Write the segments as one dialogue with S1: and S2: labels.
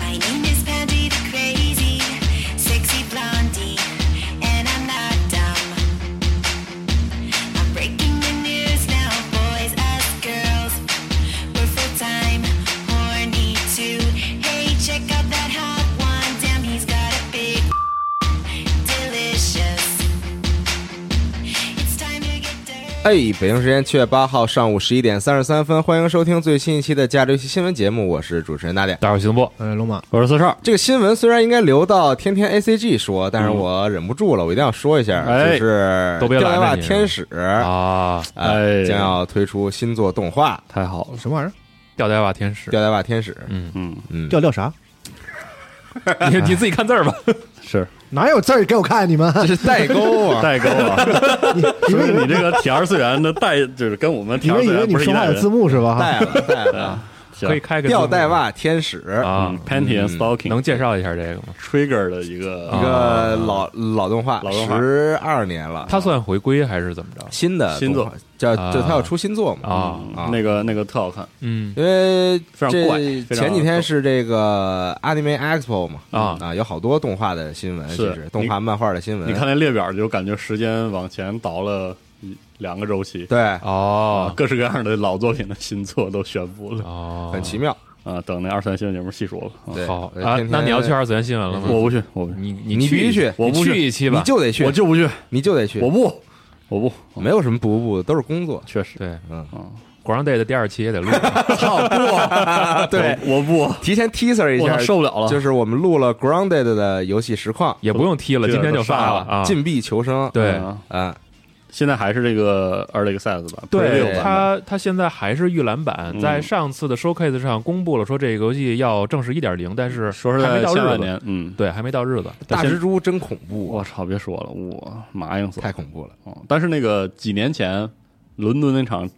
S1: My name is Patty the Crazy, sexy blondie, and I'm not dumb. I'm breaking the news now, boys as girls. We're full time, horny too. Hey, check out that hot one, damn, he's got a big delicious. It's time to get dirty.
S2: 哎，北京时间七月八号上午十一点三十三分，欢迎收听最新一期的《价值游戏新闻》节目，我是主持人大点。
S3: 大伙行不？
S4: 呃，龙马，
S3: 我是四少。
S2: 这个新闻虽然应该留到天天 A C G 说，但是我忍不住了，我一定要说一下，
S3: 嗯哎
S2: 就是
S3: 都
S2: 《
S3: 别
S2: 掉
S3: 拦着
S2: 牙袜
S3: 你
S2: 天使》
S3: 啊，
S2: 呃
S3: 哎，嗯
S2: 将要推出新作动画
S3: 太好了！
S4: 什么玩意儿？
S3: 吊带袜天
S2: 《
S3: 使，
S2: 掉牙袜天使》。
S3: 嗯
S4: 调调啥？
S3: 你你自己看字儿吧。是
S4: 哪有字儿给我看？你们
S2: 这是代沟 啊！
S5: 代沟啊！
S4: 你
S5: 所以
S4: 们以为
S5: 你这个铁二次元的代，就是跟我们
S4: 你
S5: 铁二
S4: 们以
S5: 次
S4: 为
S5: 元
S4: 你
S5: 不是一
S4: 说话
S5: 代
S4: 有字
S5: 人。
S4: 幕是吧？
S2: 带了，带了，
S3: 可以开个字幕
S2: 吊带袜天使，
S3: 啊
S5: 嗯，，Panty and Stocking
S3: 能介绍一下这个吗？
S5: Trigger 的一个
S3: 啊
S2: 一个老老动画，
S5: 老动画
S2: 十二年了。
S3: 它算回归还是怎么着？
S2: 新的
S5: 新作
S2: 动画，叫就它要出新作嘛
S3: 啊
S2: 啊
S5: 那个那个特好看，
S3: 嗯
S2: 因为
S5: 非常怪
S2: 这
S5: 非常
S2: 前几天是这个 Anime Expo 嘛
S3: 啊
S2: 啊，有好多动画的新闻，其
S5: 是
S2: 实动画漫画的新闻。
S5: 你看那列表就感觉时间往前倒了一两个周期，啊
S2: 对，
S3: 哦
S5: 各式各样的老作品的新作都宣布了
S3: 哦，
S2: 很奇妙。
S5: 啊！等那二三新闻节目细说吧。啊
S2: 对，
S3: 好
S2: 呃
S3: 啊
S2: 天。天
S3: 那你要去二次元新闻了吗？
S5: 我不去，我不去，
S3: 你
S2: 你必须
S3: 去
S2: 去
S3: 一期，
S2: 我
S3: 你
S5: 不去
S3: 去一期吧。
S2: 你就得去，
S5: 我就不去，
S2: 你就得去
S5: 我，不，我不，。
S2: 没有什么不不不，都是工作
S5: 确实，
S3: 对，
S2: 嗯
S5: 嗯，
S3: 国商队的第二期也得录。
S5: 操不，
S2: 对，
S5: 我不，
S2: 提前 teaser 一
S5: 我
S2: 下，
S5: 受不了了
S2: 就是我们录了 Grounded 的游戏实况，
S3: 也不用踢了，
S5: 这个
S3: 今天就发了
S5: 都
S3: 啊。
S2: 禁闭求生。
S3: 对
S5: 嗯
S2: 啊，
S5: 现在还是这个 Early Access 吧，
S2: 对
S5: Preview 版吧
S3: 它它现在还是预览版，
S5: 嗯
S3: 在上次的 showcase 上公布了说这个游戏要正式一点零，但是
S5: 说是
S3: 还没
S5: 在
S3: 到
S5: 下半
S3: 日子，
S5: 年，嗯，
S3: 对，还没到日子。
S2: 大
S5: 现
S2: 蜘蛛真恐怖
S5: 我，操，别说了，我麻硬死了
S2: 太。恐怖了。
S5: 嗯但是那个几年前伦敦那场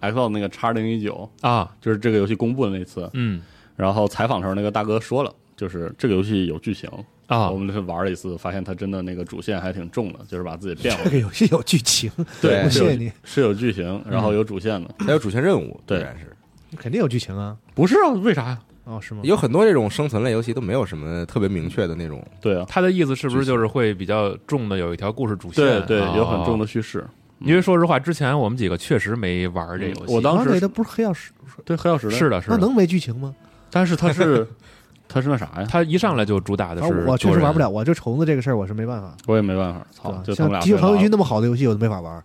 S5: Xbox 那个 X 零一九，
S3: 啊，
S5: 就是这个游戏公布的那次，
S3: 嗯
S5: 然后采访的时候那个大哥说了，就是这个游戏有剧情。
S3: 啊
S5: 我，们去玩了一次，发现它真的那个主线还挺重的，就是把自己变
S4: 这
S5: 回
S4: 个
S5: 去。
S4: 游戏有剧情，
S2: 对
S4: 我
S5: 是有
S4: 谢谢你，嗯
S5: 是有剧情，然后有主线的。
S2: 还有主线任务，
S5: 对
S2: 居然是
S4: 肯定有剧情啊。
S5: 不是啊，为啥呀？
S3: 哦，是吗？
S2: 有很多这种生存类游戏都没有什么特别明确的那种，
S5: 对啊，
S3: 他的意思是不是就是会比较重的有一条故事主线？
S5: 对对，有
S4: 啊
S5: 很重
S3: 的。
S5: 的叙事。
S3: 因为说实话，之前我们几个确实没玩这游戏。
S5: 嗯我当时
S4: 那不是黑曜石，
S5: 对，黑曜石
S3: 是的，是
S4: 那
S3: 的，
S4: 能没剧情吗？
S5: 但是它 是它是那啥呀？
S3: 他一上来就主打的
S4: 反
S3: 是
S4: 正我确
S3: 多
S4: 实
S3: 人
S4: 玩不了，我这虫子这个事儿我是没办法。
S5: 我也没办法，
S4: 对
S5: 操，
S4: 吧
S5: 就他们
S4: 像
S5: 俩
S4: 《敌手常
S5: 对
S4: 游
S5: 打
S4: 军》那么好的游戏，我都没法玩。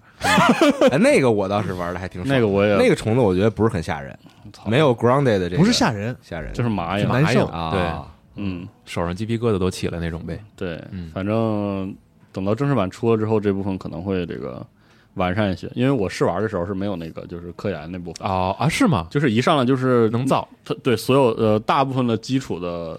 S2: 哎，那个我倒是玩的还挺爽。
S5: 那个我也
S2: 那个虫子我觉得不是很吓人，
S5: 操
S2: 没有 grounded 的这个
S4: 不是吓人，
S2: 吓人，
S5: 就是麻
S3: 就
S5: 呀，
S4: 难
S3: 麻
S4: 受
S3: 痒
S2: 啊，
S3: 对，
S5: 嗯，
S3: 手上鸡皮疙瘩都起了那种呗。
S5: 对
S3: 嗯，
S5: 反正等到正式版出了之后，这部分可能会这个完善一些，因为我试玩的时候是没有那个就是科研那部
S4: 嗯
S5: 分，
S3: 哦啊，是吗？
S5: 就是一上来就是嗯
S3: 能造，
S5: 它对所有呃大部分的基础的，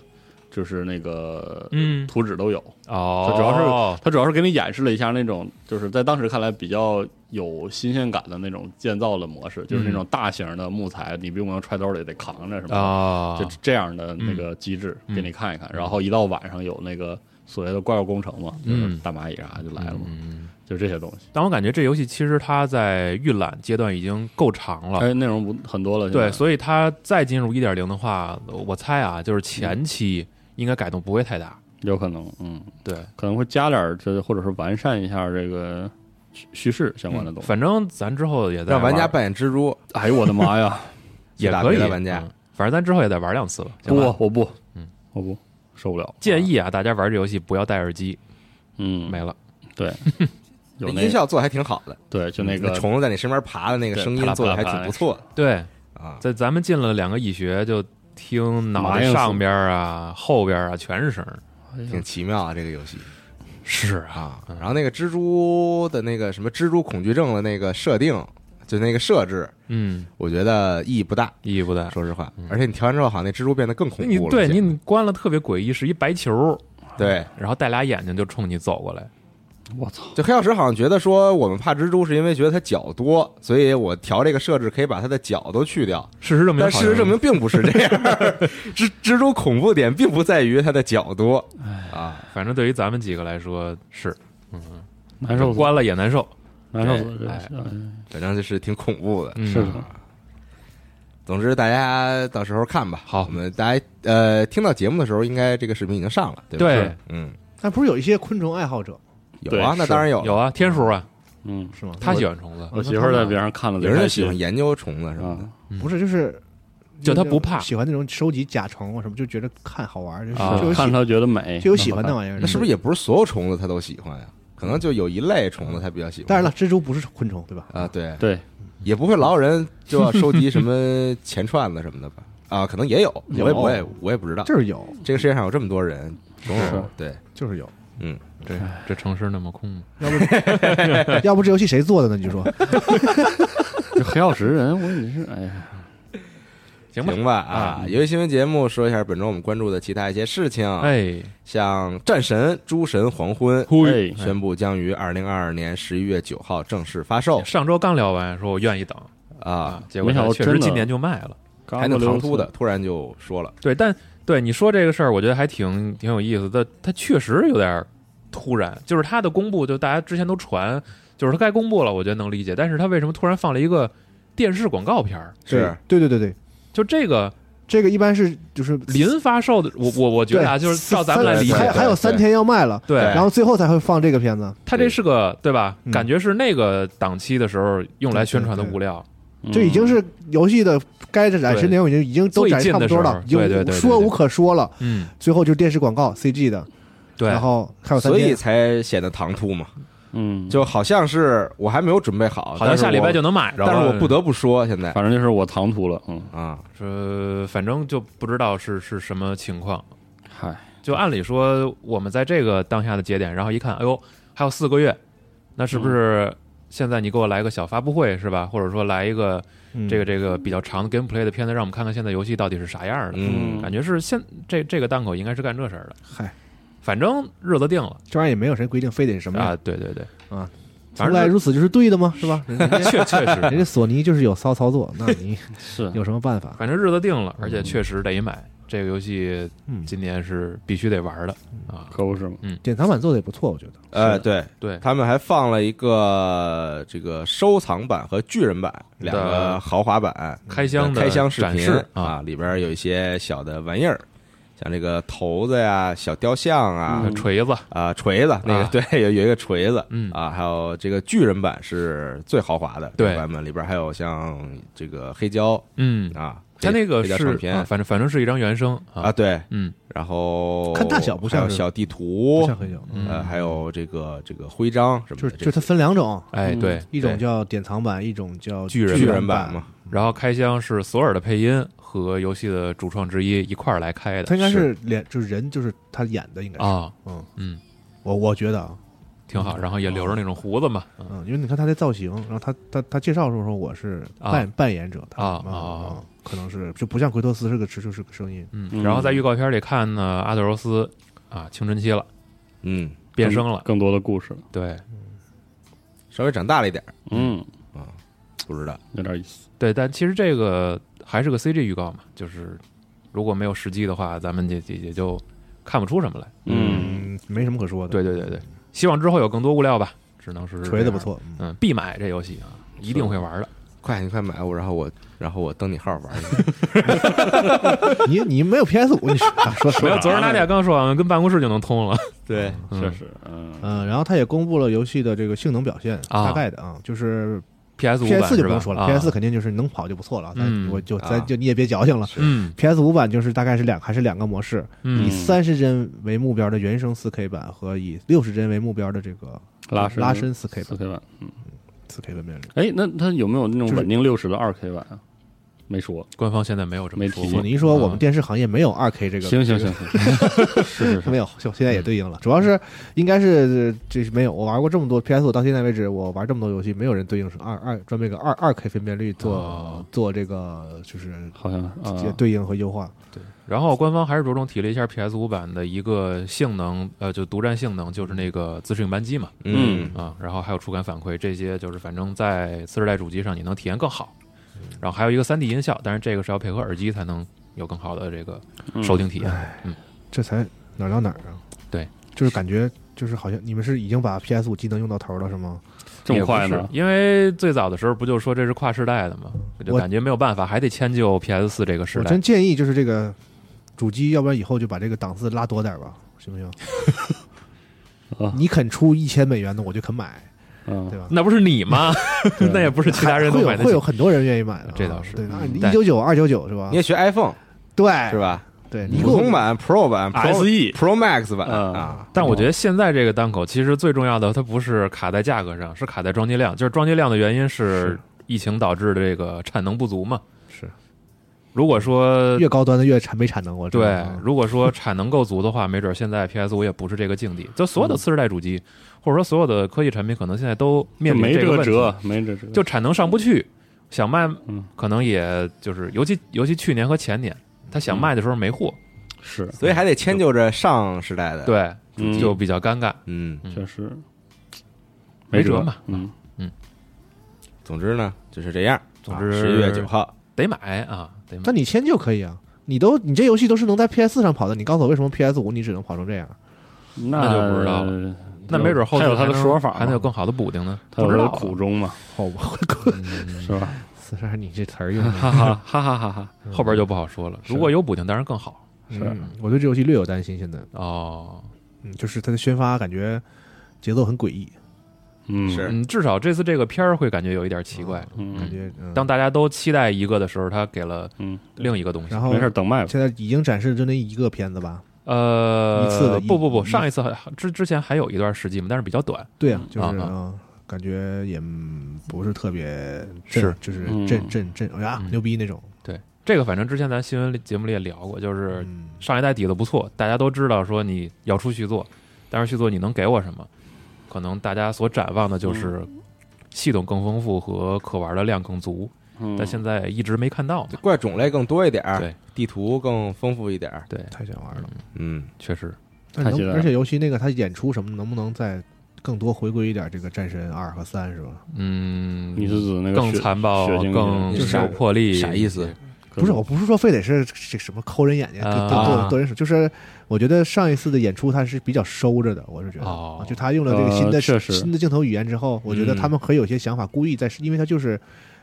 S5: 就是那个
S3: 嗯
S5: 图纸都有，
S3: 哦，
S5: 它主要是它主要是给你演示了一下那种就是在当时看来比较有新鲜感的那种建造的模式，就是那种大型的木材，你并不能揣兜里得扛着什么
S3: 嗯啊，
S5: 就这样的那个机制
S3: 嗯
S5: 给你看一看，然后一到晚上有那个所谓的怪物工程嘛，就
S3: 嗯
S5: 是大蚂蚁啥就来了嘛，
S3: 嗯，
S5: 就这些东西。
S3: 但我感觉这游戏其实它在预览阶段已经够长了。
S5: 哎，内容不很多了，
S3: 啊对，
S5: 以
S3: 所以它再进入一点零的话，我猜啊，就是前期应该改动不会太大。
S5: 有可能，嗯，
S3: 对，
S5: 可能会加点儿这，或者是完善一下这个叙叙事相关的东西。
S3: 反正咱之后也在
S2: 让玩家
S3: 玩
S2: 扮演蜘蛛，
S5: 哎呦我的妈呀！
S3: 也
S2: 打
S3: 可
S2: 别
S3: 以
S2: 的玩家
S3: 嗯反正咱之后也再玩两次吧。
S5: 不 啊
S3: 行吧，
S5: 我不，
S3: 嗯，
S5: 我不受不了。
S3: 建，议啊，大家玩这游戏不要戴耳机，
S5: 嗯，
S3: 没了。
S5: 对，有那
S2: 音效做的还挺好的，嗯
S5: 对，就那
S3: 嗯
S5: 个
S2: 虫子在你身边爬的那个
S5: 对
S2: 声
S5: 啪
S2: 音
S5: 啦
S2: 做的
S5: 啪
S2: 还
S5: 啦啪
S2: 挺
S5: 啦
S2: 不错的
S3: 对，
S2: 啊。
S3: 在咱们进了两个蚁穴，就听脑
S5: 麻
S3: 袋
S5: 痒死
S3: 上边啊、后边啊全是声儿。
S2: 挺奇妙啊，这个游戏
S3: 是啊，
S2: 啊。然后那个蜘蛛的那个什么蜘蛛恐惧症的那个设定，就那个设置，
S3: 嗯，
S2: 我觉得意义不大，
S3: 意义不大。
S2: 说实话。而且你调完之后，好像那蜘蛛变得更恐
S3: 你
S2: 怖了。
S3: 对
S2: 现在
S3: 你关了特别诡异，是一白球，
S2: 对，
S3: 然后带俩眼睛就冲你走过来。
S5: 我操，
S2: 就黑曜石好像觉得说我们怕蜘蛛是因为觉得它脚多，所以我调这个设置可以把它的脚都去掉。
S3: 事实证明，
S2: 但事实证明，并不是这样， 蜘蜘蛛恐怖点并不在于它的脚多啊，
S3: 反正对于咱们几个来说是
S5: 难受死了，
S3: 关了也难受。
S5: 难受死了，
S3: 哎
S5: 这哎
S2: 反正就是挺恐怖的。
S3: 嗯
S5: 是的，
S2: 总之，大家到时候看吧。
S3: 好
S2: 我们大家呃，听到节目的时候，应该这个视频已经上了，对吧？
S3: 对，
S2: 嗯，
S4: 但不是有一些昆虫爱好者
S2: 有
S5: 对
S2: 啊，那
S5: 是
S2: 当然有。
S3: 有啊，天叔啊，
S5: 嗯，
S4: 是吗？
S3: 他喜欢虫子，
S5: 我媳妇儿在边上看了，
S2: 有人就喜欢
S5: 啊
S2: 研究虫子什么的，
S4: 不是就是。
S3: 就他不怕
S4: 喜欢那种收集甲虫啊什么，就觉得看好玩，就是
S3: 啊
S4: 就有喜
S5: 看她嗯觉得美，
S4: 就有喜欢那玩意儿。嗯
S2: 那是不是也不是所有虫子它都喜欢呀？可能就有一类虫子它比较喜欢。
S4: 当然了，蜘蛛不是昆虫，对吧？
S2: 啊，对，
S5: 对，
S2: 也不会老有人就要收集什么 钱串子什么的吧？啊，可能也有，我也
S5: 有
S2: 我也我也不知道。
S4: 就是有，
S2: 这个世界上有这么多人，总
S5: 是
S2: 有对，
S4: 就是有。
S3: 这这城市那么空吗？
S4: 要不，要不这游 戏谁做的呢？你就说，
S5: 这黑曜石人，我你是哎呀，
S3: 行吧，
S2: 行吧啊。由于新闻节目说一下本周我们关注的其他一些事情，
S3: 哎，
S2: 像《战神》《诸神黄昏》
S5: 哎
S2: 宣布将于二零二二年十一月九号正式发售
S3: 上周刚聊完，说我愿意等
S2: 啊，，
S3: 结果
S5: 没想到
S3: 确
S5: 真
S3: 实
S5: 的
S3: 今年就卖了。
S2: 还能唐突的，突然就说了，
S3: 对，但对你说这个事儿，我觉得还挺挺有意思的。它确实有点儿突然，就是它的公布，就大家之前都传，就是它该公布了，我觉得能理解。但是它为什么突然放了一个电视广告片儿？
S2: 是
S4: 对对对对，
S3: 就这个
S4: 这个一般是就是
S3: 临发售的，我我我觉得啊，
S4: 对
S3: 就是照咱们来
S4: 三
S3: 理
S4: 还
S3: 解，
S4: 还有三天要卖了，
S3: 对嗯
S4: 然后最后才会放这个片子，
S3: 它这是个对吧？
S4: 嗯
S3: 感觉是那个档期的时候用来宣传的物料，
S5: 嗯
S4: 这已经是游戏的该展示内容已经已经都展示差不多了，已
S3: 最近的时候对对对对
S4: 经说无可说了。
S3: 嗯，
S4: 最后就是电视广告 CG 的，
S3: 对
S4: 然，后还有三
S2: 所以
S4: 天，
S2: 才显得唐突嘛，
S5: 嗯，
S2: 就好像是我还没有准备好，
S3: 好像下礼拜就能买着
S2: 但
S3: 了。
S2: 是我，但是我不得不说现在
S5: 反正就是我唐突了，嗯，
S2: 啊，
S3: 呃，反正就不知道是是什么情况。
S5: 嗨，
S3: 就按理说，我们在这个当下的节点，然后一看，哎呦，还有四个月，那是不
S4: 嗯
S3: 是现在你给我来个小发布会是吧？或者说来一个
S4: 嗯
S3: 这个这个比较长的 gameplay 的片子，让我们看看现在游戏到底是啥样的？
S2: 嗯，
S3: 感觉是现这这个档口应该是干这事儿的。
S4: 嗨，
S3: 反正日子定了
S4: 这玩意儿也没有谁规定非得是什么
S3: 啊，
S4: 样
S3: 对对对，
S4: 啊，
S3: 反
S4: 从
S3: 正
S4: 来如此就是对的吗？是吧？人家
S3: 确确
S4: 人家
S3: 实，
S4: 索尼就是有骚操作，那你
S5: 是
S4: 有什么办法？
S3: 反正日子定了，而且确实得买。这个游戏
S4: 嗯，
S3: 今年是必须得玩的啊！
S5: 可不是吗？
S4: 典藏版做的也不错，我觉得。
S2: 呃，对
S3: 对
S2: 他们还放了一个这个收藏版和巨人版两个豪华版呃
S3: 开箱的
S2: 开箱视
S3: 展
S2: 频
S3: 示啊，
S2: 啊，里边有一些小的玩意儿，像这个头子呀、小雕像啊、
S5: 嗯
S3: 锤子，
S2: 啊锤子，那个、
S3: 啊
S2: 对，有有一个锤子，
S3: 嗯
S2: 啊，还有这个巨人版是最豪华的
S3: 对
S2: 这个版本，里边还有像这个黑胶
S3: 嗯，
S2: 啊，
S3: 它那个
S2: 黑胶
S3: 是
S2: 唱片
S3: 啊反正反正是一张原声
S2: 啊，
S3: 啊，
S2: 对，
S3: 嗯，
S2: 然后
S4: 看大小不像
S2: 还有
S4: 是
S2: 小地
S4: 不
S2: 图
S4: 像，黑胶，
S3: 嗯
S2: 呃，还有这个这个徽章什么
S4: 就
S2: 的，
S4: 是
S2: 这
S4: 就它分两种，
S3: 哎
S5: 嗯
S3: 对，
S4: 一
S2: 对
S4: 种叫典藏版，一种叫
S3: 巨人
S2: 巨
S4: 人
S2: 人版嘛，，
S3: 然后开箱是索尔的配音和游戏的主创之一一块儿来开
S4: 它
S3: 的
S4: 应该是脸就是人就是他演的，应该是
S3: 啊，
S4: 嗯
S3: 嗯，
S4: 我我觉得啊，
S3: 挺好。然后也留着那种胡子嘛，嗯
S4: 嗯，因为你看他的造型，然后他他他介绍的时候说我是
S3: 啊
S4: 扮扮演者，他
S3: 啊
S4: 嗯
S3: 啊
S4: 嗯
S3: 啊
S4: 可能是就不像奎托斯是个直就是个声音，
S3: 嗯。
S5: 嗯
S3: 然后在预告片里看呢，阿德罗斯啊，青春期了，
S2: 嗯，
S3: 变声了，
S5: 更多的故事了。
S3: 对
S2: 稍微长大了一点儿，
S5: 嗯，
S2: 不知道。
S5: 有点意思。
S3: 对。但其实这个还是个 CG 预告嘛，就是如果没有时机的话，咱们也也也就看不出什么来。
S5: 嗯，
S4: 嗯，没什么可说的，
S3: 对对对对，希望之后有更多物料吧，只能是
S4: 锤
S3: 这
S4: 子
S3: 样
S4: 不，错，嗯
S3: 嗯，必买这游戏啊，一定会玩的。
S2: 快，你快买我，然后我，然后我登你号玩儿去。
S4: 嗯你你没有 PS 五，你说、 啊、说
S3: 没
S4: 说
S3: 有，昨儿
S5: 啥
S3: 娜
S5: 呢
S3: 姐刚说完，跟办公室就能通 了。
S2: 对，
S3: 嗯
S5: 确实，嗯，
S4: 嗯，然后他也公布了游戏的这个性能表现，
S3: 啊
S4: 大概的啊，就是
S3: PS 五
S4: PS 四就不用说了、p s 四
S3: 四
S4: 肯定就是能跑就不错了，咱、
S3: 啊嗯
S4: 我就
S2: 啊
S4: 咱就你也别矫情了。
S3: 嗯
S4: PS 五版就是大概是两还是两个模式，以
S3: 嗯
S4: 三十帧为目标的原生四 K 版和以六十帧为目标的这个
S5: 拉伸
S4: 拉伸四 K
S5: 四
S4: 版
S5: K 版。
S4: 四 K 版本里。
S5: 哎，那它有没有那种
S4: 就是
S5: 稳定六十的二 K 版啊？没说。
S3: 官方现在没有这么
S5: 没
S3: 说
S5: 提
S3: 过
S4: 索尼说我们
S3: 啊
S4: 电视行业没有二 K 这个，
S5: 行行
S4: 这
S5: 行行，
S4: 个，
S5: 是是是， 嗯
S4: 没有，就现在也对应了。主要是应该是这是没有，我玩过这么多 PS 五到现在为止，我玩这么多游戏，没有人对应是二二专门给二二 K 分辨率做、
S3: 哦
S4: 做这个就是
S5: 好像啊，
S4: 对应和优化。
S3: 然后官方还是着重提了一下 PS 五版的一个性能，呃，就独占性能，就是那个自适应扳机嘛，
S2: 嗯，
S3: 啊，然后还有触感反馈这些，就是反正在次世代主机上你能体验更好。
S4: 嗯
S3: 然后还有一个三 D 音效，但是这个是要配合耳机才能有更好的这个
S5: 嗯
S3: 收听体验。
S4: 唉，这才哪儿到哪儿啊？
S3: 对，
S4: 就是感觉就是好像你们是已经把 PS 五技能用到头了是吗？
S5: 这么快
S3: 也不是
S5: 呢？
S3: 因为最早的时候不就说这是跨世代的嘛，就
S4: 我
S3: 感觉没有办法，还得迁就 PS 四这个时
S4: 我
S3: 代
S4: 真。建议就是这个主机，要不然以后就把这个档次拉多点儿吧，行不行？
S5: 啊
S4: 你肯出一千美元的，我就肯买，对
S5: 嗯，
S4: 吧？
S3: 那不是你 吗？那也不是其他人
S4: 会
S3: 都
S4: 有
S3: 买得
S4: 会
S3: 起
S4: 有。很多人愿意买的啊，
S3: 这倒是
S4: 对，那
S3: 嗯
S4: 一
S3: 但
S4: 九九、二九九是吧
S2: 你？也学 iPhone
S4: 对，
S2: 是？吧？嗯
S4: 对，你给
S2: 普
S4: 我
S2: 通版、Pro 版、Pro
S6: E
S5: SE
S2: Pro Max 版
S5: 嗯
S2: 啊，
S3: 但我觉得现在这个档口其实最重要的，它不是卡在价格上，是卡在装机量。就是装机量的原因是疫情导致的这个产能不足嘛。
S4: 是，
S3: 如果说
S4: 越高端的越产没产能，我知道
S3: 对
S4: 啊，
S3: 如果说产能够足的话，没准现在 PS 五也不是这个境地。就
S4: 嗯
S3: 所有的次世代主机，或者说所有的科技产品，可能现在都面临
S5: 没
S3: 这
S5: 这
S3: 个问
S5: 个
S3: 题，
S5: 折，没这折，
S3: 就产能上不去，想卖
S5: 嗯，
S3: 可能也就是尤其尤其去年和前年，他想卖的时候没货，
S5: 是，
S2: 所以还得迁就着上时代的。，
S3: 对，
S5: 嗯
S3: 就比较尴尬。
S2: 嗯，
S5: 确实
S3: 没
S5: 辙
S3: 辙嘛，
S5: 嗯，
S2: 总之呢就是这样。啊
S3: 总之
S2: 十一月九号，
S3: 得买啊，得买
S4: 那。你迁就可以啊。你都你这游戏都是能在 PS 上跑的，你告诉我为什么 PS 五你只能跑成这样？
S5: 那
S3: 那就不知道
S5: 了。
S3: 那没准后
S5: 还
S3: 续
S5: 有他的
S3: 能
S5: 说法嘛，
S3: 还能有更好的补丁呢，
S5: 他有
S3: 不
S5: 他
S3: 知道
S5: 的
S3: 啊
S5: 苦衷嘛，
S4: 哦， 我滚！
S5: 是吧？
S4: 四十二，你这词儿用的，
S3: 哈哈
S5: 啊
S3: 哈哈哈哈，后边就不好说了。如果有补丁，当然更好
S5: 是
S4: 嗯我对这游戏略有担心。现在，
S3: 哦。
S4: 嗯，就是它的宣发感觉节奏很诡异，
S5: 嗯，
S2: 是
S3: 嗯，至少这次这个片儿会感觉有一点奇怪。
S4: 感
S5: 嗯，
S4: 觉嗯
S3: 当大家都期待一个的时候，他给了
S5: 嗯
S3: 另一个东西
S4: 然。后
S5: 没事，等卖吧。
S4: 现在已经展示就那一个片子吧？
S3: 呃，
S4: 一次的一
S3: 不不不，
S4: 一
S3: 上一次还之之前还有一段时机嘛，但是比较短。
S4: 对啊，就是
S3: 啊
S4: 嗯感觉也嗯不是特别震
S3: 是
S4: 就是
S5: 嗯
S4: 震震震哎呀
S3: 嗯
S4: 牛逼那种。
S3: 对，这个反正之前咱新闻里节目里也聊过，就是
S4: 嗯，
S3: 上一代底子不错，大家都知道说你要出续作，但是续作你能给我什么？可能大家所展望的就是
S4: 嗯
S3: 系统更丰富和可玩的量更足，
S5: 嗯
S3: 但现在一直没看到嘛
S2: 这。怪种类更多一点儿
S3: 对，
S2: 地图更丰富一点儿。
S3: 对，
S4: 太想玩了。
S2: 嗯，
S3: 确实，
S4: 但
S5: 太
S4: 能
S5: 期待了
S4: 而且尤其那个他演出什么，能不能再更多回归一点这个战神二和三是吧？
S3: 嗯，
S5: 你是指那个
S3: 更
S5: 血
S3: 残暴
S5: 血腥一、点
S3: 更
S2: 就是
S3: 有魄力？
S2: 啥意思？
S4: 不是，我不是说非得是这什么抠人眼睛、
S3: 啊
S4: 剁剁剁人手，就是我觉得上一次的演出他是比较收着的，我是觉得，
S3: 哦
S4: 就他用了这个新的、
S5: 呃确实
S4: 新的镜头语言之后，我觉得他们很有些想法，故意在，因为他就是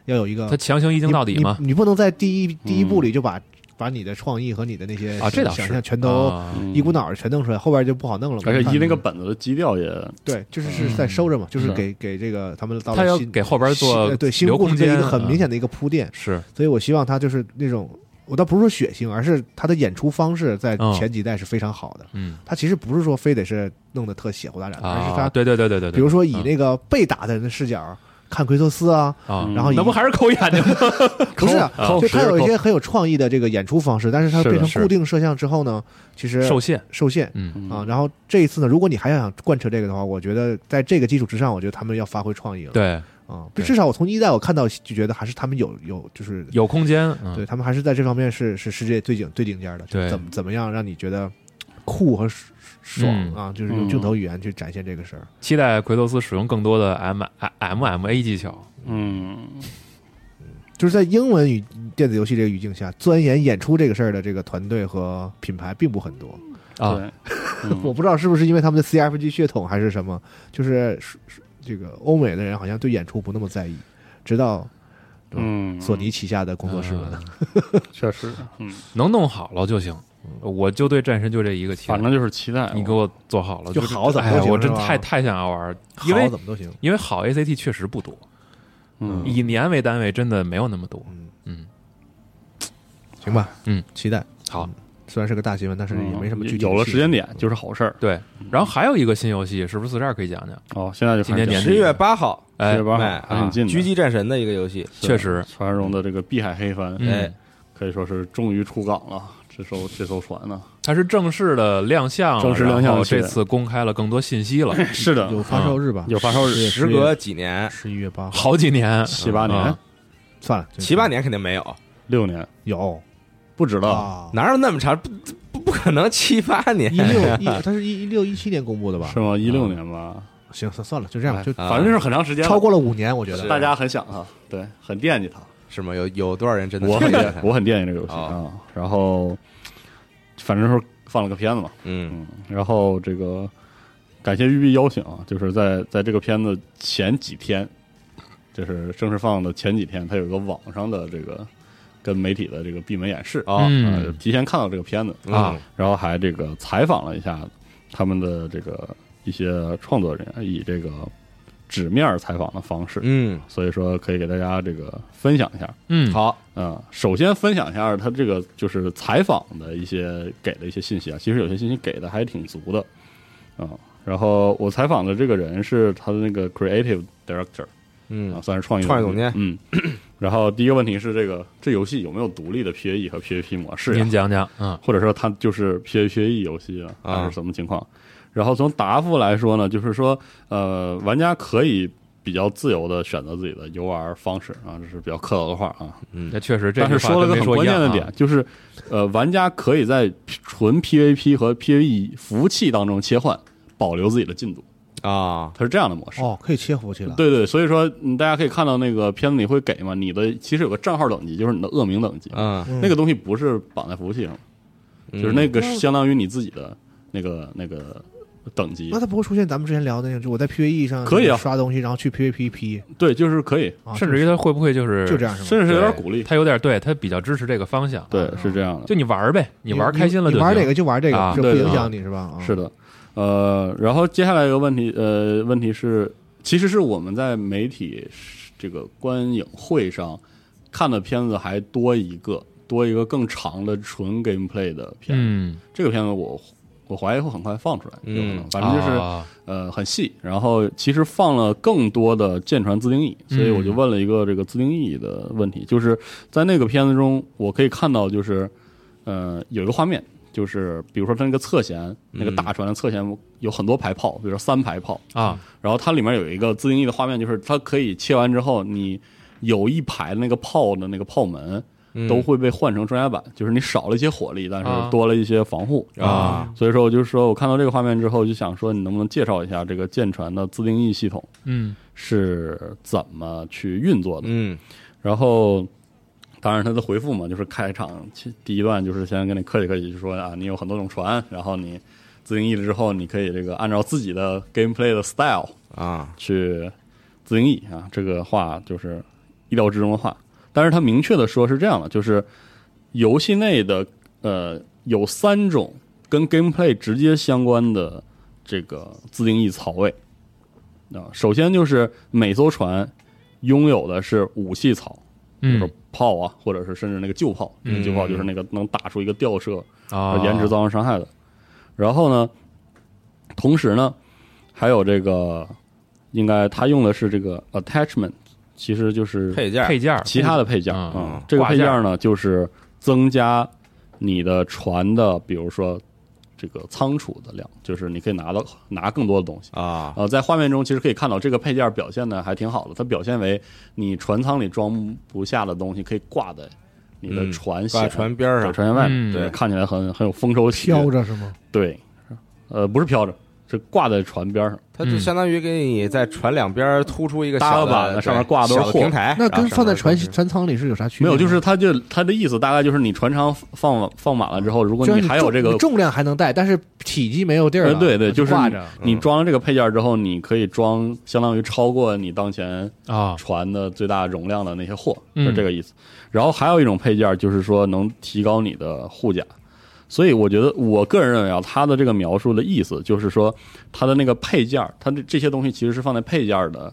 S4: 要有一个
S3: 他强行一
S4: 你
S3: 镜到底吗？
S4: 你？你不能在第
S5: 嗯
S4: 一第一部里就把、把你的创意和你的那些
S3: 啊，这倒是
S4: 想象全都
S3: 啊
S5: 嗯
S4: 一股脑儿全弄出来，后边就不好弄了嘛。
S5: 而且一
S4: 他
S5: 那个嗯本子的基调也
S4: 对，就是是在收着嘛，就是给给这个他们到了
S3: 他要
S4: 新
S3: 给后边
S4: 新
S3: 做
S4: 呃对新
S3: 留
S4: 故事
S3: 空
S4: 的
S3: 间啊
S4: 一个很明显的一个铺垫，
S3: 是
S4: 所以我希望他就是那种。我倒不是说血腥，而是他的演出方式在
S3: 嗯
S4: 前几代是非常好的。
S3: 嗯
S4: 他其实不是说非得是弄得特血火大斩，的，而
S3: 啊，
S4: 是他
S3: 对对对对对，对
S4: 比如说以
S3: 嗯
S4: 那个被打的人的视角看奎托斯啊，
S3: 啊，
S5: 嗯
S4: 然后以
S3: 那不还是抠眼睛吗？
S4: 不是啊，
S3: 抠
S4: 就他有一
S3: 抠
S4: 些很有创意的这个演出方式，但是他
S3: 是的
S4: 变
S3: 是
S4: 成
S3: 的
S4: 固定摄像之后呢，其实
S3: 啊受限，
S4: 受限
S3: 嗯
S4: 啊。然后这一次呢，如果你还想贯彻这个的话，我觉得在这个基础之上，我觉得他们要发挥创意了。
S3: 对，
S4: 啊，
S3: 对
S4: 至少我从一代我看到就觉得还是他们有有就是
S3: 有空间，嗯
S4: 对他们还是在这方面是是世界最顶最顶尖的，就是
S3: 对
S4: 怎么怎么样让你觉得酷和爽爽
S3: 嗯
S4: 啊，就是用
S5: 嗯
S4: 镜头语言去展现这个事儿。
S3: 期待奎托斯使用更多的 M 啊 M M A 技巧。
S5: 嗯
S4: 就是在英文语电子游戏这个语境下，钻研演出这个事儿的这个团队和品牌并不很多。
S3: 啊
S5: 对，嗯
S4: 我不知道是不是因为他们的 CFG 血统还是什么，就是是是这个欧美的人好像对演出不那么在意，直到
S5: 嗯，
S4: 索尼旗下的工作室们。
S5: 确实，嗯，
S3: 能弄好了就行。我就对战神就这一个期待，
S5: 反正就是期待
S3: 你给我做好了
S4: 就
S3: 就是
S4: 好怎么
S3: 哎
S4: 都
S3: 呀
S4: 行
S3: 我真
S4: 是吧
S3: 太太想要玩儿，
S4: 好
S3: 因为
S4: 怎么都行，
S3: 因为好 ACT 确实不多，
S5: 嗯
S3: 以年为单位真的没有那么多。
S4: 行吧，
S3: 嗯，
S4: 期待。
S3: 好，
S4: 虽然是个大新闻，但是也没什么具体的
S5: 嗯有了时间
S4: 细节
S5: 点就是好事儿
S3: 对，然后还有一个新游戏，是不是四十二可以讲讲？
S5: 哦。现在就开始
S3: 今年年
S5: 讲
S3: 底
S2: 十月八号，
S3: 哎
S5: 十月八
S2: 哎
S5: 号还挺近的，
S2: 狙击战神的一个游戏，
S5: 是
S3: 确实
S5: 传说中的这个碧海黑帆，
S3: 嗯
S2: 哎，
S5: 可以说是终于出港了。这艘这艘船呢，
S3: 它是正式的亮相了，
S5: 正式亮相
S3: 然后
S5: 是
S3: 这次公开了更多信息了，
S5: 是的，
S4: 有发售日吧？
S5: 有发售日，
S2: 时隔几年，
S4: 十一月八号，
S3: 好几年，
S5: 七八年
S3: 啊、
S4: 算了，就
S2: 七八年肯定没有，
S5: 六年
S4: 有
S5: 不止了，
S4: 啊，
S2: 哪有那么长？不不不可能七八年
S4: 一六 一，它是一一六一七年公布的吧
S5: 是？吗？一六年吧，
S4: 行，算算了，就这样，
S5: 哎
S4: 就
S2: 啊
S5: 反正是很长时间了，
S4: 超过了五年，我觉得
S2: 是
S5: 大家很想他，对，很惦记他。
S2: 是吗？有有多少人真的
S5: 我
S2: 看
S5: 很
S2: 见
S5: 惦
S2: 了？
S5: 我很惦记这个游戏
S2: 哦
S5: 啊。然后，反正是放了个片子嘛，
S2: 嗯，
S5: 然后这个感谢玉碧邀请啊，就是在在这个片子前几天，就是正式放的前几天，它有一个网上的这个跟媒体的这个闭门演示
S2: 哦
S5: 呃
S3: 嗯
S5: 提前看到这个片子
S3: 啊，
S5: 然后还这个采访了一下他们的这个一些创作人，以这个纸面采访的方式，
S2: 嗯，
S5: 所以说可以给大家这个分享一下。
S3: 嗯，
S2: 好，
S5: 嗯，首先分享一下他这个就是采访的一些给的一些信息啊，其实有些信息给的还挺足的，嗯，然后我采访的这个人是他的那个 creative director 啊，
S2: 嗯，
S5: 算是创意
S2: 创意总监
S5: 嗯。然后第一个问题是这个这游戏有没有独立的 PVE 和 PVP 模式、
S3: 您
S5: 呀？
S3: 讲讲，嗯
S5: 或者说它就是 PVPE 游戏啊，
S2: 啊
S5: 还是什么情况？然后从答复来说呢，就是说呃，玩家可以比较自由的选择自己的游玩方式啊，这是比较客套的话啊，
S3: 那确实这
S5: 但
S3: 句
S5: 是
S3: 话
S5: 说了
S3: 跟
S5: 个
S3: 没
S5: 很
S3: 说
S5: 关
S3: 一
S5: 键
S3: 样
S5: 的
S3: 啊
S5: 点，就是呃，玩家可以在 P- 纯 PVP 和 PVE 服务器当中切换，保留自己的进度，
S2: 啊，
S5: 它是这样的模式。
S4: 哦，可以切服务器了。
S5: 对对，所以说嗯大家可以看到那个片子里会给嘛，你的其实有个账号等级，就是你的恶名等级，
S2: 嗯，
S4: 嗯
S5: 那个东西不是绑在服务器上，就是那个相当于你自己的那个那个等级
S4: 那。它不会出现咱们之前聊的那种，就我在 PVE 上
S5: 可以啊
S4: 刷东西，然后去 PVP 批
S5: 对，就是可以，
S4: 啊，
S3: 甚至于它会不会就是
S4: 就这，样是
S5: 甚
S4: 吗？
S5: 至是有点
S2: 对
S5: 鼓励。
S3: 它有点对它比较支持这个方向，啊
S5: 对，是这样的。
S3: 就你玩儿呗，你玩儿开心了就
S4: 你玩
S3: 行
S4: 哪个就玩这
S3: 啊
S4: 个，这
S5: 对
S4: 不
S5: 对
S4: 影
S5: 对
S4: 响你是吧？啊
S5: 是的，呃，然后接下来一个问题，呃，问题是，其实是我们在媒体这个观影会上看的片子还多一个，多一个更长的纯 gameplay 的片子。
S3: 嗯，
S5: 这个片子我我怀疑会很快放出来，有可能，
S2: 嗯
S5: 反正就是、
S3: 啊
S5: 呃很细。然后其实放了更多的舰船自定义，所以我就问了一个这个自定义的问题，就是在那个片子中，我可以看到就是呃有一个画面，就是比如说它那个侧舷，那个大船的侧舷有很多排炮，比如说三排炮，
S3: 啊，
S5: 然后它里面有一个自定义的画面，就是它可以切完之后，你有一排那个炮的那个炮门，
S2: 嗯
S5: 都会被换成装甲版，就是你少了一些火力，但
S3: 啊
S5: 是多了一些防护
S2: 啊。
S5: 所以说，我就说我看到这个画面之后，就想说你能不能介绍一下这个舰船的自定义系统
S3: 嗯
S5: 是怎么去运作的？
S2: 嗯
S5: 然后，当然他的回复嘛，就是开场其第一段就是先跟你客气客气，就说啊，你有很多种船，然后你自定义了之后，你可以这个按照自己的 gameplay 的 style
S2: 啊，
S5: 去自定义啊，这个话就是意料之中的话。但是他明确的说是这样的，就是游戏内的呃有三种跟 gameplay 直接相关的这个自定义槽位啊、首先就是每艘船拥有的是武器槽，比如说
S3: 嗯
S5: 炮啊，或者是甚至那个旧炮，那个旧炮就是那个能打出一个吊射，
S3: 啊，
S5: 延迟造成伤害的。然后呢，同时呢，还有这个，应该他用的是这个 attachment，其实就是
S2: 配件儿
S3: 配件儿
S5: 其他的配件儿
S3: 嗯
S5: 嗯这个配件儿呢，就是增加你的船的，比如说这个仓储的量，就是你可以拿到拿更多的东西。
S2: 啊
S5: 呃，在画面中其实可以看到这个配件儿表现的还挺好的，它表现为你船舱里装不下的东西可以挂在你的
S2: 嗯
S5: 船舷、
S2: 挂船边儿
S5: 对
S2: 上
S5: 船舷外面，
S3: 嗯
S5: 对，看起来很很有丰收喜悦
S4: 飘着是吗？
S5: 对，呃，不是飘着，是挂在船边上，
S2: 它就相当于给你在船两边儿突出一个
S5: 搭
S2: 小
S5: 个板
S2: 的
S5: 子上面挂的都是
S2: 小的
S5: 货
S2: 平台，
S4: 哎那
S2: 然后
S4: 跟
S2: 上
S4: 放在
S2: 面
S4: 船
S2: 都是
S4: 船舱里是有啥区别
S5: 没
S4: 吗？
S5: 有，就是它就它的意思大概就是你船舱放放满了之后，如果
S4: 就是
S5: 你还有
S4: 重
S5: 这个
S4: 你，重量还能带，但是体积没有地儿
S5: 呃
S4: 了。
S5: 对对，就是
S4: 挂
S5: 你
S4: 着。
S5: 你装了这个配件之后，你可以装相当于超过你当前
S3: 啊，
S5: 船的最大容量的那些货，
S3: 嗯
S5: 是这个意思。然后还有一种配件就是说能提高你的护甲。所以我觉得，我个人认为啊，它的这个描述的意思就是说，它的那个配件儿，它的这些东西其实是放在配件儿的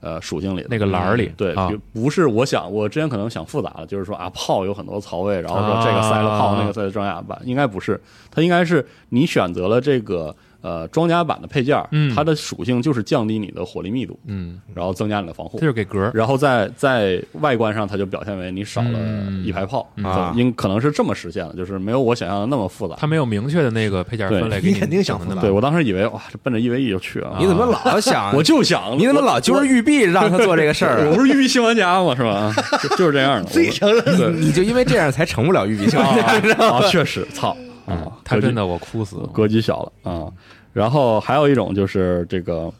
S5: 呃属性里的嗯
S3: 那个栏儿里
S5: 对，
S3: 啊
S5: 比如不是我想，我之前可能想复杂了，就是说啊，炮有很多槽位，然后说
S3: 啊
S5: 这个塞了炮，那个塞了装甲板，应该不是，它应该是你选择了这个呃装甲板的配件儿，
S3: 嗯
S5: 它的属性就是降低你的火力密度，
S3: 嗯，
S5: 然后增加你的防护
S3: 这。就是给格儿
S5: 然后在在外观上，它就表现为你少了
S3: 嗯
S5: 一排炮，
S3: 嗯
S2: 啊
S5: 可应可能是这么实现的，就是没有我想象的那么复杂。
S3: 他没有明确的那个配件分类，
S4: 对你肯定想
S3: 的那
S4: 复
S3: 么
S4: 杂
S5: 对我当时以为哇，这奔着一 v 一就去啊
S2: 你，怎么老想？
S5: 我就想
S2: 你怎么老揪着玉璧让他做这个事儿
S5: 我
S2: 啊？
S5: 不是育碧新玩家嘛，是 吧？就就是这样的，自己承认 对
S2: 你就因为这样才成不了玉璧兄弟，你知道吗
S5: 啊，啊确实，操
S3: 嗯
S5: 啊，，
S3: 他
S5: 格局
S3: 真的我哭死了。
S5: 格局小了啊。然后还有一种就是这个，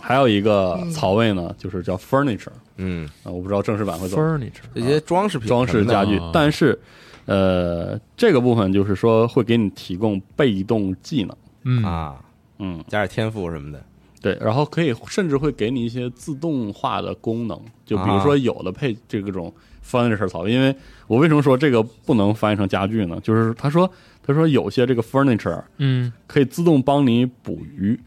S5: 还有一个槽位呢，就是叫 furniture
S2: 嗯，
S5: 啊，我不知道正式版会怎么
S3: furniture
S2: 这些装饰品、
S5: 装饰家具
S3: 啊，
S5: 但是呃，这个部分就是说会给你提供被动技能，
S3: 嗯
S2: 啊，
S5: 嗯，
S2: 加点天赋什么的，
S5: 对，然后可以甚至会给你一些自动化的功能，就
S2: 啊
S5: 比如说有的配这个种 furniture 槽，因为我为什么说这个不能翻译成家具呢？就是他说他说有些这个 furniture
S3: 嗯
S5: 可以自动帮你捕鱼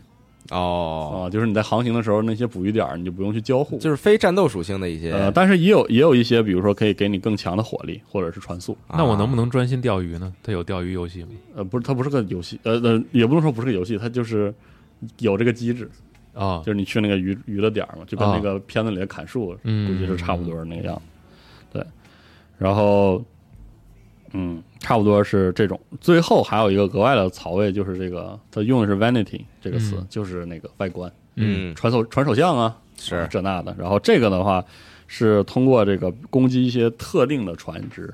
S2: 哦，
S5: 啊，就是你在航行的时候那些捕鱼点儿你就不用去交互，
S2: 就是非战斗属性的一些。
S5: 呃，但是也有也有一些，比如说可以给你更强的火力或者是传速，
S2: 啊
S4: 啊
S3: 那我能不
S2: 能
S3: 能专心钓鱼呢？他有钓鱼游戏吗？
S5: 呃，不是它不是个游戏，呃呃，也不能说不是个游戏，它就是有这个机制，
S3: 啊
S5: 就是你去那个娱娱乐点儿嘛，就跟那个片子里的砍树，
S3: 嗯
S5: 估计是差不多那个样子。对，然后，嗯，差不多是这种。最后还有一个额外的槽位，就是这个，它用的是 vanity 这个词，
S3: 嗯
S5: 就是那个外观，
S2: 嗯
S5: 传手传手相啊，
S2: 是
S5: 这那的。然后这个的话是通过这个攻击一些特定的船只，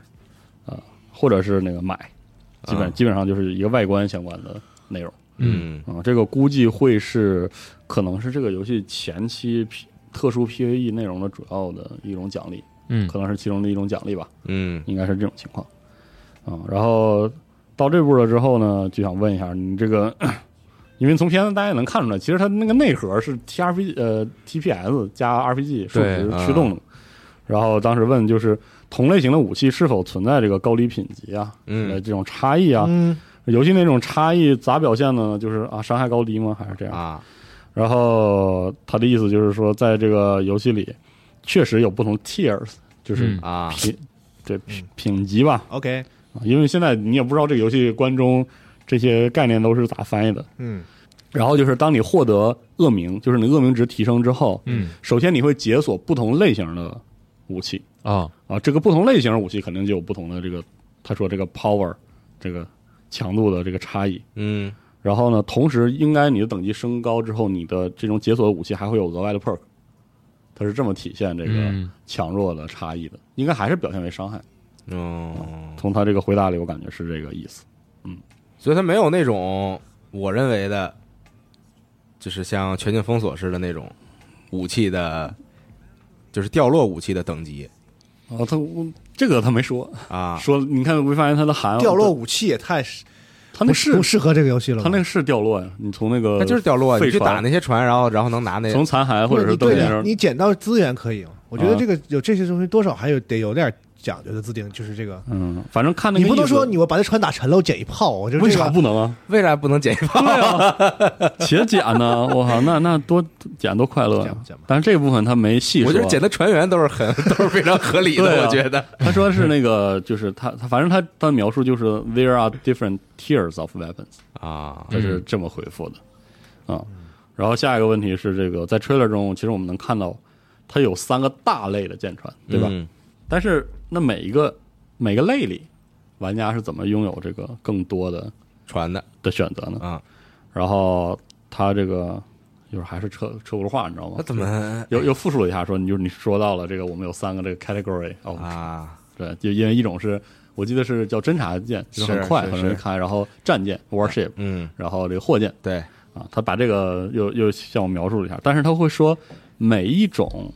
S5: 啊、或者是那个买，基本、
S2: 啊
S5: 基本上就是一个外观相关的内容。
S2: 嗯
S5: 啊、这个估计会是，可能是这个游戏前期 P 特殊 PVE 内容的主要的一种奖励，
S3: 嗯
S5: 可能是其中的一种奖励吧，
S2: 嗯
S5: 应该是这种情况。啊、然后到这步了之后呢，就想问一下你这个，因为从片子大家也能看出来，其实它那个内核是 TRP 呃 TPS 加 RPG 数值
S2: 对嗯
S5: 驱动的。然后当时问就是同类型的武器是否存在这个高低品级啊，
S2: 嗯
S5: 呃这种差异啊，
S4: 嗯，
S5: 游戏那种差异咋表现呢？就是啊，伤害高低吗？还是这样？
S2: 啊
S5: 然后他的意思就是说，在这个游戏里，确实有不同 tiers，就是
S3: 嗯
S2: 啊
S5: 品、对品品级吧，
S4: OK，
S5: 啊因为现在你也不知道这个游戏关中这些概念都是咋翻译的。
S4: 嗯，
S5: 然后就是当你获得恶名，就是你恶名值提升之后，
S3: 嗯
S5: 首先你会解锁不同类型的武器
S3: 啊
S5: 啊，这个不同类型的武器肯定就有不同的这个，他说这个 power 这个强度的这个差异。
S2: 嗯
S5: 然后呢，同时应该你的等级升高之后，你的这种解锁的武器还会有额外的 perk，它是这么体现这个
S3: 嗯
S5: 强弱的差异的，应该还是表现为伤害。
S2: 嗯，
S5: 从他这个回答里，我感觉是这个意思。
S2: 所以它没有那种我认为的，就是像全境封锁似的那种武器的，就是掉落武器的等级
S5: 哦，他我这个他没说，
S2: 啊。
S5: 说你看没发现他的韩
S7: 掉落，武器也太
S5: 他那是
S4: 不适合这个游戏了吧。
S5: 他那个是掉落呀，你从那个
S2: 它就是掉落，啊
S5: 废
S2: 你去打
S5: 船
S2: 那些船，然后然后能拿那
S5: 从残骸或者是
S4: 你
S5: 邓先
S4: 对
S5: 生
S4: 你，你捡到资源可以，我觉得
S5: 啊
S4: 这个有这些东西多少还有得有点讲究的自定，就是这个。
S5: 嗯，反正看那个
S4: 你不能
S5: 意思
S4: 说你我把这船打沉了，我捡一炮，我就
S5: 为
S4: 这
S5: 啥
S4: 个
S5: 不能啊？
S2: 为啥不能捡一炮？
S5: 且捡呢，我靠，那那多捡多快乐
S4: 捡
S5: 呀
S4: 吧捡吧！
S5: 但是这部分他没细说，
S2: 我觉得捡的船员都是很 都是非常合理
S5: 啊对
S2: 的，
S5: 啊
S2: 我觉得。
S5: 他说是那个，就是他他反正他他的描述就是 there are different tiers of weapons，
S2: 啊，
S5: 他是这么回复的啊。然后下一个问题是这个在 trailer 中，其实我们能看到它有三个大类的舰船，对吧？
S2: 嗯
S5: 但是那每一个每个类里，玩家是怎么拥有这个更多的
S2: 船的
S5: 的选择呢？
S2: 啊，
S5: 然后他这个就是还是车车轱辘话，你知道吗
S2: 那？怎么
S5: 又又复述了一下说，你就你说到了这个，我们有三个这个 category of
S2: 啊？
S5: 对，就因为一种是我记得是叫侦察舰，就是很
S2: 是
S5: 快
S2: 是
S5: 很容
S2: 是
S5: 易开，然后战舰 warship，
S2: 嗯，
S5: 然后这个货舰
S2: 对，
S5: 啊，他把这个又又向我描述了一下，但是他会说每一种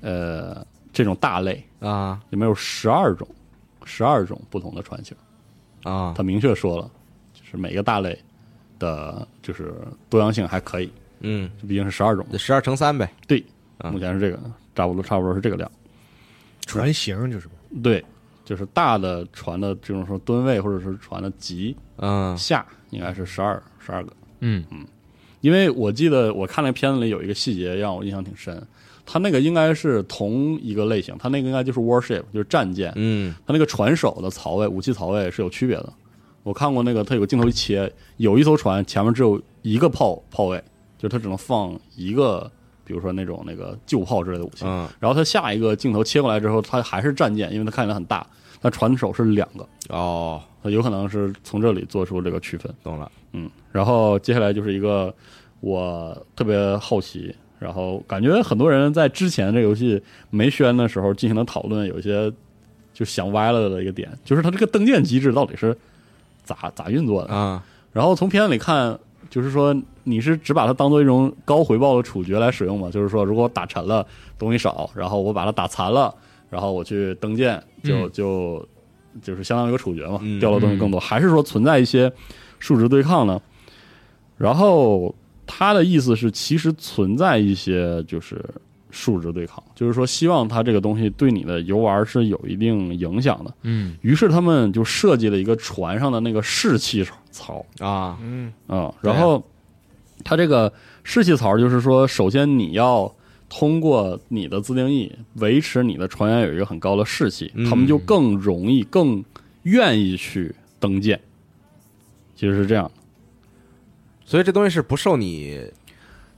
S5: 呃这种大类
S2: 啊
S5: 里面有十二种十二种不同的船型，
S2: 啊
S5: 他明确说了，就是每个大类的就是多样性还可以，
S2: 嗯，
S5: 这毕竟是十二种，
S2: 十二乘三呗，
S5: 对，
S2: 啊
S5: 目前是这个差不多差不多是这个量。
S4: 船型就是
S5: 对，就是大的船的这种说吨位或者是船的级
S2: 嗯
S5: 下应该是十二十二个，
S3: 嗯
S5: 因为我记得我看那片子里有一个细节让我印象挺深，它那个应该是同一个类型，它那个应该就是 warship 就是战舰，
S2: 嗯
S5: 它那个船首的槽位武器槽位是有区别的。我看过那个，它有个镜头一切，有一艘船前面只有一个炮炮位，就是它只能放一个，比如说那种那个旧炮之类的武器，
S2: 嗯
S5: 然后它下一个镜头切过来之后，它还是战舰，因为它看起来很大，但船首是两个，
S2: 哦，
S5: 它有可能是从这里做出这个区分。
S2: 懂了，
S5: 嗯，然后接下来就是一个我特别好奇，然后感觉很多人在之前这游戏没宣的时候进行的讨论，有一些就想歪了的一个点，就是它这个登舰机制到底是咋咋运作的？
S2: 啊
S5: 然后从片子里看，就是说你是只把它当做一种高回报的处决来使用吗？就是说，如果我打沉了东西少，然后我把它打残了，然后我去登舰，就、
S3: 嗯
S5: 就就是相当于一个处决嘛，
S2: 嗯
S5: 掉落东西更多，还是说存在一些数值对抗呢？然后他的意思是，其实存在一些就是数值对抗，就是说希望它这个东西对你的游玩是有一定影响的。
S3: 嗯
S5: 于是他们就设计了一个船上的那个士气槽，
S2: 啊，
S5: 嗯，然后它这个士气槽就是说，首先你要通过你的自定义维持你的船员有一个很高的士气，
S2: 嗯
S5: 他们就更容易、更愿意去登舰。其实是这样的，
S2: 所以这东西是不受你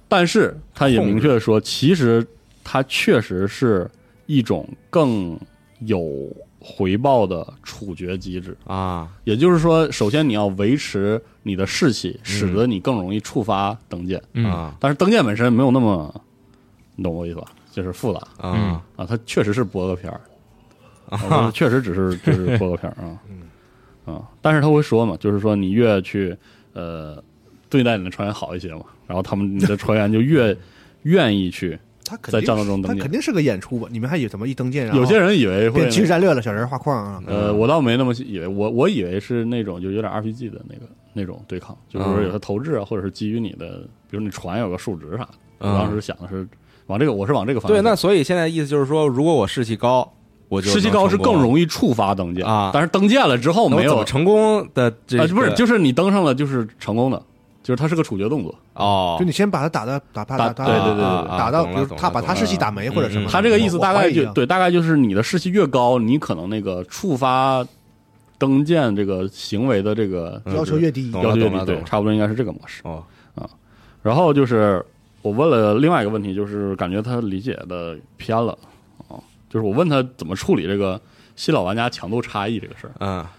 S5: 但是他也
S2: 控制
S5: 明确地说，其实它确实是一种更有回报的处决机制。
S2: 啊
S5: 也就是说，首先你要维持你的士气，使得你更容易触发登舰。
S3: 嗯
S2: 啊
S5: 但是登舰本身没有那么，你懂我意思吧？就是复杂
S2: 啊
S5: 啊，它确实是播个片儿，啊、确实只是就是播个片儿啊，啊，但是他会说嘛，就是说你越去呃对待你的船员好一些嘛，然后他们你的船员就越愿意去。
S4: 他肯
S5: 在
S4: 定
S5: 战斗中
S4: 他
S5: 登
S4: 肯
S5: 舰，
S4: 定是个演出吧？你们还以为怎么一啊登舰，然后
S5: 有些人以为会
S4: 变军事战略了，小人画框啊，
S5: 呃，我倒没那么以为，我我以为是那种就有点 RPG 的那个那种对抗，就是说有些投掷啊，或者是基于你的，比如你船有个数值啥的。我
S2: 嗯
S5: 当时想的是往这个，我是往这个方向
S2: 对，
S5: 想。
S2: 那所以现在意思就是说，如果我士气高，我就
S5: 士气高是更
S2: 易。
S5: 容易触发登舰
S2: 啊
S5: 但是登舰了之后
S2: 那我
S5: 没
S2: 怎么
S5: 有
S2: 成功的这
S5: 啊，不是
S2: 个
S5: 就是你登上了就是成功的，就是它是个处决动作。
S2: 哦
S4: 就，你先把他打的打怕打
S5: 打
S4: 打
S5: 对对对
S2: 啊
S4: 打到，比如他把他士气，
S2: 啊
S4: 打没或者什
S2: 嗯
S4: 么，
S5: 他这个意思
S4: 我
S5: 大
S4: 我怀
S5: 概
S4: 疑
S5: 就
S4: 啊
S5: 对，大概就是你的士气越高，你可能那个触发登舰这个行为的这个
S2: 嗯
S4: 要求越低，
S2: 懂
S5: 要
S2: 了
S5: 求越
S2: 懂
S5: 低，
S2: 了
S5: 对
S2: 懂，了
S5: 差不多应该是这个模式。
S2: 哦
S5: 然后就是我问了另外一个问题，就是感觉他理解的偏了啊，就是我问他怎么处理这个新老玩家强度差异这个事儿，
S2: 懂了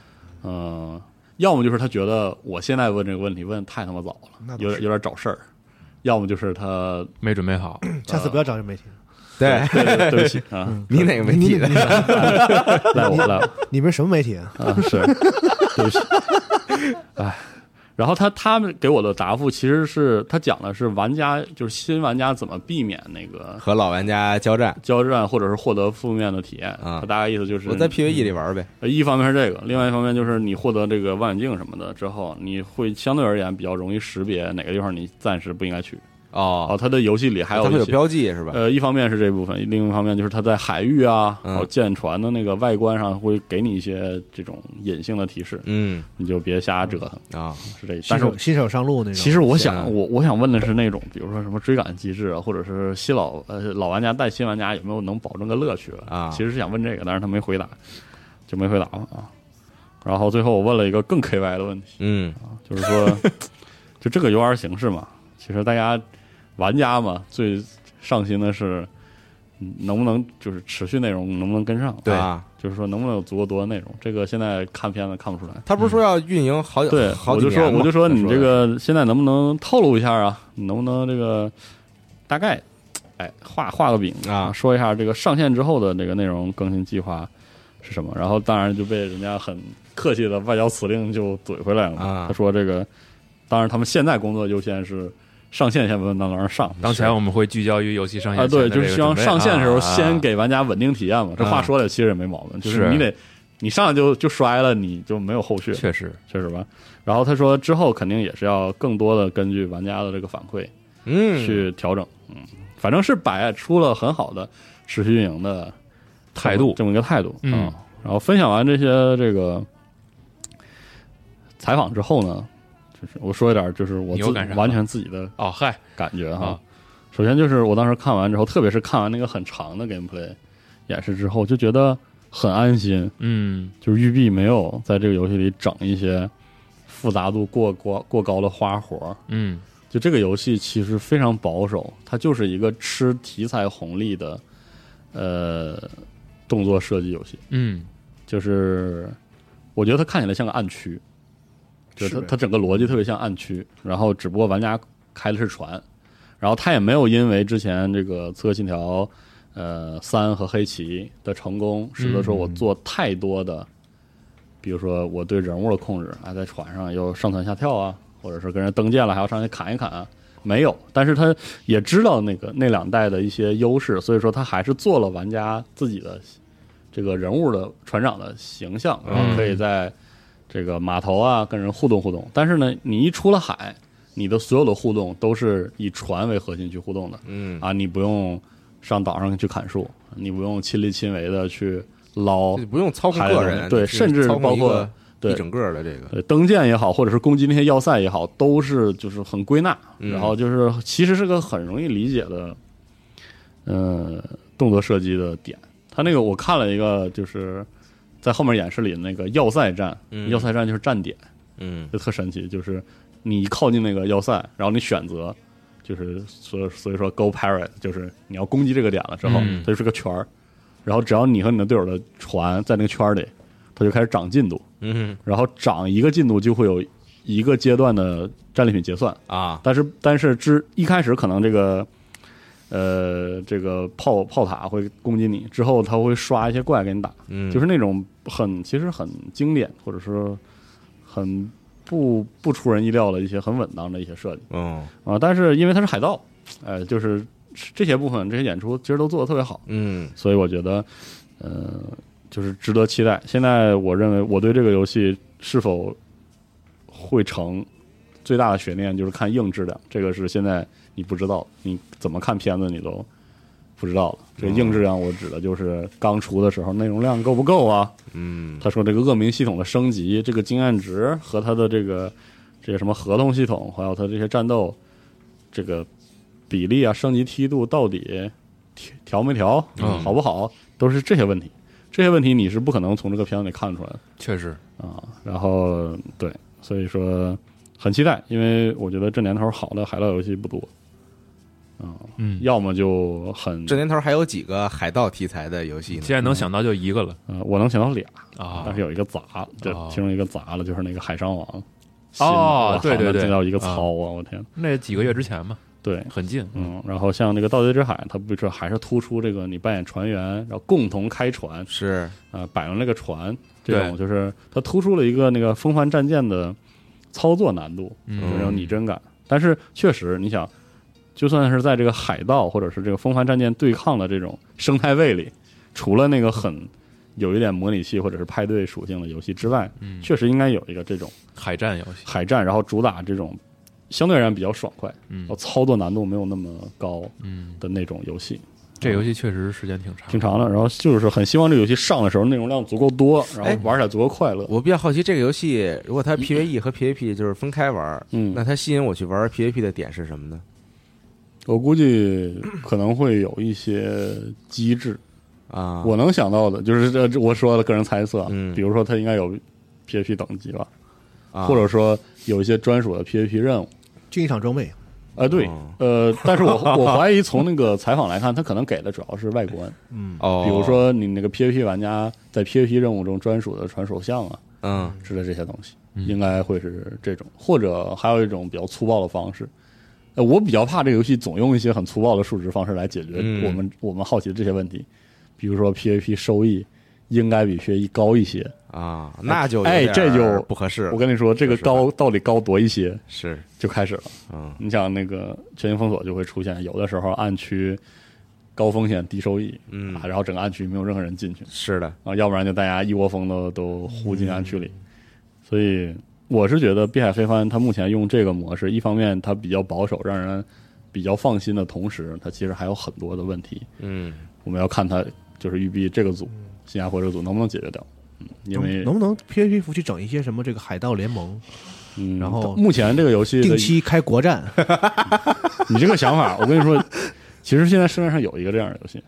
S5: 嗯，要么就是他觉得我现在问这个问题问太他妈早了，
S4: 那倒
S5: 有点有点找事儿，要么就是他
S3: 没准备好，
S5: 啊
S4: 下次不要找这媒体。
S2: 对，
S5: 对对对不起啊，
S4: 嗯
S2: 你哪个媒 体的？
S5: 赖我赖我。
S4: 你们什么媒体啊？
S5: 啊，是，对不起，哎，然后他他们给我的答复其实是他讲的是玩家就是新玩家怎么避免那个
S2: 和老玩家交战
S5: 交战或者是获得负面的体验
S2: 啊
S5: 他大概意思就是
S2: 我在 PVE 里玩呗。
S5: 呃一方面是这个，另外一方面就是你获得这个望远镜什么的之后，你会相对而言比较容易识别哪个地方你暂时不应该去。哦，
S2: 哦，
S5: 它的游戏里还有
S2: 他们有
S5: 一些。
S2: 标记是吧？
S5: 呃，一方面是这部分，另一方面就是它在海域啊，
S2: 嗯
S5: 还有舰船的那个外观上会给你一些这种隐性的提示，
S2: 嗯
S5: 你就别瞎折腾。
S2: 啊，
S5: 是这意思。
S4: 新
S5: 但是
S4: 手新手上路那种。
S5: 其实我
S2: 是啊
S5: 想，我我想问的是那种，比如说什么追赶机制啊，或者是新老呃老玩家带新玩家有没有能保证个乐趣了
S2: 啊
S5: 其实是想问这个，但是他没回答，就没回答嘛啊。然后最后我问了一个更 K Y 的问题，
S2: 嗯
S5: 就是说，就这个游玩形式嘛，其实大家玩家嘛最上心的是嗯能不能就是持续内容能不能跟上，
S2: 啊，
S5: 就是说能不能有足够多的内容，这个现在看片子看不出来。
S2: 他不是说要运营好
S5: 嗯对，
S2: 呃好
S5: 我
S2: 几
S5: 就说
S2: 年吗
S5: 我就说
S2: 他
S5: 你这个现在能不能透露一下啊？你能不能这个大概哎画画个饼
S2: 啊
S5: 说一下这个上线之后的这个内容更新计划是什么？然后当然就被人家很客气的外交辞令就怼回来了嘛。
S2: 啊
S5: 他说这个当然他们现在工作优先是上线先不问，那当然上。
S3: 当前我们会聚焦于游戏上线
S5: 啊，
S3: 前
S5: 对，
S3: 的这
S5: 就
S3: 个
S5: 是希望
S3: 准备啊
S5: 上线的时候
S3: 啊
S5: 先给玩家稳定体验嘛。这话说的其实也没毛病，就是
S3: 是
S5: 你得你上来就就摔了，你就没有后续。
S3: 确实
S5: 确实吧。然后他说之后肯定也是要更多的根据玩家的这个反馈
S2: 嗯
S5: 去调整，嗯，反正是摆出了很好的持续运营的
S3: 态度
S5: 这么一个态度，
S3: 嗯
S5: 然后分享完这些这个采访之后呢，就是我说一点，就是我
S3: 你
S5: 自
S3: 有感啥
S5: 完全自己的
S3: 哦，嗨，
S5: 感觉哈
S3: 啊。
S5: 首先就是我当时看完之后，特别是看完那个很长的 gameplay 演示之后，就觉得很安心，
S3: 嗯，
S5: 就是育碧没有在这个游戏里整一些复杂度过过过高的花活儿。
S3: 嗯，
S5: 就这个游戏其实非常保守，它就是一个吃题材红利的呃动作射击游戏。
S3: 嗯，
S5: 就是我觉得它看起来像个暗区，就是它
S4: 呗
S5: 它整个逻辑特别像暗区，然后只不过玩家开的是船，然后他也没有因为之前这个《刺客信条》呃三和黑旗的成功，使得说我做太多的，比如说我对人物的控制啊，在船上又上蹿下跳啊，或者是跟人登舰了还要上去砍一砍啊。没有，但是他也知道那个那两代的一些优势，所以说他还是做了玩家自己的这个人物的船长的形象，然后可以在这个码头啊跟人互动互动。但是呢，你一出了海，你的所有的互动都是以船为核心去互动的
S2: 嗯
S5: 啊，你不用上岛上去砍树，你不用亲力亲为的去捞
S2: 就不用操控
S5: 海里
S2: 个
S5: 的
S2: 人，
S5: 对
S2: 就是
S5: 甚至
S2: 操控
S5: 包
S2: 一
S5: 括
S2: 个一
S5: 对
S2: 整个的这个
S5: 呃，登舰也好，或者是攻击那些要塞也好，都是就是很归纳，
S2: 嗯
S5: 然后就是其实是个很容易理解的，呃，动作射击的点。他那个我看了一个，就是在后面演示里的那个要塞战，
S2: 嗯
S5: 要塞战就是站点，
S2: 嗯
S5: 就特神奇，就是你一靠近那个要塞，然后你选择，就是所所以说 go pirate，就是你要攻击这个点了之后，
S3: 嗯
S5: 它就是个圈儿，然后只要你和你的队友的船在那个圈儿里，它就开始涨进度。
S2: 嗯
S5: 然后涨一个进度就会有一个阶段的战利品结算，
S2: 啊
S5: 但是但是之一开始可能这个呃这个炮炮塔会攻击你，之后它会刷一些怪给你打，
S2: 嗯，
S5: 就是那种很其实很经典或者说很不不出人意料的一些很稳当的一些设计
S2: 嗯
S5: 啊，但是因为它是海盗，呃，就是这些部分这些演出其实都做的特别好，
S2: 嗯
S5: 所以我觉得，呃，就是值得期待。现在我认为我对这个游戏是否会成最大的悬念就是看硬质量，这个是现在你不知道，你怎么看片子你都不知道了。这个硬质量我指的就是刚出的时候内容量够不够啊？
S2: 嗯
S5: 他说这个恶名系统的升级，这个经验值和他的这个这些什么合同系统，还有他这些战斗这个比例啊、升级梯度到底调调没调，
S3: 嗯
S5: 好不好，都是这些问题。这些问题你是不可能从这个片子里看出来的
S3: 确实，
S5: 啊。然后对，所以说很期待，因为我觉得这年头好的海盗游戏不多，啊
S3: 嗯，
S5: 要么就很
S2: 这年头还有几个海盗题材的游
S5: 嗯
S2: 戏呢？
S3: 现在能想到就一个了
S5: 呃，我能想到俩，
S3: 啊
S5: 但是有一个砸，这
S3: 哦
S5: 其中一个砸了，就是那个海上王。
S3: 哦
S5: 新
S3: 对对对
S5: 进到一个槽啊！我天，
S3: 那几个月之前嘛，
S5: 对，
S3: 很近，
S5: 嗯，然后像这个《盗贼之海》，它不是还是突出这个你扮演船员，然后共同开船，
S2: 是
S5: 呃，摆弄这个船，这
S3: 对
S5: 种就是它突出了一个那个风帆战舰的操作难度，
S3: 嗯
S5: 有种拟真感。但是确实，你想，就算是在这个海盗或者是这个风帆战舰对抗的这种生态位里，除了那个很有一点模拟器或者是派对属性的游戏之外，
S3: 嗯
S5: 确实应该有一个这种
S3: 海战游戏，
S5: 海战，然后主打这种相对而言比较爽快，
S3: 嗯
S5: 然后操作难度没有那么高
S3: 嗯，
S5: 的那种游戏。
S3: 这游戏确实时间挺长，
S5: 挺长的，然后嗯就是很希望这个游戏上的时候内容量足够多，然后
S2: 哎
S5: 玩起来足够快乐。
S2: 我比较好奇这个游戏，如果它 PVE E 和 PVP 就是分开玩儿，
S5: 嗯
S2: 那它吸引我去玩儿 PVP 的点是什么呢？
S5: 我估计可能会有一些机制，
S2: 啊，
S5: 我能想到的就是这这我说的个人猜测啊，
S2: 嗯
S5: 比如说它应该有 PVP 等级吧，
S2: 啊
S5: 或者说有一些专属的 PVP 任务。
S4: 进一场装备，
S5: 啊，对
S2: 哦，
S5: 呃，但是我我怀疑从那个采访来看，他可能给的主要是外观，
S4: 嗯，
S2: 哦，
S5: 比如说你那个 PVP 玩家在 PVP 任务中专属的传手相啊，
S2: 嗯
S5: 之类这些东西，应该会是这种，或者还有一种比较粗暴的方式。呃，我比较怕这个游戏总用一些很粗暴的数值方式来解决
S2: 嗯
S5: 我们、我们好奇的这些问题，比如说 PVP 收益应该比 PVE 高一些。
S2: 啊，那就有
S5: 哎
S2: 点
S5: 这
S2: 儿
S5: 就
S2: 不合适了。
S5: 我跟你说，这个
S2: 是吧
S5: 高到底高多一些
S2: 是
S5: 就开始了。
S2: 嗯
S5: 你想那个全境封锁就会出现，有的时候暗区高风险低收益，
S2: 嗯
S5: 啊，然后整个暗区没有任何人进去，
S2: 是的，
S5: 啊，要不然就大家一窝蜂的都呼进
S4: 嗯
S5: 安区里。所以我是觉得碧海飞帆它目前用这个模式，一方面它比较保守，让人比较放心的同时，它其实还有很多的问题，
S2: 嗯
S5: 我们要看它就是育碧这个组、新加坡这个组能不能解决掉。嗯，因为
S4: 嗯能能不能 PVP 服去整一些什么这个海盗联盟，
S5: 嗯，
S4: 然后
S5: 目前这个游戏的
S4: 定期开 国战？
S5: 你这个想法，我跟你说， 其实现在市面上有一个这样的游戏，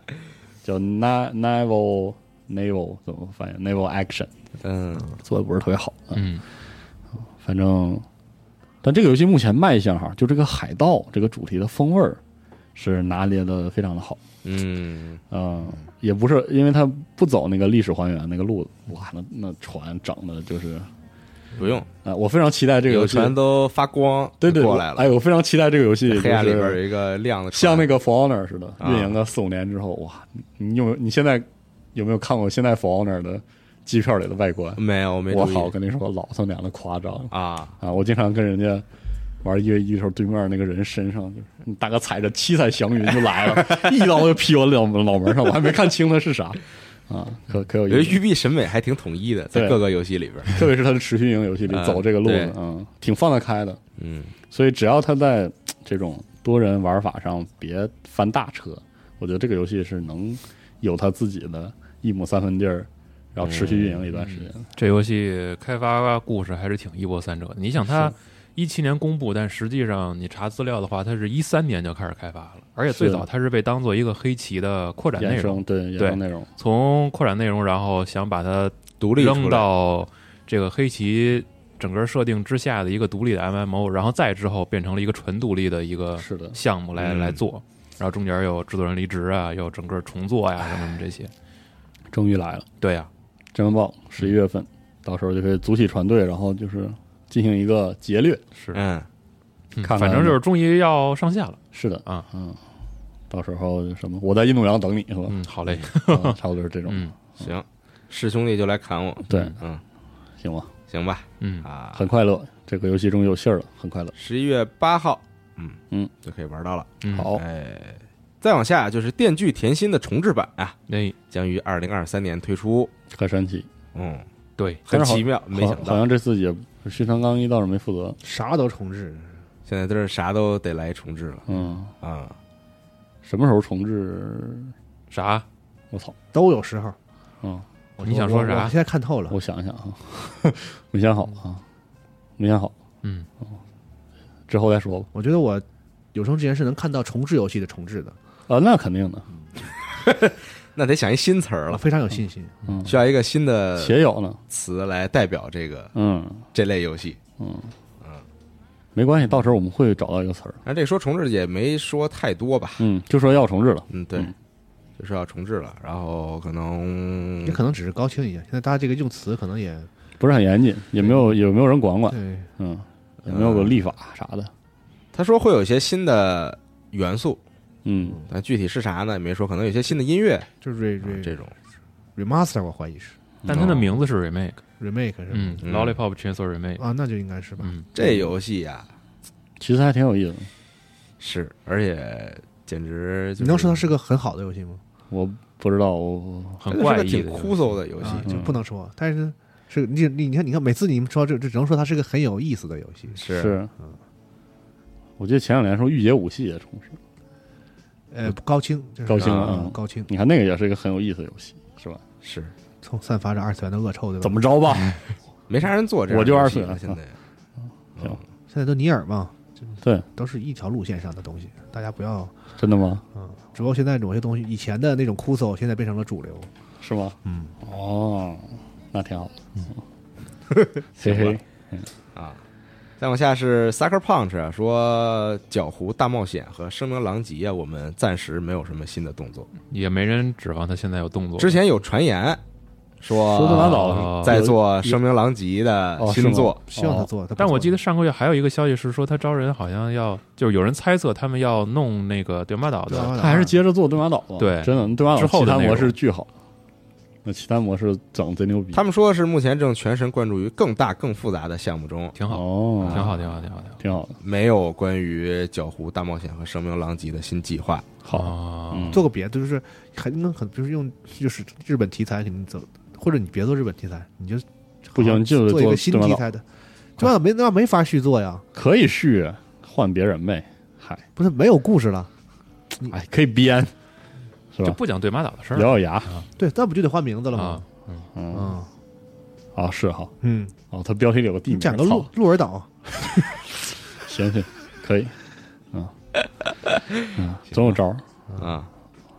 S5: 叫 Na- Naval Naval 怎么翻译？Naval Action
S2: 嗯
S5: 做的不是特别好，嗯
S3: 嗯
S5: 反正，但这个游戏目前卖相哈，就这个海盗这个主题的风味儿是拿捏的非常的好。
S2: 嗯
S5: 嗯、也不是因为它不走那个历史还原那个路子，哇，那那船整的就是，
S2: 不用，
S5: 呃，我非常期待这个游
S2: 有
S5: 戏。
S2: 船都发光，
S5: 对对
S2: 过来
S5: 哎，
S2: 了。
S5: 我非常期待这个游戏，
S2: 黑暗里边
S5: 就
S2: 有
S5: 是
S2: 一个亮的船，
S5: 像那个 For Honor 似的，
S2: 啊
S5: 运营个四五年之后，哇，你你有没有你现在有没有看过现在 For Honor 的机票里的外观？
S2: 没有嗯没
S5: 我
S2: 注意
S5: 好，我跟你说，老他娘的夸张了。
S2: 啊，
S5: 啊，我经常跟人家玩一 v 一的时候，对面那个人身上就是你大哥踩着七彩祥云就来了， 一刀就劈我脑脑门上，我还没看清他是啥啊，可可有
S2: 我觉得
S5: 意思
S2: 育。碧审美还挺统一的，在
S5: 对
S2: 各个游戏里边，
S5: 特别是他的持续营游戏里
S2: 嗯
S5: 走这个路
S2: 对
S5: 子，嗯，挺放得开的。
S2: 嗯
S5: 所以只要他在这种多人玩法上别翻大车，我觉得这个游戏是能有他自己的一亩三分地儿，然后持续运营一段时间。
S2: 嗯
S3: 这游戏开发故事还是挺一波三折的。你想，它一七年公布，但实际上你查资料的话，它是一三年就开始开发了，而且最
S5: 是
S3: 早它是被当做一个黑棋的扩展内容
S5: 衍生，对衍
S3: 对
S5: 生内容，
S3: 从扩展内容，然后想把它
S2: 独立
S3: 扔
S2: 出来，
S3: 到这个黑棋整个设定之下的一个独立的 MMO，然后再之后变成了一个纯独立的一个
S5: 是的
S3: 项目来
S2: 嗯
S3: 来做，然后中间有制作人离职啊，有整个重做呀、什么什么这些，
S5: 终于来了。
S3: 对呀、
S5: 真爆十一月份，到时候就可以组起团队，然后就是进行一个劫掠。
S3: 是，
S2: 嗯
S3: 嗯
S5: 看看
S3: 反正就是终于要上线了，
S5: 是的
S3: 啊，
S5: 嗯，到时候什么，我在印度洋等你，是吧？
S3: 嗯，好嘞，
S5: 啊差不多是这种，
S3: 嗯
S2: 行，是兄弟就来砍我，
S5: 对，
S2: 嗯，
S5: 行吧，
S2: 行吧
S3: 嗯，
S2: 啊，
S5: 很快乐，这个游戏终于有信儿了，很快乐。
S2: 十一月八号，嗯
S5: 嗯，
S2: 就可以玩到了。
S3: 嗯，
S5: 好，
S2: 哎，再往下就是《电锯甜心》的重制版啊，
S3: 那
S2: 将于二零二三年推出，
S5: 很神奇，
S2: 嗯，
S3: 对，
S2: 很
S5: 但是好
S2: 奇妙，没
S5: 好
S2: 想
S5: 好
S2: 到
S5: 像这次也新长刚一倒是没负责，
S4: 啥都重置，
S2: 现在都是啥都得来重置了
S5: 嗯，
S2: 啊，
S5: 什么时候重置？
S3: 啥？
S5: 我操，
S4: 都有时候。
S5: 嗯，
S4: 我
S3: 你想说
S4: 我
S3: 啥
S4: 我现在看透了
S5: 我，想想啊， 没想好啊，没想好，哦
S3: 嗯，
S5: 之后再说吧。
S4: 我觉得我有生之年是能看到重置游戏的重置的，
S5: 啊，那肯定的，
S2: 那得想一新词儿
S4: 我
S2: 了，
S4: 非常有信心。
S5: 嗯，
S2: 需要一个新的
S5: 且有呢，
S2: 词来代表这个
S5: 嗯。
S2: 这类游戏。
S5: 没关系，到时候我们会找到一个词儿。
S2: 但这说重置也没说太多吧，
S5: 嗯，就说要重置了。
S2: 嗯，对
S5: 嗯，
S2: 就说要重置了，然后可能
S5: 嗯
S4: 也可能只是高清一下，现在大家这个用词可能也
S5: 不是很严谨，也没有也没有人管管，
S4: 对
S3: 嗯
S5: 嗯，也没有个立法啥的。
S2: 他说会有一些新的元素，
S5: 嗯，
S2: 但具体是啥呢也没说，可能有些新的音乐
S4: 就是 re
S2: 啊
S4: re
S2: 这种。
S4: remaster，我怀疑是
S3: 但它的名字是 remake，
S4: remake 是吧
S3: 嗯
S2: 嗯
S3: ，Lollipop Chainsaw Remake，
S4: 啊，那就应该是吧。
S3: 嗯，
S2: 这游戏呀、
S5: 其实还挺有意思的。
S2: 是，而且简直、就是、
S4: 你能说它是个很好的游戏吗？
S5: 我不知道，我
S3: 很
S2: 真的
S3: 怪
S2: 是
S3: 异
S2: 个挺
S3: 的
S2: 枯燥的游戏
S4: 啊，，
S5: 嗯
S4: 就不能说，但是是你你你看你看，每次你们说这这只能说它是个很有意思的游戏。
S2: 是
S5: 是，
S3: 嗯
S5: 我记得前两年的时候《御姐武戏》也重置，
S4: 呃，高清，就是
S5: 高清
S4: 啊
S5: 啊嗯
S4: 高清，
S5: 你看那个也是一个很有意思的游戏，是吧？
S2: 是
S4: 从散发着二次元的恶臭，对吧？
S5: 怎么着吧？
S2: 没啥人做这样
S5: 我
S2: 的
S5: 就
S2: 游戏
S5: 二
S2: 了，
S5: 岁
S2: 现
S5: 了
S2: 在、
S4: 现在都尼尔嘛，
S3: 嗯
S5: 对，
S4: 都是一条路线上的东西，大家不要，
S5: 真的吗？
S4: 嗯，只不过现在有些东西，以前的那种酷搜，现在变成了主流。
S5: 是吗？
S4: 嗯，
S5: 哦，那挺好的。
S3: 嗯
S5: 嘿嘿，
S2: 啊。再往下是 Sucker Punch 啊说《角狐大冒险》和《声名狼藉》啊，我们暂时没有什么新的动作。
S3: 也没人指望它现在有动作。
S2: 之前有传言说
S5: 说杜兰岛
S3: 哦
S2: 在做《声名狼藉》的
S5: 哦
S2: 新作，
S4: 希望他做，他不
S3: 但我记
S4: 做
S3: 得上个月还有一个消息是说，他招人好像要，就是有人猜测他们要弄那个对马岛
S4: 对马啊
S3: 的
S4: 岛
S5: 他还是接着做对马岛吧。
S3: 对
S5: 真的对马岛
S3: 之后
S5: 其
S3: 的
S5: 他
S3: 内
S5: 模
S3: 容
S5: 式巨好，那其他模式整得贼牛逼。
S2: 他们说是目前正全神贯注于更大、更复杂的项目中，
S3: 挺好，
S5: 哦，
S3: 挺好，挺好，挺好，挺好。
S5: 挺好的。
S2: 没有关于《角狐大冒险》和《声名狼藉》的新计划。
S5: 好，
S3: 哦
S5: 嗯
S4: 做个别的，就是很能很，比如说用就是日本题材肯定走，或者你别做日本题材，你就
S5: 不行就得
S4: 做一
S5: 做
S4: 个新
S5: 对马
S4: 题
S5: 岛
S4: 材的，这样没那没法续做呀，
S5: 可以续，换别人呗。嗨，
S4: 不是没有故事了，
S5: 哎，可以编，是
S3: 就
S5: 吧？
S3: 不讲对马岛的事儿了
S5: 咬咬牙
S4: 对，那不就得换名字了
S3: 啊
S4: 吗？。
S5: 嗯，
S4: 嗯
S5: 啊是哈，
S4: 嗯，
S5: 哦，它标题里有个地
S4: 你
S5: 名，
S4: 讲个鹿
S5: 操
S4: 鹿儿岛，
S5: 行行，可以，嗯嗯，总有招儿，
S2: 啊，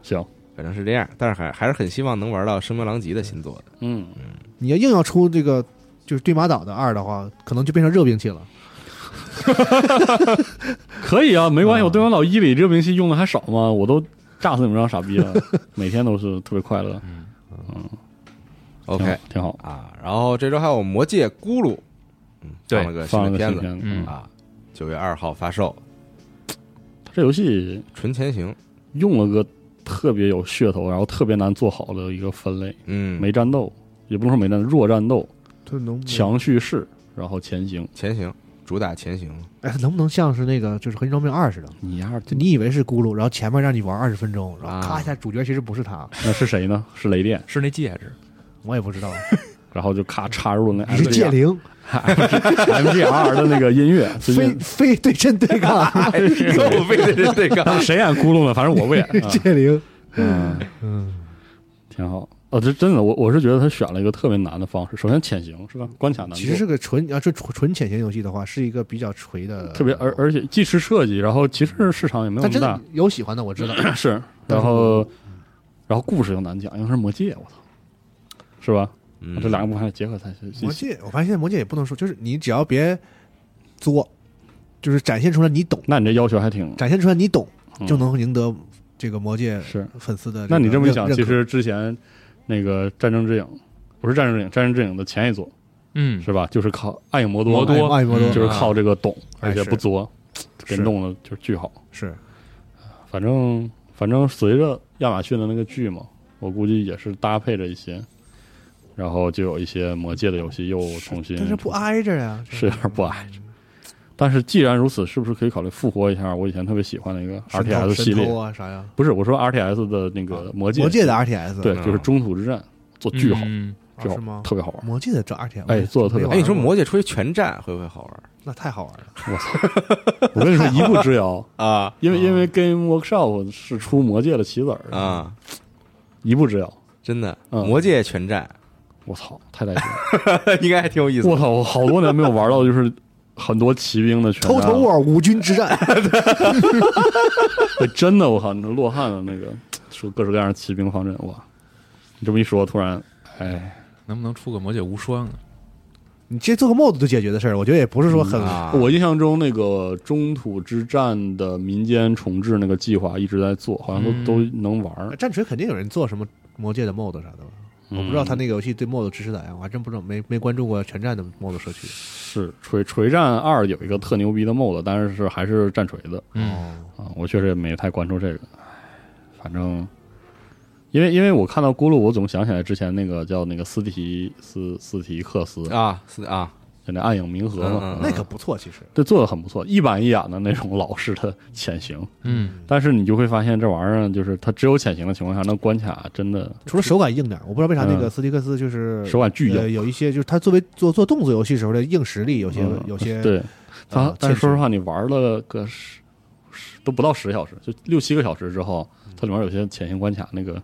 S5: 行，
S2: 反正是这样，但是还还是很希望能玩到《声名狼藉》的新作的。
S5: 嗯，
S4: 你要硬要出这个就是对马岛的二的话，可能就变成热兵器了。
S5: 可以啊，没关系，我对完老一里这名气用的还少吗？我都炸死你们这帮傻逼了，每天都是特别快乐挺
S2: OK
S5: 好挺好，
S2: 啊，然后这周还有《魔界咕噜》，嗯，
S3: 对
S2: 放了个新
S5: 放
S2: 的
S5: 了
S2: 片子
S5: 个新片子，
S3: 嗯
S2: 啊，九月二号发售，《
S5: 这游戏
S2: 纯前行》。
S5: 用了个特别有噱头，然后特别难做好的一个分类，
S2: 嗯，
S5: 没战斗，也不能说没战斗，弱战斗，
S4: 它能
S5: 强叙事，然后前行，
S2: 前行，主打前行。
S4: 哎，能不能像是那个就是《合金装备二》似的？
S5: 你丫
S4: 就
S5: 这
S4: 你以为是咕噜，然后前面让你玩二十分钟，然
S2: 啊
S4: 后咔一下，主角其实不是他，
S5: 那是谁呢？是雷电，
S3: 是那戒 指，
S4: 我也不知道，
S5: 然后就咔插入了那
S4: 嗯你是戒灵，
S5: M G R 的那个音 乐，最
S4: 非
S5: 近
S4: 非对称对抗，
S2: 又为了这对抗，
S5: 谁演咕噜呢？反正 我不演。啊
S4: 戒灵，
S5: 嗯，挺好。哦，这真的，我我是觉得他选了一个特别难的方式。首先潜行是吧？关卡难度
S4: 其实是个纯啊，这纯纯潜行游戏的话，是一个比较锤的，
S5: 特别，而而且既是设计，然后其实市场也没有
S4: 但
S5: 那
S4: 真
S5: 么
S4: 的有喜欢的，我知道，
S5: 大，是。然后，然后故事又难讲，因为是魔戒，我操，是吧？
S2: 嗯
S5: 这两个部分还结合才行。
S4: 魔戒，我发现现在魔戒也不能说，就是你只要别作，就是展现出来你懂，
S5: 那你这要求还挺
S4: 展现出来你懂，
S5: 嗯
S4: 就能赢得这个魔戒
S5: 是。
S4: 粉丝的个认。
S5: 那你这么一想，
S4: 啊认可
S5: 其实之前那个《战争之影》不是《战争之影》，《战争之影》的前一座
S3: 嗯，
S5: 是吧？就是靠《暗影魔多》
S3: 魔
S5: 嘛
S3: 多，
S4: 爱摩多
S3: 嗯
S5: 就是靠这个懂，
S4: 哎
S5: 而且
S4: 是
S5: 不作，给
S4: 是
S5: 弄的就是巨好。
S4: 是
S5: 反正反正随着亚马逊的那个剧嘛，我估计也是搭配着一些，然后就有一些魔界的游戏又重新，
S4: 但是不挨着呀，
S5: 是有点不挨着。但是既然如此，是不是可以考虑复活一下我以前特别喜欢的一个
S4: 神偷
S5: RTS 系
S4: 神偷
S5: 列？
S4: 啊啥呀，
S5: 不是，我说 RTS 的那个魔界，
S4: 魔戒的 RTS
S5: 对，
S2: 嗯
S5: 就是中土之战做巨好，
S3: 嗯
S4: 啊
S5: 巨好
S4: 是，吗？
S5: 特别好玩。
S4: 魔戒的这 RTS，
S5: 哎做得特别好
S2: 哎，你说《魔界》出一全战会不会好玩
S4: 那太好玩了，
S5: 我跟你说，一步之 遥，
S2: 啊
S5: 因为因为 Game Workshop 是出魔界的棋子儿的，
S2: 啊？
S5: 一步之遥。
S2: 真的，
S5: 嗯
S2: 《魔界》全战
S5: 我操，太带劲 了！
S2: 应该还挺有意思的。
S5: 我操，我好多年没有玩到就是很多骑兵的全啊战了
S4: Total War 五军之战，
S5: 对真的我靠，那洛汗的那个说各式各样的骑兵方阵，哇！你这么一说，突然，哎，
S3: 能不能出个魔戒无双啊？
S4: 你直接做个 mod 就解决的事儿，我觉得也不是
S5: 嗯
S4: 说很
S2: 啊，
S5: 我印象中那个中土之战的民间重置那个计划一直在做，好像都、
S3: 嗯
S5: 都能玩儿。
S4: 战锤肯定有人做什么魔戒的 mod 啥的吧？我不知道他那个游戏对 MOD 支持咋样，我还真不知道，没没关注过全站的 MOD 社区。
S5: 是锤锤战二有一个特牛逼的 mod，但是是还是战锤的
S3: 嗯
S5: 啊，我确实也没太关注这个。唉反正，因为因为我看到咕噜，我总想起来之前那个叫那个斯提斯斯提克斯，
S2: 啊是啊，
S5: 就那暗影冥河嘛，
S2: 嗯嗯
S4: 那可不错，其实
S5: 这做的很不错，一板一眼的那种老式的潜行。
S3: 嗯，
S5: 但是你就会发现这玩意儿就是它只有潜行的情况下，那关卡真的
S4: 除了手感硬点儿，我不知道为啥那个
S5: 嗯
S4: 斯蒂克斯就是
S5: 手感巨硬
S4: 呃，有一些就是他作为做做动作游戏时候的硬实力，有些
S5: 嗯
S4: 有 些
S5: 对它
S4: 呃，
S5: 但是
S4: 确实
S5: 说实话，你玩了个十十都不到十个小时，就六七个小时之后，
S4: 嗯
S5: 它里面有些潜行关卡那个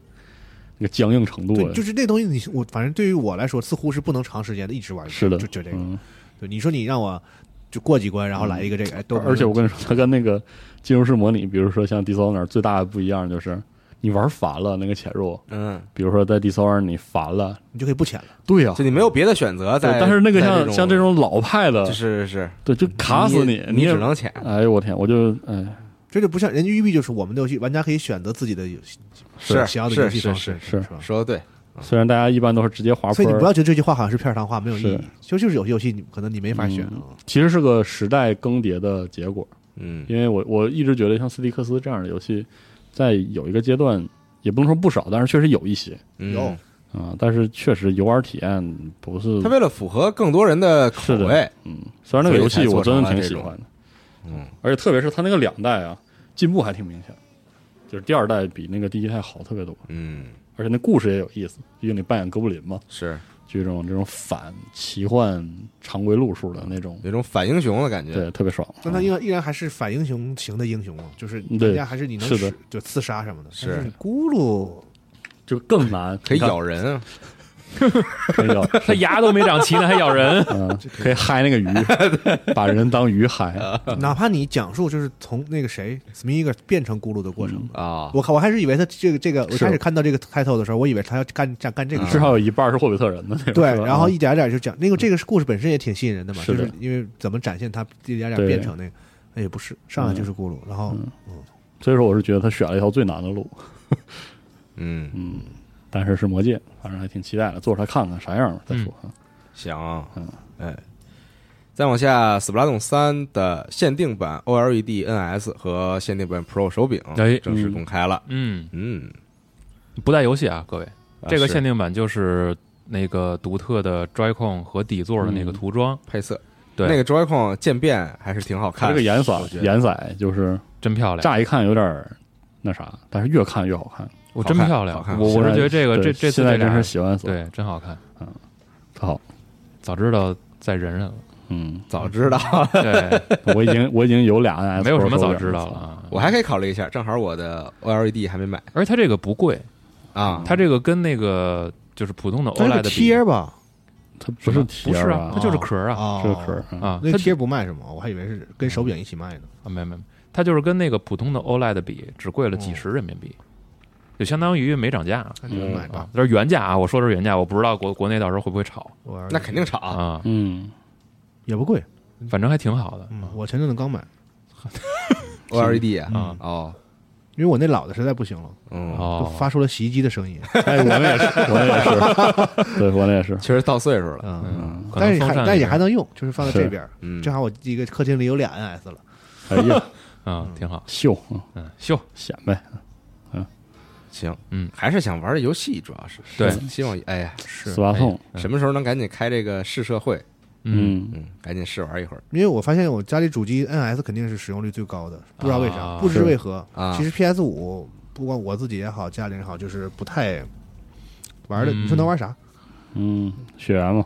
S5: 那个僵硬程度
S4: 对，
S5: 呀，
S4: 就是那东西你我反正对于我来说，似乎是不能长时间的一直玩下去，
S5: 是的，
S4: 就就这个。
S5: 嗯
S4: 对，你说你让我就过几关，然后来一个这个，哎，都没
S5: 嗯而且我跟
S4: 问题
S5: 你说，它跟那个进入式模拟，比如说像 Dishonor 最大的不一样就是，你玩烦了那个潜入，
S2: 嗯，
S5: 比如说在 Dishonor 你烦了，
S4: 你就可以不潜了。
S5: 对呀、
S2: 就你没有别的选择
S5: 对
S2: 在，
S5: 但是那个
S2: 在
S5: 像像这种老派的，
S2: 就是是
S5: 对，就卡死
S2: 你
S5: 你，
S2: 你
S5: 也
S2: 只能潜，
S5: 哎呦我天，我就哎
S4: 这就不像人家育碧，就是我们的游戏玩家可以选择自己的游戏，
S2: 是
S4: 想要的游戏
S2: 是
S4: 方
S2: 是
S4: 式，
S5: 是
S4: 是吧？
S2: 说的对，
S5: 虽然大家一般都是直接滑坡
S4: 所以你
S5: 儿
S4: 不要，觉得这句话好像是片儿糖话，没有意义
S5: 是。嗯
S4: 就就是有些游戏你可能你没法选啊。
S5: 其实是个时代更迭的结果。
S2: 嗯
S5: 因为我我一直觉得像斯蒂克斯这样的游戏，在有一个阶段也不能说不少，但是确实有一些
S2: 嗯
S4: 有，
S5: 啊、但是确实游玩体验不是
S2: 他为了符合更多人的口
S5: 是的
S2: 味，
S5: 嗯，虽然那个游戏我真的挺喜
S2: 所以才做成
S5: 欢的，
S2: 嗯，
S5: 而且特别是他那个两代啊，进步还挺明显，就是第二代比那个第一代好特别多，
S2: 嗯，
S5: 而且那故事也有意思，毕竟你扮演哥布林嘛，
S2: 是
S5: 就一种这种反奇幻常规路数的那种，
S2: 有一种反英雄的感觉，
S5: 对，特别爽。啊
S4: 但他依然依然还是反英雄型的英雄嘛，就是
S5: 对
S4: 人家还是你能
S5: 是的
S4: 使就刺杀什么的。
S2: 是
S4: 但你咕噜，
S5: 就更难，
S2: 可以
S5: 你看
S2: 咬，人啊，
S5: 可以 咬，，
S3: 他牙都没长齐呢，还咬人
S5: 嗯，可以嗨 那个鱼，把人当鱼嗨，
S2: 啊嗯
S4: 哪怕你讲述就是从那个谁 Smeagol 变成咕噜的过程，
S2: 啊，
S4: 我看我还是以为他这个这个，我
S5: 嗯是
S4: 开始看到这个 title 的时候，我以为他要干干干这个事
S5: 至
S4: 儿。
S5: 少有一半是霍比特人的那种。
S4: 对
S5: 是，啊吧嗯
S4: 然后一点点就讲那个这个故事本身也挺吸引人的嘛，就是
S5: 的
S4: 是因为怎么展现他一点点
S5: 对嗯
S4: 变成那个，那也不是上来就是咕噜，然后
S5: 所以说我是觉得他选了一条最难的路，
S2: 嗯，
S5: 嗯，但是是魔戒，反正还挺期待的，坐着它看看啥样吧再说。啊
S2: 行，
S5: 嗯
S2: 哎，再往下，《斯普拉洞三》的限定版 E OLED NS 和限定版 Pro 手柄
S3: 哎
S2: 正式公开了，
S3: 嗯，
S2: 嗯，
S3: 不带游戏啊，各位，
S2: 啊
S3: 这个
S2: 是
S3: 限定版就是那个独特的 Joy-Con 和底座的那个涂装，
S2: 配色，
S3: 对
S2: 那个 Joy-Con 渐变还是挺好
S5: 它
S2: 看
S5: 这
S2: 的，
S5: 个颜色啊
S2: 我觉得
S5: 颜色就是
S3: 真漂亮，
S5: 乍一看有点儿那啥，但是越看越好看。
S3: 我真漂亮
S2: 好看，好看
S3: 我我是觉得这个
S5: 对
S3: 这这次
S5: 现在
S3: 这
S5: 真
S3: 俩
S5: 是喜欢死了，
S3: 对真好看，
S5: 特好。
S3: 早知道再忍忍了，
S5: 嗯，
S2: 早知道，
S3: 对，
S5: 我已经我已经 有俩 NS，
S3: 没有什么
S5: Pro 手
S3: 早
S5: 柄
S3: 知道了。啊。
S2: 我还可以考虑一下，正好我的 OLED 还没买
S3: 而且它这个不贵，
S2: 啊，
S3: 它这个跟那个就是普通的
S4: 它是
S3: OLED
S4: 个
S3: 的
S4: 贴
S3: 比
S4: 儿吧？
S5: 它不
S3: 不是
S5: 是
S3: 不
S5: 贴
S3: 是
S5: 儿
S3: 啊，它就是壳儿啊
S4: 哦
S5: 是壳儿，嗯
S3: 啊，
S4: 那
S3: 它
S4: 贴儿不卖是吗？我还以为是跟手柄一起卖呢。
S3: 啊，没没，没它就是跟那个普通的 OLED 比，只贵了几十人民币，就相当于没涨价
S4: 那你们买吧
S3: 啊。，这是原价啊，我说的是原价，我不知道国国内到时候会不会炒
S4: 我啊
S2: 那肯定炒啊，
S3: 啊，
S5: 嗯，
S4: 也不贵。
S3: 反正还挺好的
S4: 嗯，我前阵子刚买，嗯
S2: OLED 啊，
S3: 啊。
S2: 哦，
S4: 因为我那老的实在不行了，
S2: 嗯，
S4: 都
S3: 哦，
S4: 发出了洗衣机的声音。
S5: 哎，我那也是，我那也是， 对，我那也是，
S2: 确实到岁数了，
S4: 嗯，
S5: 嗯，
S3: 可能
S4: 但是还
S3: 风扇
S4: 但也
S3: 那
S4: 还能用，就是放在这边儿。
S2: 嗯，
S4: 正好我一个客厅里有俩 NS 了，
S5: 哎呀，
S3: 个啊，挺好，
S5: 秀，嗯
S3: 嗯，秀，
S5: 显摆，
S2: 行，
S3: 嗯
S2: 还是想玩这游戏，主要是
S3: 对
S2: 希望哎呀，
S5: 斯巴痛，
S2: 什么时候能赶紧开这个试社会？
S3: 嗯，
S5: 嗯，
S2: 嗯，赶紧试玩一会儿
S4: 因为我发现我家里主机 NS 肯定是使用率最高的，不知道为啥，
S3: 啊
S4: 不知为何。
S2: 啊
S4: 其实 PS 五不管我自己也好，家里人也好，就是不太玩的。
S3: 嗯
S4: 你说能玩啥？
S5: 嗯，血缘嘛，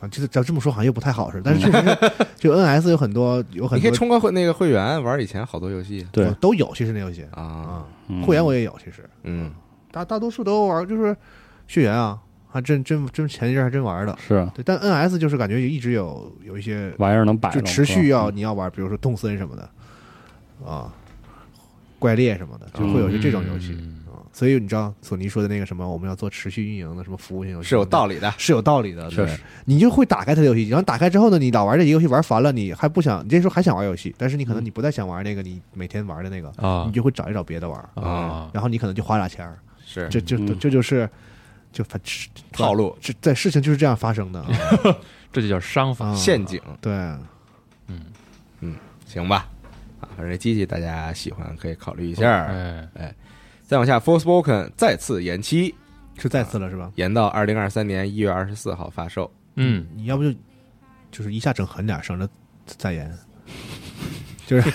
S4: 啊，这这这么说好像又不太好似的，但是确实是，就 NS 有很多有很
S2: 你可以
S4: 多
S2: 充个会那个会员，玩以前好多游戏
S5: 对
S4: 我，都有，其实那游戏
S2: 啊，
S4: 啊，
S5: 嗯
S4: 会员我也有，其实
S2: 嗯，
S4: 大大多数都玩，就是血缘啊，还真真真前一阵还真玩了。
S5: 是啊
S4: 对，但 NS 就是感觉一直有有一些
S5: 玩意儿能摆
S4: 就
S5: 着，
S4: 持续
S5: 是吧
S4: 要你要玩，比如说动森什么的，啊，怪猎什么的，就会有一些这种游戏
S3: 嗯
S4: 啊。所以你知道索尼说的那个什么，我们要做持续运营的什么服务性游戏，
S2: 是有道理的，
S4: 是有道理的，
S5: 确
S4: 对
S5: 实，
S4: 你就会打开它的游戏，然后打开之后呢，你老玩这一个游戏玩烦了，你还不想，你这时候还想玩游戏，但是你可能你不再想玩那个你每天玩的那个，
S3: 啊
S4: 你就会找一找别的玩，
S3: 啊
S4: 然后你可能就花俩钱儿，
S2: 是
S4: 这就
S5: 嗯
S4: 这就是就反是
S2: 套路
S4: 是在事情就是这样发生的
S5: 嗯
S4: 啊
S3: 这就叫商法。
S4: 啊，
S2: 陷阱，
S4: 对，
S2: 行吧？啊，反正这机器大家喜欢可以考虑一下。
S4: 嗯
S3: 哎，
S2: 再往下，Forspoken 再次延期，
S4: 是再次了是吧？
S2: 延到二零二三年一月二十四号发售。
S3: 嗯，
S4: 你要不就就是一下整狠点儿，省着再延， 就是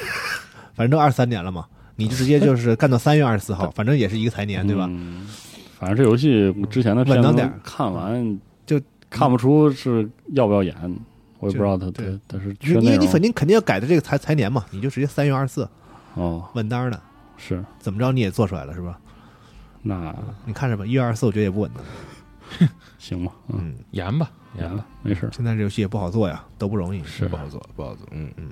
S4: 反正都二三年了嘛，你就直接就是干到三月二十四号，反正也是一个财年对吧？
S5: 嗯反正这游戏之前的片
S4: 稳当点
S5: 子
S4: 儿
S5: 看完
S4: 就
S5: 看不出是要不要演，我也不知道他
S4: 对
S5: 他他是缺
S4: 因
S5: 内
S4: 为你
S5: 容
S4: 肯定肯定要改的这个财财年嘛，你就直接三月二十四
S5: 哦
S4: 稳当的，
S5: 是
S4: 怎么着你也做出来了是吧？
S5: 那
S4: 你看着吧，一月二十四我觉得也不稳的，
S5: 行吧，嗯，
S4: 嗯，
S3: 严吧，
S5: 演了没事儿，
S4: 现在这游戏也不好做呀，都不容易，
S3: 是
S2: 不好做，不好做。嗯嗯，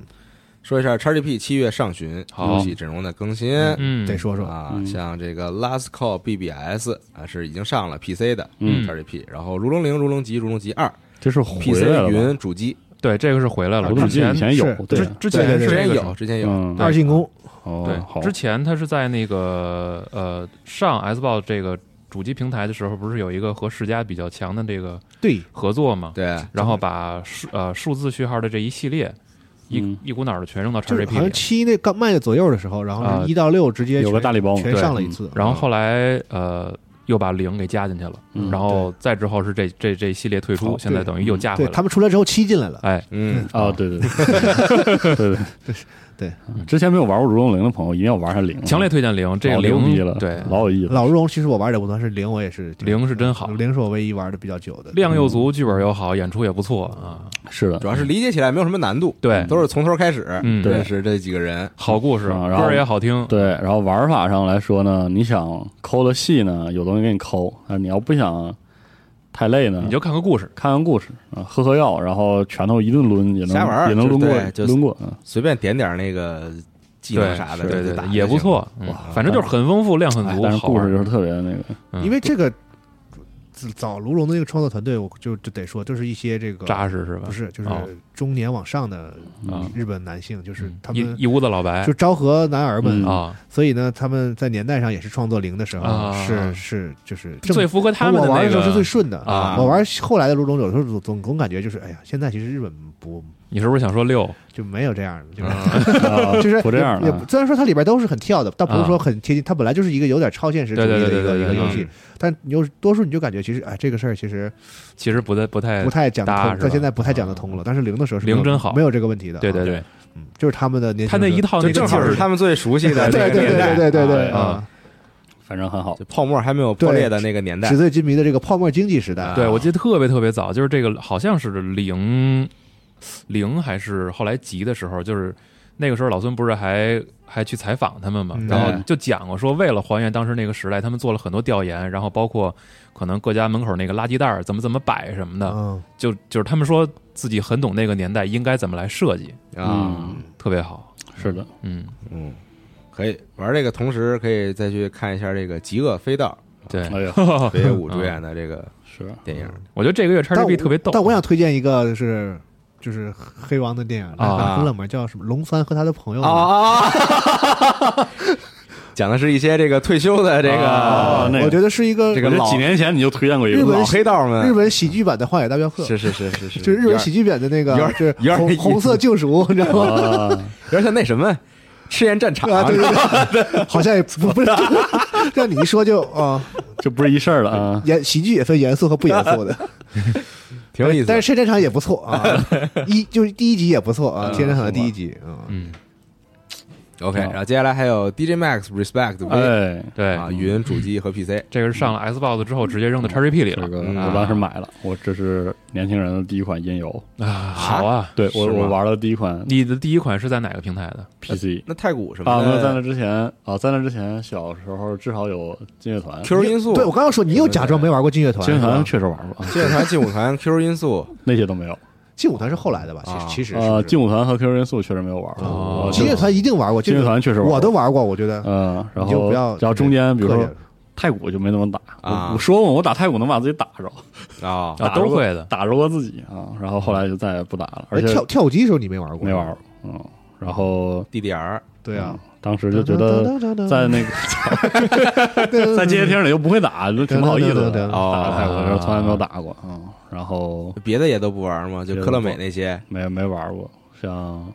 S2: 说一下 XGP 七月上旬
S3: 好
S2: 游戏阵容的更新。
S3: 嗯，
S4: 得说说
S2: 啊，
S5: 嗯
S2: 像这个 Last Call BBS 啊是已经上了 PC 的
S5: 嗯
S2: XGP，然后如龙零、如龙级、如龙级二
S5: 这是回
S2: PC
S5: 来了吧，
S2: 云主机，
S3: 对，这个是回来了。
S5: 我怎么
S3: 之
S5: 记得
S3: 前啊
S5: 以前有
S4: 啊是
S5: 对
S3: 之之前
S4: 对
S3: 是
S2: 之前
S3: 这个
S2: 有，之前有，
S5: 嗯
S4: 二进宫
S3: 对
S5: 哦，好
S3: 之前它是在那个呃上 S 报这个主机平台的时候，不是有一个和世嘉比较强的这个
S4: 对
S3: 合作嘛？
S2: 对，
S3: 然后把数呃数字序号的这一系列一、
S5: 嗯
S3: 一股脑的全扔到
S4: 就是
S3: XGP
S4: 好像
S3: 里，
S4: 七那刚卖的左右的时候，然后是一到六直接
S5: 有个
S4: 全
S5: 大礼包嘛，
S4: 全
S5: 对
S4: 上了一
S5: 嗯
S4: 次，
S3: 然后后来呃又把零给加进去了，
S5: 嗯
S3: 然后再之后是这这这一系列退出，
S5: 好
S3: 现在
S4: 对
S3: 等于
S5: 嗯
S3: 又加回
S4: 对
S3: 来
S4: 他
S3: 了。
S4: 们出来之后七进来了，
S3: 哎，
S2: 嗯，
S5: 啊，对 对对对对
S4: 对
S5: 嗯之前没有玩过《如龙零》的朋友，一定要玩下零，
S3: 强烈推荐零，这个
S5: 嗯老牛
S3: 零
S5: 逼了，
S3: 对
S5: 老有意思了，
S4: 老荣其实我玩的不算是零，我也是
S3: 零是真好，
S4: 零是我唯一玩的比较久的，
S3: 量
S5: 嗯
S3: 又足，剧本又好，演出也不错啊。
S5: 是的，
S2: 主要是理解起来没有什么难度，
S3: 对
S2: 都是从头开始，
S3: 嗯
S2: 认识这几个人，
S3: 好故事，
S5: 啊
S3: 歌
S5: 然后
S3: 儿也好听，
S5: 对，然后玩法上来说呢，你想抠的细呢，有东西给你抠；啊，你要不想太累呢，
S3: 你就看个故事。
S5: 看看故事啊，喝喝药，然后拳头一顿抡也能
S2: 瞎玩儿
S5: 也能抡过
S2: 对就
S5: 抡过。嗯
S2: 随便点点那个技能
S3: 对
S2: 啥的，
S3: 对
S2: 就
S3: 对
S2: 打
S3: 对，
S2: 就
S3: 也不
S2: 行
S3: 错，嗯
S5: 哇
S3: 反正就是很丰富，量很
S5: 哎
S3: 足，
S5: 但是
S3: 好玩
S5: 故事就是特别那个，
S3: 嗯
S4: 因为这个早卢龙的那个创作团队，我就就得说，就是一些这个
S3: 扎实是吧
S4: 不？是就是
S3: 哦
S4: 中年往上的
S3: 啊
S4: 日本男性，就是
S3: 嗯
S4: 他们
S3: 一一屋子老白
S4: 就昭和男儿们
S5: 嗯
S3: 啊，
S4: 所以呢，他们在年代上也是创作零的时候
S3: 啊，
S4: 是是就是正
S3: 最符合他们
S4: 我
S3: 的
S4: 玩
S3: 那
S4: 的时候是最
S3: 个。
S4: 顺的
S3: 啊
S4: 我玩后来的卢龙，有时候总总总感觉就是，哎呀，现在其实日本不
S3: 你是不是想说六？
S4: 就没有这样的，就是
S5: 啊
S4: 就是
S5: 不这样
S4: 也
S5: 了
S4: 也
S5: 啊。
S4: 虽然说它里边都是很跳的，但不是说很贴近，它本来就是一个有点超现实主义的一
S3: 啊对对
S4: 个
S3: 对
S4: 一
S3: 对
S4: 个
S3: 对嗯
S4: 游
S3: 对
S4: 戏，但你又多数你就感觉其实哎，这个事儿其实
S3: 其实不太不太
S4: 不太讲得
S3: 哎搭
S4: 通，
S3: 是吧嗯
S4: 在现在不太讲得通了。但是零的时候是
S3: 零
S4: 没有
S3: 真好
S4: 没有这个问题的。
S3: 对对，对，
S4: 嗯，就是他们的年轻
S3: 他那
S4: 时候
S3: 一套那
S2: 就
S3: 个
S2: 正
S3: 劲
S2: 好
S3: 儿
S2: 是，他们最熟悉的
S4: 对
S2: 那
S4: 对
S2: 个
S4: 对
S2: 年代
S4: 对对对对
S5: 啊
S4: 啊，
S5: 反正很好
S2: 就。泡沫还没有破裂的那个年代
S4: 纸，醉金迷的这个泡沫经济时代，
S3: 对我记得特别特别早，就是这个好像是零零还是后来集的时候，就是那个时候老孙不是还还去采访他们嘛，
S4: 嗯
S3: 然后
S5: 对
S3: 就讲过说，为了还原当时那个时代，他们做了很多调研，然后包括可能各家门口那个垃圾袋儿怎么怎么摆什么的，
S4: 嗯，
S3: 就就是他们说自己很懂那个年代应该怎么来设计，
S2: 啊，
S5: 嗯，
S3: 特别好，
S5: 是的，
S3: 嗯，
S2: 嗯，可以玩这个，同时可以再去看一下这个《极恶飞盗
S3: 对，
S5: 哎呀，
S2: 北野武主演的这个
S5: 是
S2: 电影，
S3: 我觉得这个月叉
S4: 但
S3: G B
S4: 我
S3: 特别逗，
S4: 但我想推荐一个是。就是黑王的电影
S3: 啊
S4: 很冷门，叫什么《龙三和他的朋友》
S2: 啊啊啊！ 讲的是一些这个退休的这
S5: 啊
S2: 个
S5: 那
S4: 我觉得是一个
S2: 这个
S5: 我觉得
S2: 老
S5: 几年前你就推荐过一
S4: 日本
S5: 个
S2: 老黑道们
S4: 日，本喜剧版的《荒野大镖客》，
S2: 是是是是是，
S4: 就是日本喜
S2: 剧，
S4: 剧版的那个
S2: 有点，
S4: 就是
S2: 有点意
S4: 红
S2: 思
S4: 红色救赎，你知道吗？
S5: 啊，
S2: 有点像那什么赤焰战场
S4: 啊，对对对， 好像也不 不是，让你一说就啊，
S5: 这不是一事儿了 啊。
S4: 严喜剧也分严肃和不严肃的，
S2: 挺有意思的。
S4: 但是《深战场》也不错啊， 一就是第一集也不错
S2: 嗯
S4: 啊，《深战场》的第一集啊，
S3: 嗯，
S2: OK，然后接下来还有 DJ Max Respect V
S5: 哎，
S3: 对，
S2: 啊，云主机和 PC，
S3: 这个是上了 S box 之后直接扔到叉 G P 里
S5: 这
S3: 了啊
S5: 个
S2: 嗯
S5: 我当时买了，我这是年轻人的第一款音游，
S3: 啊，好啊。
S5: 对我
S2: 是吗
S5: 我玩的第一款
S3: 你的第一款是在哪个平台的？
S5: PC
S2: 那太古什
S5: 啊，
S2: 么
S5: 那在那
S2: 的
S5: 之前啊，在那之前小时候至少有劲乐团，
S2: Q 音速，
S4: 对我刚刚说你又假装没玩过劲乐团，
S5: 劲乐团
S4: 是吧
S5: 确实玩过，啊
S2: 劲乐团、劲舞团、Q 音速，
S5: 那些都没有。
S4: 劲舞团是后来的吧？
S2: 啊
S4: 其实其实
S5: 呃，
S4: 是
S5: 劲舞团和 QQ 元素确实没有玩过，
S3: 哦
S5: 我就
S4: 劲乐团一定玩过，
S5: 劲乐团确实玩过
S4: 我都玩过，我觉得哎
S5: 嗯，然
S4: 你就
S5: 后
S4: 不要
S5: 然后中间比如
S4: 客气
S5: 说
S4: 了
S5: 太鼓就没怎么打，
S2: 啊
S5: 我我说过我打太鼓能把自己打着，
S2: 啊
S3: 啊，
S5: 打
S3: 都
S5: 过
S3: 会的。
S5: 打着过自己啊，然后后来就再也不打了，而
S4: 哎
S5: 且
S4: 跳跳舞机的时候你没玩过，
S5: 没玩过，嗯，然后
S2: ，DDR
S4: 对啊，
S5: 当时就觉得在那个在街机厅里又不会打，就挺不好意思的。
S2: 哦
S5: 打泰国的时候从来没有打过啊、嗯然后
S2: 别的也都不玩吗？就
S5: 别的
S2: 科乐
S5: 不
S2: 美那些，
S5: 没没玩过，像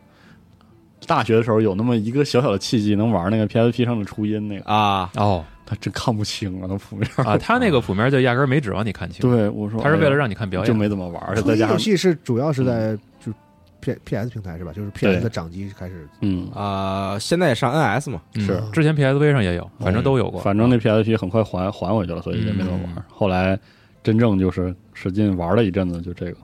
S5: 大学的时候有那么一个小小的契机，能玩那个 PSP 上的初音那个，
S2: 啊，
S3: 哦
S5: 他真看不清啊，那谱面儿。
S3: 啊，他那个谱面就压根儿没指望你看清，，
S5: 对，我说
S3: 他是为了让
S5: 你
S3: 你看表
S5: 就
S3: 演，
S5: 没怎么玩儿，
S4: 初
S5: 再
S4: 一
S5: 加
S4: 游
S5: 上
S4: 戏是主要是在就是 P P S 平台是吧？就是 P
S5: 对
S4: S 的掌机开始
S5: 嗯
S2: 啊，现在也上 NS 嘛，
S3: 嗯
S5: 是
S3: 之前 PSV 上也有，反正都有过，
S5: 反正那 PSP 很快还还回去了，所以也没怎么玩
S3: 嗯
S5: 儿。嗯后来真正就是使劲玩了一阵子，就这个，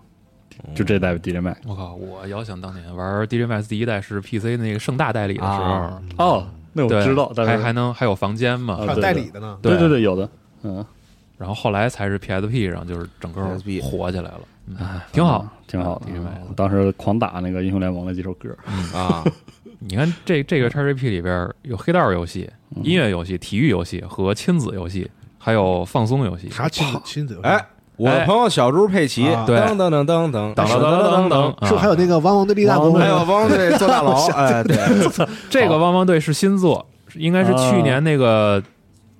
S5: 就这
S3: 嗯
S5: 代 DJ Mac。
S3: 我靠，我遥想当年玩 DJ Max 第一代是 PC 那个盛大代理的时候
S2: 啊，
S5: 哦，那我
S3: 对，
S5: 知道，但
S3: 还
S5: 是
S3: 还能还有房间嘛，
S5: 啊
S4: 还有
S5: 对
S4: 代
S5: 对
S4: 理的呢。
S5: 对
S3: 对
S5: 对对，有的，嗯，
S3: 然后后来才是 PSP 上就是整个
S2: PSP
S3: 火起来了，嗯
S5: 哎，
S3: 挺好，
S5: 挺好的。
S3: DJ Mac
S5: 我当时狂打那个英雄联盟的几首歌，
S2: 啊，
S3: 你看这这个 XGP 里边有黑道游戏、
S2: 嗯
S3: 音乐游戏、体育游戏和亲子游戏，还有放松游戏。
S4: 啥亲子亲子游戏？
S2: 哎，我的朋友小猪佩奇，
S4: 哎
S3: 对
S2: 噔噔噔噔噔
S3: 当当当当当，啊
S4: 是不是还有那个王王对立大公？
S2: 还有汪队坐大牢，哎，对，
S3: 这个汪汪队是新作，是应该是去
S2: 啊
S3: 年那个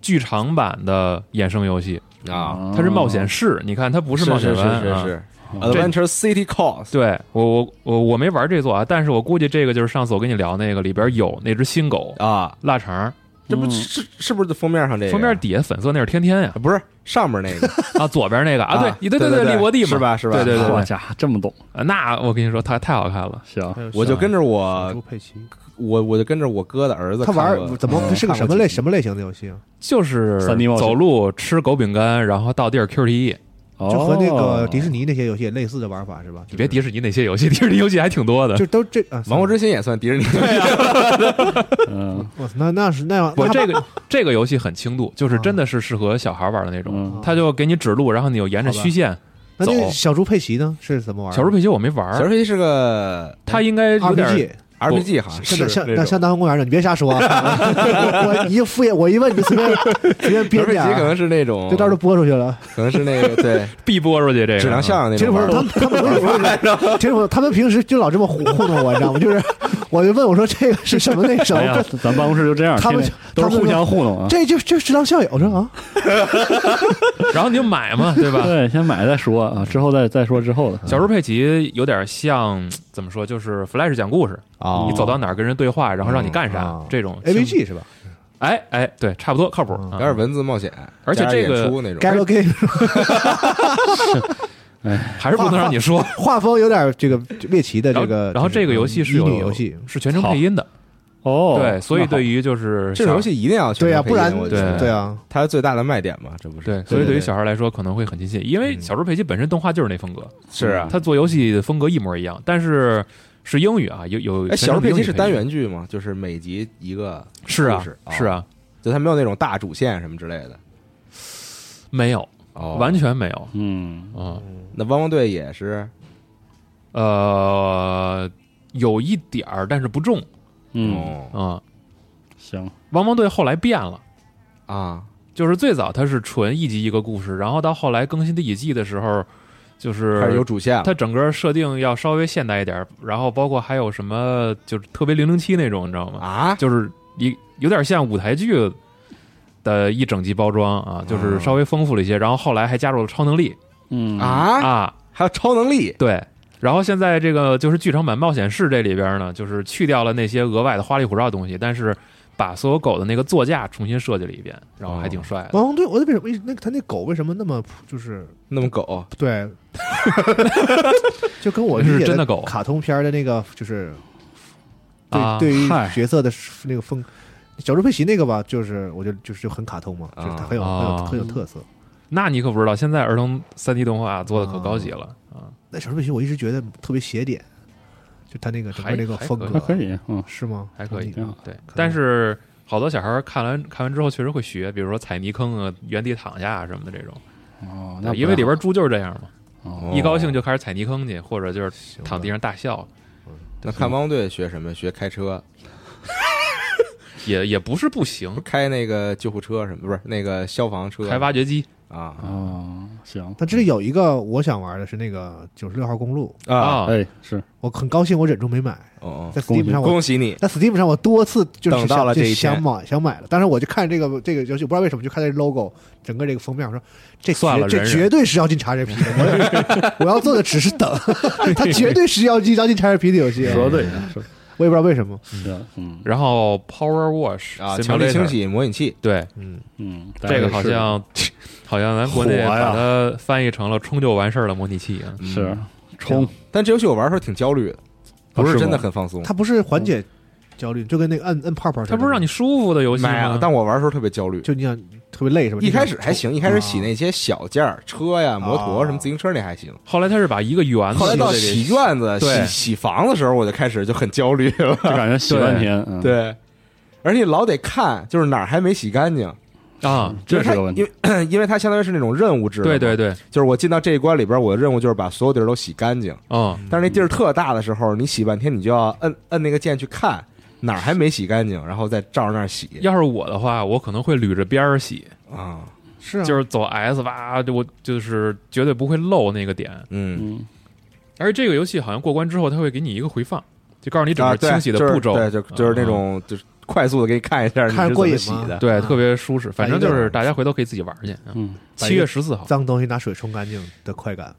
S3: 剧场版的衍生游戏，
S2: 啊，
S3: 它是冒
S5: 嗯
S3: 险室。你看，它不
S2: 不
S3: 冒险
S2: 是是
S3: 湾。
S2: 是
S3: 啊
S2: 是，Adventure City Calls
S3: 对我我我我没玩这座啊，但是我估计这个就是上次我跟你聊那个里边有那只新狗
S2: 啊，
S3: 腊肠，
S2: 这不是是不是封面上这个？
S3: 封面底下粉色那是天天呀
S2: 啊不是上面那个
S3: 啊，左边那个啊，
S2: 啊
S3: 对对
S2: 对对
S3: 对，
S2: 对
S3: 李伯弟嘛
S2: 是吧是吧
S3: 对对对
S5: 好
S3: 对，
S5: 家伙，这么懂，
S3: 啊那我跟你说，太太好看了。
S5: 行，
S2: 我就跟着我
S4: 朱佩奇，
S2: 我我就跟着我哥的儿子
S4: 他
S2: 看过，
S4: 玩儿怎么是个什么类什
S2: 么
S4: 么类型的游戏啊？
S3: 就是
S5: 3D 冒险
S3: 走路吃狗饼干，然后到地儿 E QTE。
S4: 就
S5: 就
S4: 和那
S5: 哦
S4: 个迪士尼那些游戏类似的玩法是吧？
S3: 你别
S4: 迪，
S3: 迪士尼那些游戏， 迪士尼游戏还挺多的
S4: 就。都这啊，
S2: 《王国之心》也算迪士尼，
S5: 嗯
S4: 我操，那那是那样，
S3: 我
S4: 那
S3: 这个这个游戏很轻度，就是真的是适合小孩玩的那种
S5: 嗯。
S3: 他就给你指路，然后你又沿着虚线。
S4: 那
S3: 走
S4: 那个小猪佩奇呢是怎么玩儿？
S3: 小猪佩奇我没
S2: 小
S3: 玩，
S2: 飞是个
S3: 他应该有点
S4: RPG。
S2: RPG 哈，
S4: 像那
S2: 是
S4: 像
S2: 那
S4: 那
S2: 种
S4: 像大风公园的，你别瞎说啊！ 我我一敷衍，我一问你就随便随便
S2: 小
S4: 编
S2: 飞
S4: 啊点
S2: 机可
S4: 儿，
S2: 能是那种，
S4: 这招都播出去了。
S2: 可能是那个对
S3: 必播出去这个
S2: 质量效应那
S4: 其实
S2: 种
S4: 不
S2: 玩儿。
S4: 是他们，他们不是我跟其实我他们平时就老这么糊糊弄我，你知道吗？就是我就问我说这个是什么那什
S5: 哎呀
S4: 么，，
S5: 咱办公室就这样，
S4: 他们
S5: 天天都是互相糊弄啊。
S4: 这就就质量效应。我说啊，
S3: 然后你就买嘛，对吧？
S5: 对，先买再说啊，之后再再说之后的。
S3: 小猪佩奇有点像怎么说，就是 Flash 讲故事，
S2: 哦
S3: 你走到哪儿跟人对话，然后让你干啥
S4: 嗯
S3: 这种
S4: A V G 是吧？
S3: 哎哎，对，差不多靠谱。
S2: 有
S3: 啊
S2: 点文字冒险，
S3: 而且
S2: 加上
S3: 这个
S2: 演出那种
S4: g a l Game
S3: 还是不能让你说。
S4: 画风有点这个猎奇的
S3: 然
S4: 这
S3: 后
S4: 个，
S3: 然后这个游戏是
S4: 是
S3: 有
S4: 女游戏，
S3: 是全程配音的，
S5: 哦，
S3: 对，所以
S5: 那好
S3: 对于就是
S2: 这种游戏一定要全
S4: 对呀，
S2: 程配
S4: 不
S2: 音
S4: 然
S2: 我觉得
S4: 对啊，
S2: 它是最大的卖点嘛，这不是
S3: 对，所以
S2: 对
S3: 对于
S2: 对
S3: 小孩来说可能会很亲切，因为小猪佩奇本身动画就是那风格，嗯
S2: 是啊。
S3: 他做游戏的风格一模一样，但是是英语啊，有有
S2: 哎，
S3: 全
S2: 小猪
S3: 程的
S2: 佩
S3: 英语
S2: 奇是
S3: 配
S2: 单
S3: 音，
S2: 元剧吗？就是每集一个，
S3: 是啊
S2: 故事啊
S3: 是啊，
S2: 就它没有那种大主线什么之类的。
S3: 没有，
S2: 哦，
S3: 完全没有，
S5: 嗯，
S3: 嗯
S2: 那汪汪队也是
S3: 呃，有一点儿，但是不重
S5: 嗯，
S2: 哦
S3: 啊。
S5: 行，
S3: 汪汪队后来变了。
S2: 啊，
S3: 就是最早它是纯一集一个故事，然后到后来更新第一季的时候，就是
S2: 开始有主线了
S3: 它整个设定要稍微现代一点儿，然后包括还有什么就是特别零零七那种，你知道吗？
S2: 啊。
S3: 就是一有点像舞台剧的一整集包装啊，就是稍微丰富了一些。然后后来还加入了超能力
S5: 嗯，
S2: 啊，
S3: 啊，
S2: 还有超能力
S3: 对。然后现在这个就是剧场版冒险室这里边呢，就是去掉了那些额外的花里胡哨的东西，但是把所有狗的那个座驾重新设计了一遍，然后还
S2: 哦
S3: 挺帅的。
S4: 汪汪队，我为什么哎那个他那狗为什么那么就是
S2: 那么狗
S4: 对， 就跟我理
S3: 是
S4: 解
S3: 真的狗
S4: 卡通片儿的那个就是
S3: 啊
S4: 对对于
S5: 嗨
S4: 角色的那个风，小猪佩奇那个吧，就是我就就是就很卡通嘛，就是它很有很
S3: 啊
S4: 有很有特色。
S3: 那你可不知道，现在儿童三 D 动画做的可高级了啊！
S4: 那小猪佩奇我一直觉得特别邪点，就它那个整个
S3: 还
S4: 那个风格
S5: 还可以，嗯，
S4: 是吗？
S3: 还啊可以
S5: 挺好，
S3: 对
S4: 可，
S3: 但是好多小孩儿看完看完之后确实会学，比如说踩泥坑啊、原地躺下啊什么的这种，
S5: 哦，那
S3: 因为里边猪就是这样嘛，
S5: 哦
S3: 一高兴就开始踩泥坑去，或者就是躺地上大笑，
S2: 那看汪队学什么？学开车，
S3: 也也不是不行，
S2: 开那个救护车什么？不是那个消防车，
S3: 开挖掘机
S2: 啊
S5: 啊，行
S4: 但这里有一个我想玩的是那个九十六号公路，
S2: 啊！
S3: 啊，
S5: 哎，是
S4: 我很高兴我忍住没买，
S2: 哦，
S4: 在 Steam 上我
S2: 恭喜你
S4: 在 Steam 上我多次就是
S2: 等到
S4: 想
S2: 了
S4: 就
S2: 这一天
S4: 想买想买了，但是我就看这个这个游戏，我不知道为什么就看这 logo，整个这个封面，我说这绝
S3: 算了
S4: 这
S3: 忍忍
S4: 绝对是要进 XGP 的，我我要做的只是等， 它绝对是要进要进 XGP 的游戏，
S5: 说的对，说得
S4: 我也不知道为什么，
S5: 对是啊，嗯
S3: 然后 Power Wash
S2: 啊！强力
S3: Simulator
S2: 清洗模拟器，
S3: 对，
S4: 嗯，
S5: 嗯，
S3: 这个好像 好像咱国内
S5: 火呀
S3: 把它翻译成了“冲就完事儿”的模拟器啊。
S5: 是是冲啊
S2: 但这游戏我玩的时候挺焦虑的，不
S5: 哦是
S2: 是
S5: 吗
S2: 真的很放松。
S4: 它不是缓解焦虑，就跟那个摁摁泡泡似的，
S3: 它不是让你舒服的游戏
S2: 买
S3: 吗
S2: 啊，？但我玩的时候特别焦虑。
S4: 就你想特别累是吧？
S2: 一开始
S4: 你想
S2: 还行，一开始洗那些小件儿，车呀、摩托
S4: 啊
S2: 什么自行车那还行。
S3: 后来它是把一个圆子
S2: 后来到
S3: 啊这个
S2: 洗院子、洗
S3: 对
S2: 洗房子的时候，我就开始就很焦虑了。
S5: 就感觉洗半天，嗯，
S2: 对，而且老得看，就是哪儿还没洗干净，
S3: 啊，
S5: 这是个问题。
S2: 因为 因为它相当于是那种任务制的嘛，
S3: 对对对，
S2: 就是我进到这一关里边，我的任务就是把所有地儿都洗干净。
S3: 嗯，
S2: 但是那地儿特大的时候，你洗半天，你就要摁摁那个键去看哪儿还没洗干净，然后再照着那儿洗
S3: 要是我的话，我可能会捋着边儿洗，
S2: 啊。
S4: 是啊，
S3: 就是走 S 吧，我就是绝对不会漏那个点。
S2: 嗯，
S5: 嗯，
S3: 而且这个游戏好像过关之后，它会给你一个回放，就告诉你整
S2: 啊，
S3: 个
S2: 对
S3: 清洗的
S2: 就是
S3: 步骤，嗯
S2: 对，就就是那种就是快速的给你看一下你是
S4: 看着
S2: 怎
S4: 过
S2: 么
S4: 瘾
S2: 洗
S4: 吗
S2: 的。
S3: 对
S4: 啊
S3: 特别舒适。嗯反正就
S4: 把一
S3: 是
S4: 个
S3: 大家回头可以自己玩去。
S5: 嗯
S3: 七月十四号，
S4: 脏东西拿水冲干净的快感，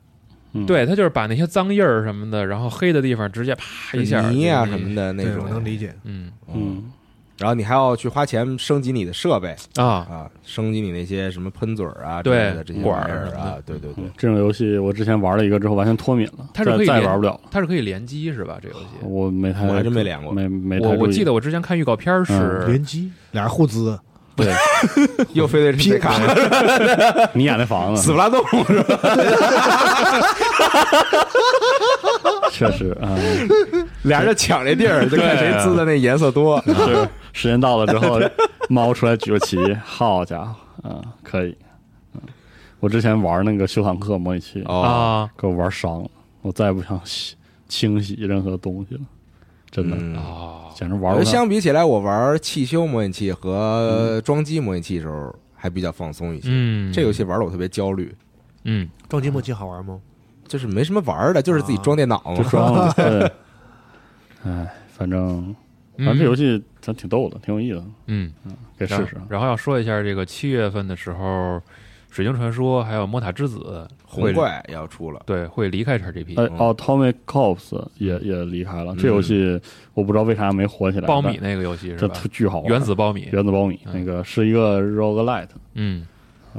S5: 嗯，
S3: 对他就是把那些脏印儿什么的，然后黑的地方直接啪一下
S2: 泥啊
S3: 就
S2: 什么的那
S4: 对我能
S2: 种，
S4: 理解。
S3: 嗯
S5: 嗯，
S2: 然后你还要去花钱升级你的设备
S3: 啊，
S2: 啊，升级你那些什么喷嘴儿啊之
S3: 对
S2: 类的这些
S3: 管
S2: 玩意
S3: 儿
S2: 儿
S3: 什么
S2: 啊
S3: 的，
S2: 对对对
S5: 嗯，这种游戏我之前玩了一个之后完全脱敏了，
S3: 它是
S5: 再
S3: 可以
S5: 再
S3: 连
S5: 玩不了了。
S3: 它是可以联机是吧？这游戏，
S5: 我没太，
S2: 我还真没连过
S5: 没没太
S3: 我我
S5: 注意
S3: 记得我之前看预告片儿是
S2: 嗯
S4: 联机俩人互滋，
S5: 对
S2: 又非得 是皮卡
S5: 你演那房
S2: 死
S5: 子
S2: 不拉动是吧？
S5: 确实啊，
S2: 俩人抢这地儿，就看谁滋的那颜色多。
S5: 是时间到了之后，猫出来举个旗，好家伙啊，可以。嗯，我之前玩那个修坦克模拟器，
S2: 哦，
S3: 啊
S5: 给我玩伤了，我再也不想洗清洗任何东西了，真的，
S2: 嗯
S3: 啊
S5: 简直玩不上。
S2: 相比起来，我玩汽修模拟器和装机模拟器的时候还比较放松一些。
S3: 嗯，
S2: 这游戏玩的我特别焦虑，
S3: 嗯
S4: 撞击默契好玩吗？
S2: 就是没什么玩儿的，就是自己装电 脑啊
S5: 就
S2: 嘛。
S5: 装了，对，哎，反正反正这游戏咱挺逗的，挺有意思的，
S3: 嗯，
S5: 可以试试
S3: 然后
S5: 啊。
S3: 然后要说一下这个七月份的时候，《水晶传说》还有《魔塔之子》
S2: 红
S3: 会
S2: 怪要出了，
S3: 对会离开 XGP，、
S5: 哎
S2: 嗯
S5: ，Atomic Cops 也也离开了，
S2: 嗯
S5: 这游戏我不知道为啥没火起来。
S3: 苞米那个游戏
S5: 但
S3: 是
S5: 这
S3: 吧？
S5: 特巨好玩，
S3: 原子苞米，
S5: 原子苞米
S3: 嗯
S5: 那个是一个 roguelite，
S3: 嗯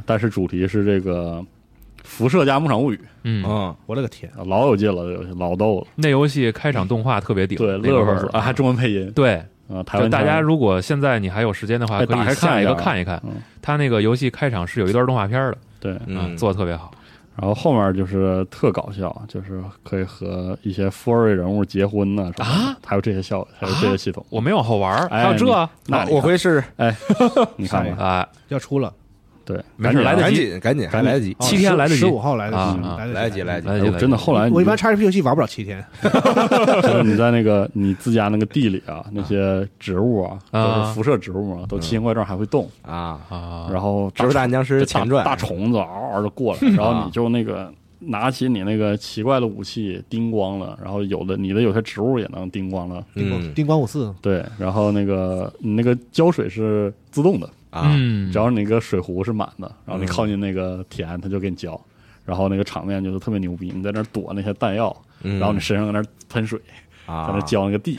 S5: 但是主题是这个辐射加牧场物语，
S3: 嗯，
S2: 嗯，
S4: 我勒个天！
S5: 老有劲了，这游戏老逗了，
S3: 那游戏开场动画特别顶，
S5: 对，
S3: 那个
S5: 乐呵
S3: 味
S5: 死
S3: 儿
S5: 啊，还中文配音
S3: 对，
S5: 啊，台
S3: 就
S5: 湾
S3: 大家
S5: 腔
S3: 如果现在你还有时间的话，
S5: 哎
S3: 可
S5: 打开
S3: 以
S5: 看
S3: 下
S5: 一
S3: 一个
S5: 下啊
S3: 看一看
S5: 嗯。
S3: 它那个游戏开场是有一段动画片的，
S5: 对，
S3: 嗯，
S2: 嗯，
S3: 做的特别好。
S5: 然后后面就是特搞笑，就是可以和一些 f o r 人物结婚呐什
S3: 啊
S5: 么的，还有这些效，还有这些系统，
S3: 我没往后玩儿，
S5: 哎
S3: 还有这啊
S5: 那
S2: 我回去试试，
S5: 你哎看
S2: 上
S5: 吧，
S3: 啊
S4: 要出了，哦
S5: 对，
S3: 没事
S5: 赶
S3: 来得
S5: 紧啊
S2: 赶
S3: 及
S2: 紧赶紧还来得及，
S3: 七天来得及
S4: 十五号来得及
S3: 啊啊，
S4: 来
S2: 来得
S4: 得
S2: 及来
S4: 来
S2: 得及。
S3: 来得及
S5: 哎我真的后来
S4: 我一般
S5: 你
S4: XGP 游戏玩不了七天，
S5: 就是你在那个你自家那个地里啊，那些植物啊，都
S3: 啊
S5: 是辐射植物啊，都奇形怪状还会动，
S2: 嗯啊，
S3: 啊，
S5: 然后
S2: 植物大僵尸
S5: 这
S2: 前传
S5: 大虫子嗷嗷的过来，然后
S2: 啊
S5: 你就那个拿起你那个奇怪的武器叮咣了，然后有的你的有些植物也能叮咣了，
S4: 叮
S2: 嗯
S4: 咣叮咣五四，
S5: 对，然后那个你那个浇水是自动的，
S2: 啊，
S3: 嗯，
S5: 只要你那个水壶是满的，然后你
S2: 嗯
S5: 靠近那个田，它就给你浇。然后那个场面就是特别牛逼，你在那儿躲那些弹药，
S2: 嗯
S5: 然后你身上在那儿喷水，在
S2: 啊
S5: 那儿浇那个地，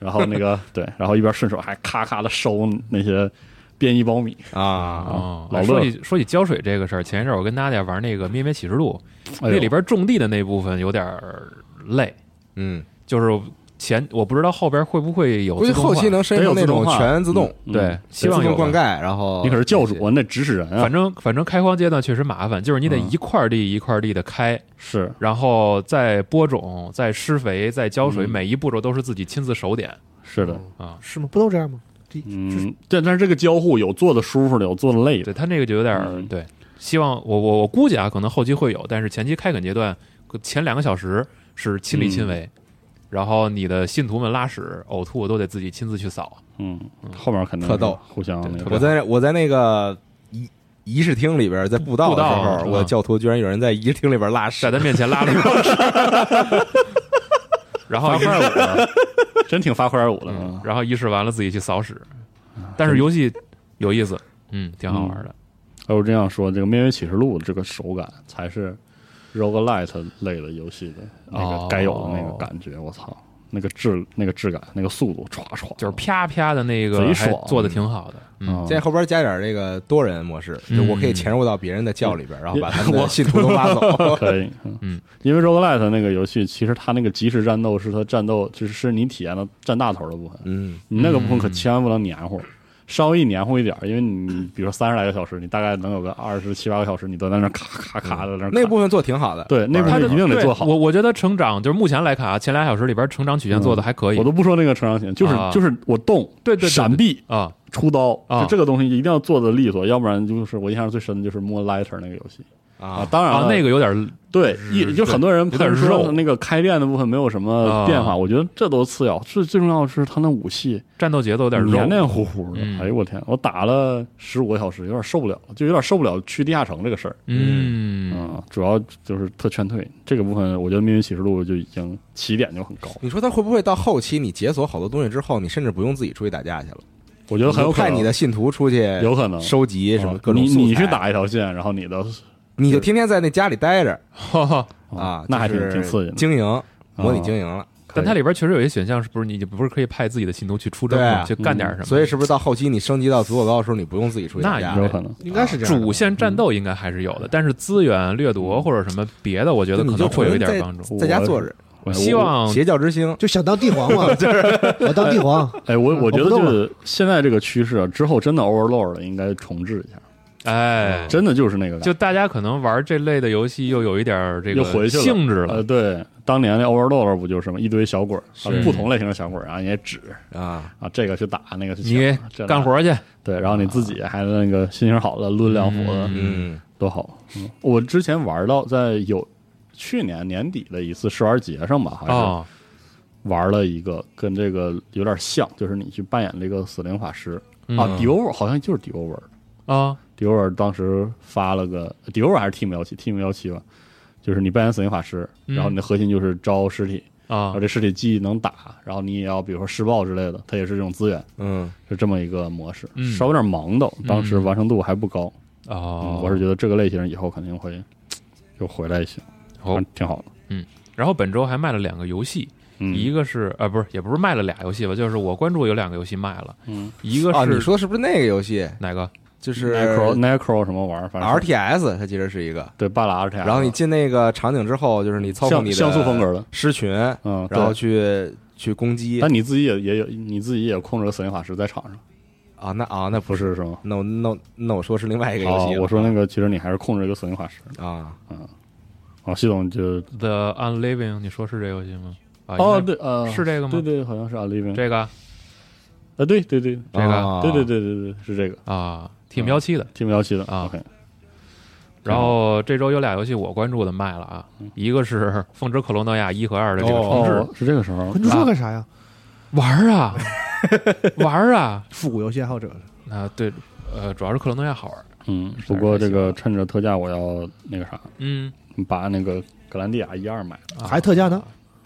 S5: 然后那个对，然后一边顺手还咔咔的收那些变异苞米，
S2: 啊，
S3: 哦，
S5: 老乐
S3: 说起说起浇水这个事儿，前一阵儿我跟大家玩那个《咩咩启示录》，
S5: 哎呦
S3: 那里边种地的那部分有点儿累，
S2: 嗯，
S3: 就是前我不知道后边会不会有
S2: 估计
S3: 自动化
S2: 后期能申
S5: 得有
S2: 请那种
S5: 化
S2: 全自动、
S5: 嗯
S3: 对
S5: 嗯，
S3: 希望
S2: 自
S3: 有
S2: 动灌
S3: 吧。
S2: 溉，然后
S5: 你可是教主，你得指使人啊
S3: 反，正反正开荒阶段确实麻烦，就是你得
S5: 嗯
S3: 一块地一块地的开，
S5: 是
S3: 然后再播种、再施肥、再浇水，
S5: 嗯
S3: 每一步骤都是自己亲自手点
S5: 是的，
S3: 啊。
S4: 是吗？不都这样吗？这这
S5: 嗯，但但是这个交互有做的舒服的，有做的累
S3: 对
S5: 的，
S3: 他那个就有点儿、
S5: 嗯
S3: 对，希望我我我估计啊，可能后期会有，但是前期开垦阶段前两个小时是亲力亲为，
S5: 嗯
S3: 然后你的信徒们拉屎、呕吐都得自己亲自去扫。
S5: 嗯，后面肯定
S2: 特逗
S5: 互相那
S3: 对
S5: 个
S3: 特
S2: 我在我在那个一仪式厅里边，在布道的
S3: 布道啊
S2: 时
S3: 是
S2: 候，
S3: 吧
S2: 我的教徒居然有人在仪式厅里边拉
S3: 在
S2: 屎
S3: 他，面前拉了一泡屎，然后
S5: 发块儿舞了，真挺发块儿舞的
S3: 嗯
S5: 啊。
S3: 然后仪式完了自己去扫屎，但是游戏有意思，嗯，挺好玩的。
S5: 而哎我真想说，这个《面约启示录》这个手感才是 roguelite 类的游戏的那
S3: 哦
S5: 个该有的那个感觉，我操，那个质那个质感，那个速度，唰唰，
S3: 就是啪啪的那个
S5: 贼
S3: 还
S5: 爽
S3: 做的挺好的，嗯，
S5: 嗯
S2: 在后边加点这个多人模式，就我可以潜入到别人的教里边，然后把他们的
S5: 我
S2: 信徒都拉 走。
S5: 可以，
S3: 嗯，
S5: 因为 roguelite 那个游戏，其实它那个即时战斗是它战斗，就是是你体验的占大头的部分，
S2: 嗯，
S5: 你那个部分可千万不能黏糊，稍微黏糊一点儿，因为你比如说三十来个小时，你大概能有个二十七八个小时，你都在那儿咔咔咔的在那儿砍
S2: 那部分做挺好的，
S5: 对那部
S3: 他
S5: 分
S3: 的
S5: 一定得
S3: 对
S5: 做好嗯
S3: 我我觉得成长就是目前来看啊，前俩小时里边成长曲线做的还可以，
S5: 我都不说那个成长型，就是
S3: 啊
S5: 就是我动，
S3: 对对对
S5: 闪避、
S3: 啊
S5: 出刀，
S3: 啊
S5: 就这个东西一定要做的利索，要不然就是我印象最深的就是摸 lighter 那个游戏
S2: 啊，
S5: 当然
S3: 啊
S5: 了，
S3: 那个有点
S5: 对，一就很多人
S3: 有点
S5: 喷说
S3: 肉
S5: 那个开练的部分没有什么变化，
S3: 啊
S5: 我觉得这都次要，最最重要的是他那武器
S3: 战斗节奏有点
S5: 黏
S3: 肉，
S5: 黏糊糊的，
S3: 嗯
S5: 哎呦我天，我打了十五个小时，有点受不了，就有点受不了去地下城这个事儿。
S3: 嗯，
S5: 啊，主要就是特劝退这个部分，我觉得《命运启示录》就已经起点就很高，
S2: 你说他会不会到后期你解锁好多东西之后，你甚至不用自己出去打架去了，
S5: 我觉得很有
S2: 你
S5: 可
S2: 派
S5: 能
S2: 你的信徒出去
S5: 有可能啊
S2: 收集什么各种
S5: 你
S2: 素材，
S5: 你去打一条线，然后你的
S2: 你就天天在那家里待着
S3: 哈哈。
S2: 啊，
S5: 哦那还挺
S2: 就是
S5: 挺刺激的哦
S2: 经营模拟经营了，
S3: 但它里边确实有一些选项，是不是你就不是可以派自己的信徒去出征
S2: 对
S3: 吗？
S2: 啊
S3: 去干点什么？
S2: 所以是不是到后期你升级到足够高的时候，你不用自己出去打架
S3: 那
S5: 有
S2: 了？
S5: 可能。
S4: 应该是这样的吧。
S3: 主线
S5: 嗯
S3: 战斗应该还是有的，但是资源掠夺或者什么别的，我觉得
S2: 就
S3: 可
S2: 你
S3: 能
S2: 就
S3: 会有一
S2: 纯在
S3: 点帮助。
S2: 在家坐着，
S5: 哎我嗯
S3: 希望
S2: 邪教之星
S4: 就想当帝 皇嘛，我当帝皇，
S5: 哎，我我觉得
S4: 我不
S5: 就
S3: 啊
S4: 动了
S5: 是现在这个趋势啊，之后真的 overload 了，应该重置一下，
S3: 哎，
S5: 真的就是那个感觉
S3: 就大家可能玩这类的游戏又有一点儿这
S5: 又
S3: 个
S5: 回去了
S3: 性质了
S5: 呃，，对，当年那 overload 不就是吗？一堆小鬼儿，啊
S3: 是
S5: 不同类型的小鬼儿，然后你也指
S2: 啊，
S5: 啊，这个去打，那个去
S3: 你
S5: 抢这那
S3: 干活去，
S5: 对，然后你自己还那个心情好了抡两斧子，
S2: 嗯
S5: 多好。嗯，我之前玩到在有去年年底的一次试玩节上吧，好像是
S3: 哦，
S5: 玩了一个跟这个有点像，就是你去扮演这个死灵法师啊
S3: 嗯
S5: d i o v e r 好像就是 d i o v e r
S3: 啊
S5: d i o v e r 当时发了个 d i o v e r 还是 Team 幺七，Team 幺七吧，就是你扮演死灵法师，
S3: 嗯
S5: 然后你的核心就是招尸体，然
S3: 啊
S5: 后，这尸体既能打，然后你也要比如说施暴之类的，它也是这种资源，
S2: 嗯，
S5: 是这么一个模式，
S3: 嗯
S5: 稍微有点盲斗，当时完成度还不高，
S3: 哦
S5: 嗯，我是觉得这个类型以后肯定会又回来一些，
S3: 好
S5: 反正挺好的，
S3: 然后本周还卖了两个游戏，
S5: 嗯，
S3: 一个是呃不是也不是卖了俩游戏吧，就是我关注有两个游戏卖了，
S5: 嗯，
S3: 一个
S2: 啊，你
S3: 是
S2: 说是不是那个游戏？
S3: 哪个？
S2: 就是
S5: necro necro 什么玩意儿，反正是
S2: RTS，它其实是一个，
S5: 对半拉 RT，
S2: 然后你进那个场景之后，就是你操控
S5: 像
S2: 你的
S5: 像素风格的，
S2: 狮群，
S5: 嗯，
S2: 然后
S5: 对
S2: 去去攻击
S5: 但你自己也也有你自己也控制了死灵法师在场上，
S2: 啊，那啊那
S5: 不
S2: 不是，
S5: 是是吗？
S2: 那我那我那我说是另外一个游
S5: 啊
S2: 戏了，
S5: 我说那个其实你还是控制一个死灵法师，
S2: 啊，
S5: 啊，系统就
S3: The Unliving，你说是这游戏吗？啊，
S5: 哦
S3: 应该
S5: 对呃
S3: 是这个吗
S5: 对对，好像是 Aliving，
S3: 这个
S5: 啊对对对
S3: 这个
S2: 啊
S5: 对对对对对是这个
S3: 啊，Team
S5: 嗯
S3: 幺七的。
S5: Team 幺七的
S3: 啊
S5: OK，
S3: 然后这周有俩游戏我关注的卖了啊，一个是《风之克罗诺亚》一和二的这个重置
S5: 嗯哦，是这个时候
S4: 关注这干啥呀？
S3: 玩儿啊，玩儿啊，
S4: 复古游戏爱好者，
S3: 啊对，呃，主要是克罗诺亚好玩儿，
S5: 嗯，
S3: 是
S5: 不过
S3: 还
S5: 这
S3: 行啊
S5: 个
S3: 吧
S5: 趁着特价，我要那个啥，
S3: 嗯，
S5: 把那个格兰蒂亚一二买了，
S3: 啊
S4: 还特价呢？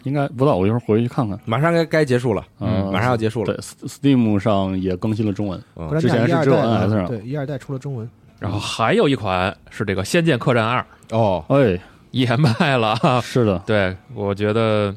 S5: 应该不知道，我一会儿回去看看。
S2: 马上该该结束了，
S5: 嗯
S2: 马上要结束
S5: 对
S2: 了，
S5: ，S-，Steam 上也更新了中文，
S2: 嗯
S4: 不然
S5: 之前
S4: 那一
S5: 是
S4: 二
S5: 只有
S4: 代啊
S5: NS 上
S4: 对，一二代出了中文，
S3: 然后还有一款是这个《仙剑客栈二》
S2: 哦，
S5: 哎，
S3: 也卖了啊，
S5: 是的，
S3: 对，我觉得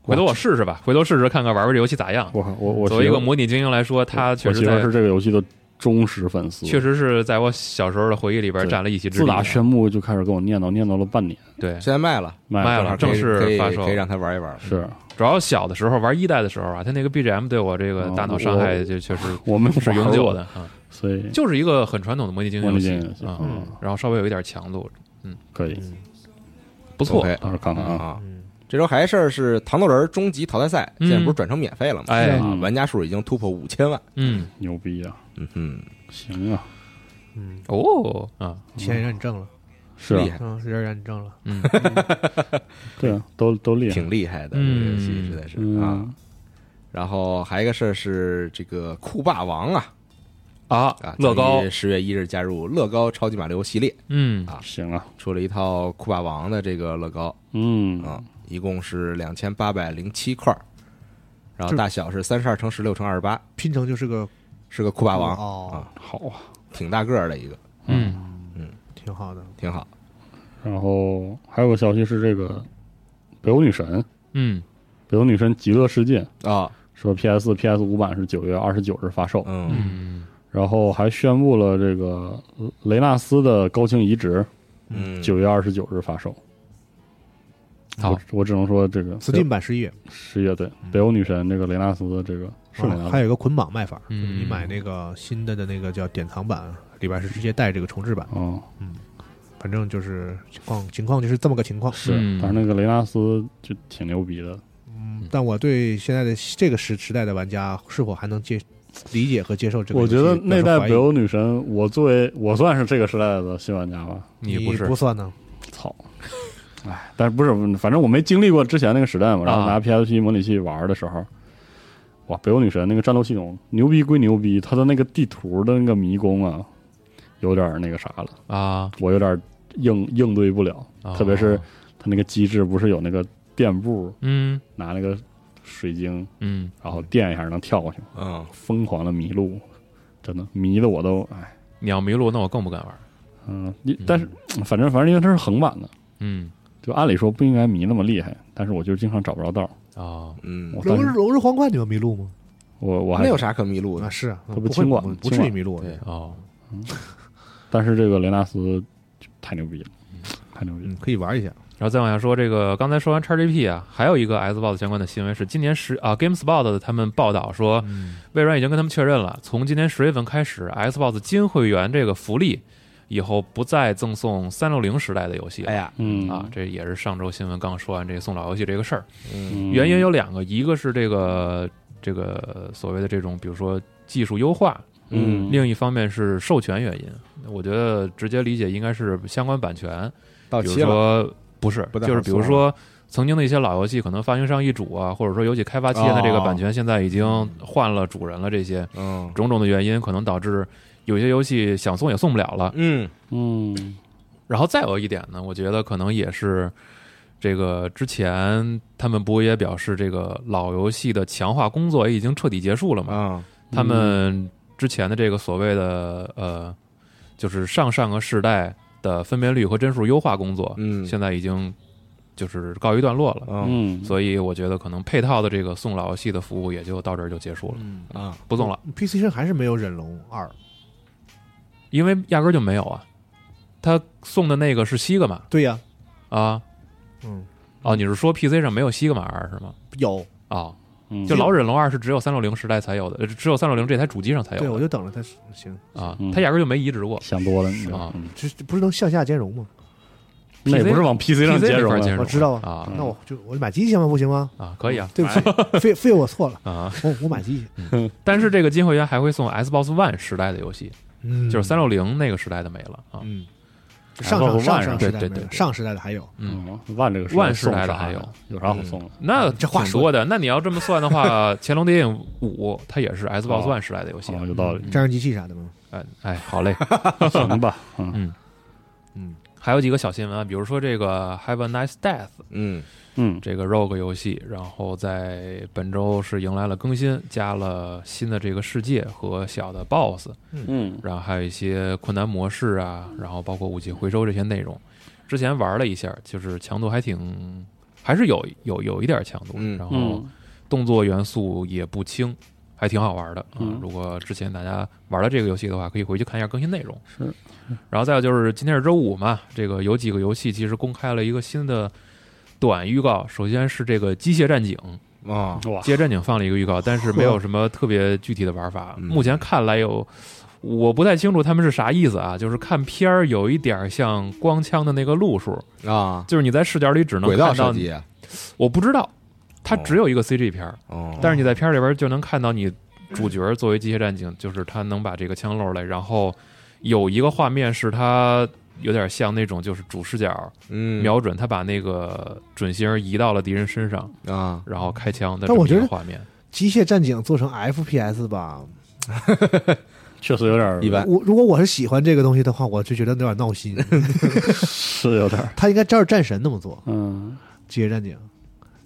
S3: 回头我试试吧，回头试试看看玩玩这游戏咋样。
S5: 我我我
S3: 作为一
S5: 媳妇
S3: 个
S5: 儿
S3: 模拟精英来说，它
S5: 我
S3: 确实
S5: 媳妇儿
S3: 在
S5: 是这个游戏的忠实粉丝，
S3: 确实是在我小时候的回忆里边
S5: 对
S3: 占了一席之
S5: 自
S3: 地
S5: 打
S3: 的。
S5: 宣布就开始跟我念叨念叨了半年，
S3: 对，
S2: 现在卖了，
S3: 卖
S5: 了
S2: 可
S3: 了
S2: 以
S3: 正式
S2: 可以
S3: 发售
S2: 可以让他玩一玩，
S5: 是
S3: 主要小的时候玩一代的时候啊，它那个 BGM 对我这个
S5: 嗯
S3: 大脑伤害就确实
S5: 我没 有
S3: 是
S5: 玩
S3: 永
S5: 过
S3: 久的，啊，
S5: 所以
S3: 就是一个很传统的模拟经营游戏
S5: 模拟经营游戏
S3: 啊
S5: 嗯，
S3: 然后稍微有一点强度，
S5: 可以
S4: 嗯
S3: 不错。
S2: OK
S5: 到时候看看啊。
S2: 啊。这周还有事儿是《糖豆人》终极淘汰赛，
S3: 嗯
S2: 现在不是转成免费了吗？
S3: 哎
S2: 啊玩家数已经突破五千万。
S3: 嗯，
S5: 牛逼啊，
S2: 嗯哼，
S5: 行啊，
S3: 哦啊，
S4: 钱也让你挣了，
S5: 是啊
S2: 厉，害，
S4: 嗯，人也让你挣了，
S3: 嗯，
S5: 对啊，都都厉害，
S2: 挺厉害的，这
S3: 嗯
S2: 个游戏实在是啊。
S5: 嗯，
S2: 然后还有一个事儿是这个酷霸王啊，
S3: 啊
S2: 啊，
S3: 乐高，
S2: 十月一日加入乐高超级马里奥系列，
S3: 嗯
S5: 行啊，
S2: 出了一套酷霸王的这个乐高
S5: 嗯
S2: 啊，一共是两千八百零七块儿，然后
S4: 这
S2: 大小是三十二乘十六乘二十八，
S4: 拼成就是个
S2: 是个酷霸王，
S4: 哦，
S5: 好啊，
S2: 挺大个儿的一个，
S3: 嗯，
S4: 挺好的。
S2: 挺好。
S5: 然后还有个消息是这个北欧女神，
S3: 嗯，
S5: 北欧女神极乐世界
S2: 啊，
S5: 说 PS、PS 五版是九月二十九日发售，
S2: 嗯，
S5: 然后还宣布了这个雷纳斯的高清移植
S2: 嗯，
S5: 九月二十九日发售。
S3: 好
S5: 我我只能说这个
S4: Steam 版十一月，
S5: 十月对北欧女神这个雷纳斯的这个啊是雷
S4: 哦
S5: 纳
S4: 还
S5: 斯，
S4: 有一个捆绑卖法，
S3: 嗯
S4: 就是你买那个新的的那个叫典藏版，里边是直接带这个重置版。
S5: 嗯，
S4: 反正就是情况情况就是这么个情况。
S5: 是
S3: 嗯，
S5: 但是那个雷纳斯就挺牛逼的，
S4: 嗯，但我对现在的这个时时代的玩家是否还能接理解和接受这个
S5: 我
S4: 游戏
S5: 觉
S4: 表示
S5: 得
S4: 怀
S5: 那
S4: 疑？
S5: 代北欧女神，我作为我算是这个时代的新玩家吧，
S3: 你
S4: 你
S3: 不是，
S4: 算呢？
S5: 操！哎，但是不是，反正我没经历过之前那个时代嘛。然后
S3: 啊
S5: 拿 PSP 模拟器玩的时候，哇，北欧女神那个战斗系统牛逼归牛逼，它的那个地图的那个迷宫啊，有点那个啥了，
S3: 啊，
S5: 我有点应应对不了。
S3: 哦
S5: 特别是它那个机制不是有那个垫步，
S3: 嗯
S5: 拿那个水晶，
S3: 嗯，
S5: 然后垫一下能跳过去吗，
S2: 嗯，
S5: 疯狂的迷路，真的迷的我都哎。
S3: 你要迷路，那我更不敢玩，
S5: 嗯，你但是 反正反正因为它是横版的，
S3: 嗯，
S5: 就按理说不应该迷那么厉害，但是我就经常找不着道儿。
S3: 哦，
S2: 嗯
S5: 我，
S4: 龙
S5: 当时
S4: 日龙日皇冠，你们迷路吗？
S5: 我我
S2: 那
S5: 还
S2: 有，啥可迷路
S4: 啊，
S2: 的？
S4: 是啊，
S5: 它
S4: 嗯
S5: 不
S4: 不会
S5: 清管
S4: 不
S5: 清
S4: 不至于
S5: 管
S4: 迷路。
S2: 对
S3: 哦，
S5: 但是这个雷纳斯就太牛逼了，太牛逼了
S4: 嗯，。可以玩一下。
S3: 然后再往下说，这个刚才说完 XGP 啊，还有一个 Xbox 相关的新闻是，今年十啊 GameSpot 他们报道说，
S5: 嗯
S3: 微软已经跟他们确认了，从今年十月份开始，Xbox 金会员这个福利以后不再赠送三六零时代的游戏了。
S2: 哎呀，
S5: 嗯
S3: 啊，，这也是上周新闻刚说完这个送老游戏这个事儿，
S5: 嗯
S3: 原因有两个，一个是这个这个所谓的这种，比如说技术优化，
S5: 嗯
S3: 另一方面是授权原因。我觉得直接理解应该是相关版权，
S2: 到
S3: 比如
S2: 期哦了，
S3: 说不是，
S2: 不太好
S3: 就是比如
S2: 送
S3: 说曾经的一些老游戏，可能发行商易主啊，
S2: 嗯
S3: 或者说游戏开发期间的这个版权，现在已经换了主人了，这些
S2: 嗯
S3: 种种的原因，可能导致有些游戏想送也送不了了。
S2: 嗯
S5: 嗯
S3: 然后再有一点呢，我觉得可能也是这个之前他们不也表示，这个老游戏的强化工作也已经彻底结束了嘛？
S2: 啊，
S3: 他们之前的这个所谓的呃，就是上上个世代的分辨率和帧数优化工作，
S2: 嗯
S3: 现在已经就是告一段落了。
S2: 嗯
S5: 嗯，
S3: 所以我觉得可能配套的这个送老游戏的服务也就到这儿就结
S4: 嗯
S3: 束了，
S2: 啊，
S3: 不送了，
S4: PC 上还是没有忍龙二，
S3: 因为压根儿就没有啊。他送的那个是西格玛
S4: 对呀，
S3: 啊，
S4: 嗯，
S3: 哦，你是说 PC 上没有西格玛二是吗？
S4: 有，
S3: 哦，
S5: 嗯
S3: 就老忍龙二是只有三六零时代才有的，呃只有三六零这台主机上才
S4: 对我
S3: 有
S4: 就等着它行，
S3: 的啊
S5: 嗯，
S3: 它压根儿就没移植过
S5: 想多了，你知道
S3: 啊
S5: 嗯
S4: 这这不是能向下兼容吗？
S5: 那也不是往 PC 上
S3: ，PC
S5: 兼
S3: 这
S5: 容
S3: 块兼
S5: 的，
S3: 容
S4: 我知道
S3: 啊
S4: 那我就我买机器嘛，不行吗？
S3: 啊，可以啊
S4: 嗯对不起，非非我错了，
S3: 啊，
S4: 我我买机器，
S3: 但是这个金会员还会送 Xbox One 时代的游戏，
S4: 嗯
S3: 就是三六零那个时代的没了啊
S4: 嗯，上
S5: 包括
S4: 上上
S5: 万
S4: 上
S5: 上
S4: 时
S3: 对
S4: 代
S3: 对
S4: 没
S3: 对
S4: 有
S3: 对
S4: 上时代的还有，
S5: 嗯，万这个
S3: 万时
S5: 送
S3: 代的
S5: 啥
S3: 还
S5: 呀有啥好送的？
S3: 那
S4: 这话
S3: 挺
S4: 说
S3: 多的，那你要这么算的 话，《乾隆谍影五》它也是 Xbox
S5: 哦
S3: One 时代的游戏啊
S5: 哦，，有道理，
S4: 战争机器啥的吗？
S3: 哎哎，好嘞。
S5: 行吧，嗯
S3: 还有几个小新闻啊，比如说这个《Have a Nice Death》
S2: 嗯
S5: 嗯
S3: 这个 Rogue 游戏，然后在本周是迎来了更新，加了新的这个世界和小的 BOSS，
S5: 嗯
S3: 然后还有一些困难模式啊，然后包括武器回收这些内容。之前玩了一下，就是强度还挺，还是有有有一点强度，
S2: 嗯
S3: 然后
S5: 嗯
S3: 动作元素也不轻，还挺好玩的啊、
S5: 嗯
S3: 如果之前大家玩了这个游戏的话，可以回去看一下更新内容。
S5: 是，
S3: 然后再有就是今天是周五嘛，这个有几个游戏其实公开了一个新的短预告，首先是这个《机械战警》，
S2: 啊，
S5: 哇
S3: 《机械战警》放了一个预告，但是没有什么特别具体的玩法。
S2: 嗯
S3: 目前看来有，我不太清楚他们是啥意思啊。就是看片儿有一点像光枪的那个路数，
S2: 啊，
S3: 就是你在视角里只能
S2: 轨道
S3: 看到，
S2: 射击啊，
S3: 我不知道，它
S2: 哦
S3: 只有一个 CG 片儿。
S2: 哦，
S3: 但是你在片儿里边就能看到你主角作为机械战警，就是他能把这个枪露出来，然后有一个画面是他有点像那种就是主视角
S2: 嗯
S3: 瞄准，他把那个准星移到了敌人身上，
S2: 啊，
S3: 然后开枪的
S4: 但我
S3: 这么一个
S4: 觉得
S3: 画面。
S4: 机械战警做成 FPS 吧，
S5: 确实有点儿
S2: 一，般
S4: 我如果我是喜欢这个东西的话，我就觉得有点闹心。
S5: 是有点儿，
S4: 他应该照着战神那么做，
S5: 嗯
S4: 《机械战警》，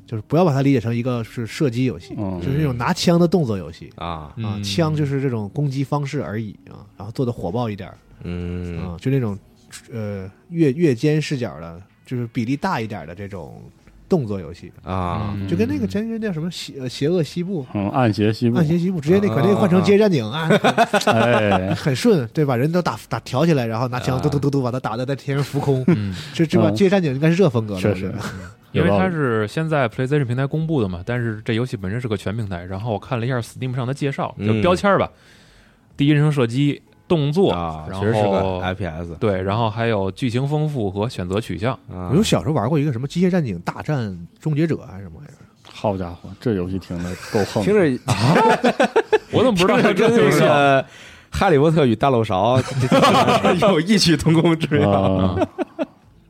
S4: 就是不要把它理解成一个是射击游戏，
S5: 嗯
S4: 就是那种拿枪的动作游戏
S2: 啊，
S4: 啊，
S3: 嗯
S4: 枪就是这种攻击方式而已啊，然后做的火爆一点儿
S2: 嗯
S4: 啊，就那种呃越越肩视角的，就是比例大一点的这种动作游戏，
S2: 啊，
S4: 就跟那个前阵叫什么邪呃邪恶西部。
S5: 嗯，暗邪西部，
S4: 暗邪西部直接那把那个换成
S2: 啊啊啊
S4: 《机械战警》啊，
S5: 哎，
S4: 很顺，对吧？人都打打挑起来，然后拿枪
S2: 啊
S4: 嘟嘟嘟嘟把它打的在天上浮空，
S3: 嗯，
S4: 这这把
S5: 嗯
S4: 《机械战警》应该是这风格了，
S5: 确
S4: 我觉
S5: 实
S4: 得，
S3: 因为
S5: 有道
S3: 它
S5: 理
S3: 是先在 PlayStation 平台公布的嘛，但是这游戏本身是个全平台。然后我看了一下 Steam 上的介绍，就
S2: 嗯
S3: 标签儿吧，第一人称射击、动作，
S2: 啊，
S3: 然
S2: 其实是个
S3: 后
S2: FPS
S3: 对，然后还有剧情丰富和选择取向。
S2: 啊
S4: 我有小时候玩过一个什么《机械战警大战终结者》还是什么玩意儿，
S5: 好家伙，这游戏听着够横，
S2: 听着
S3: 我怎么不知道
S2: 听着
S3: 这
S2: 跟
S3: 游
S2: 那
S3: 戏？
S2: 个《哈利波特与大漏勺》有异曲同工之妙，
S5: 啊，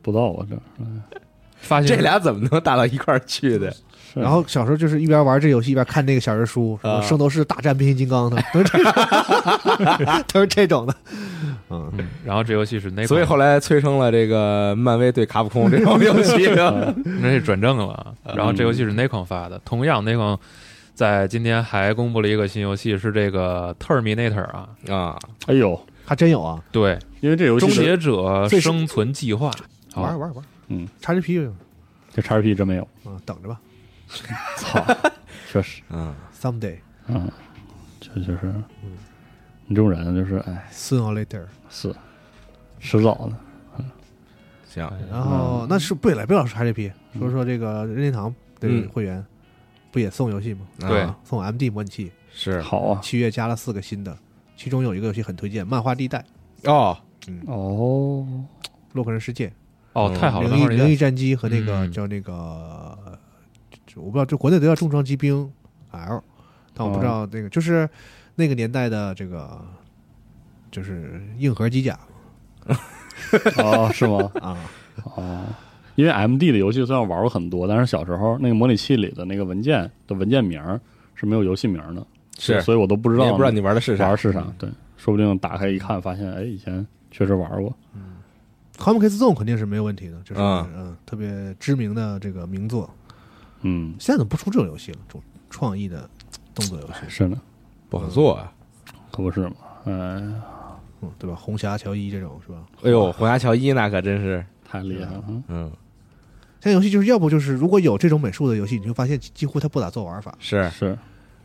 S5: 不到我这儿，
S3: 发
S2: 这
S3: 现
S2: 俩怎么能搭到一块儿去的？
S5: 是
S4: 然后小时候就是一边玩这游戏一边看那个小人书，什么
S2: 啊
S4: 《圣斗士大战变形金刚》的， 都是这，都是这种的。
S3: 嗯然后这游戏是那，
S2: 所以后来催生了这个漫威对卡普空这种游戏。啊
S3: 那是转正了啊。然后这游戏是 Nikon 发的，同样 Nikon 在今天还公布了一个新游戏，是这个 Terminator 啊，
S2: 啊，
S5: 哎呦，
S4: 还真有啊，
S3: 对，
S5: 因为这游
S3: 《
S5: 戏
S3: 终
S5: 是
S3: 结者
S4: 最
S3: 生存计划》
S5: 好
S4: 玩玩玩，
S5: 嗯
S4: ，x GP 啊
S5: 这 XP 真没有，，
S4: 嗯等着吧
S5: 操，确实，
S2: 嗯，
S4: ，someday
S5: 嗯，这就是你这种人就是哎，
S4: soon or later。
S5: 是迟早的，
S2: 行，
S5: 嗯
S4: 然后那是贝了，贝老师 x GP 说说这个任天堂的会
S5: 嗯
S4: 员不也送游戏吗？
S3: 对
S2: 啊
S4: 啊送 MD 模拟器，
S2: 是
S5: 好啊，
S4: 七月加了四个新的，其中有一个游戏很推荐，《漫画地带》《
S2: 哦，
S5: 哦，
S4: 洛克人世界》。
S3: 哦，太好了，
S4: 灵异
S3: 当时
S4: 灵异战机和那个
S3: 嗯
S4: 叫那个，这我不知道，就国内都叫重装机兵 L，但我不知
S3: 哦
S4: 道那个就是那个年代的这个就是硬核机甲
S5: 哦，是 吗？
S4: 啊，
S5: 哦，因为 MD 的游戏虽然玩过很多，但是小时候那个模拟器里的那个文件的文件名儿是没有游戏名儿的，
S2: 是，
S5: 所以我都不知
S2: 你
S5: 道，
S2: 也不知道你玩的是
S5: 玩
S2: 啥
S5: 儿是啥，对，说不定打开一看，发现哎，以前确实玩过，
S4: c o m c a s Zone 肯定是没有问题的，就是
S2: 啊
S4: 嗯特别知名的这个名作，
S5: 嗯，
S4: 现在怎么不出这种游戏了？这种创意的动作游
S3: 哎
S4: 戏，
S5: 是呢，
S2: 不好做啊。
S5: 可不是嘛，嗯，
S4: 嗯，对吧？红霞乔伊这种是吧？
S2: 哎呦，红霞乔伊那可真是，
S5: 太厉害了，嗯
S2: 嗯，
S4: 现在游戏就是要不就是如果有这种美术的游戏，你会发现几几乎它不咋做玩法，
S2: 是，
S5: 是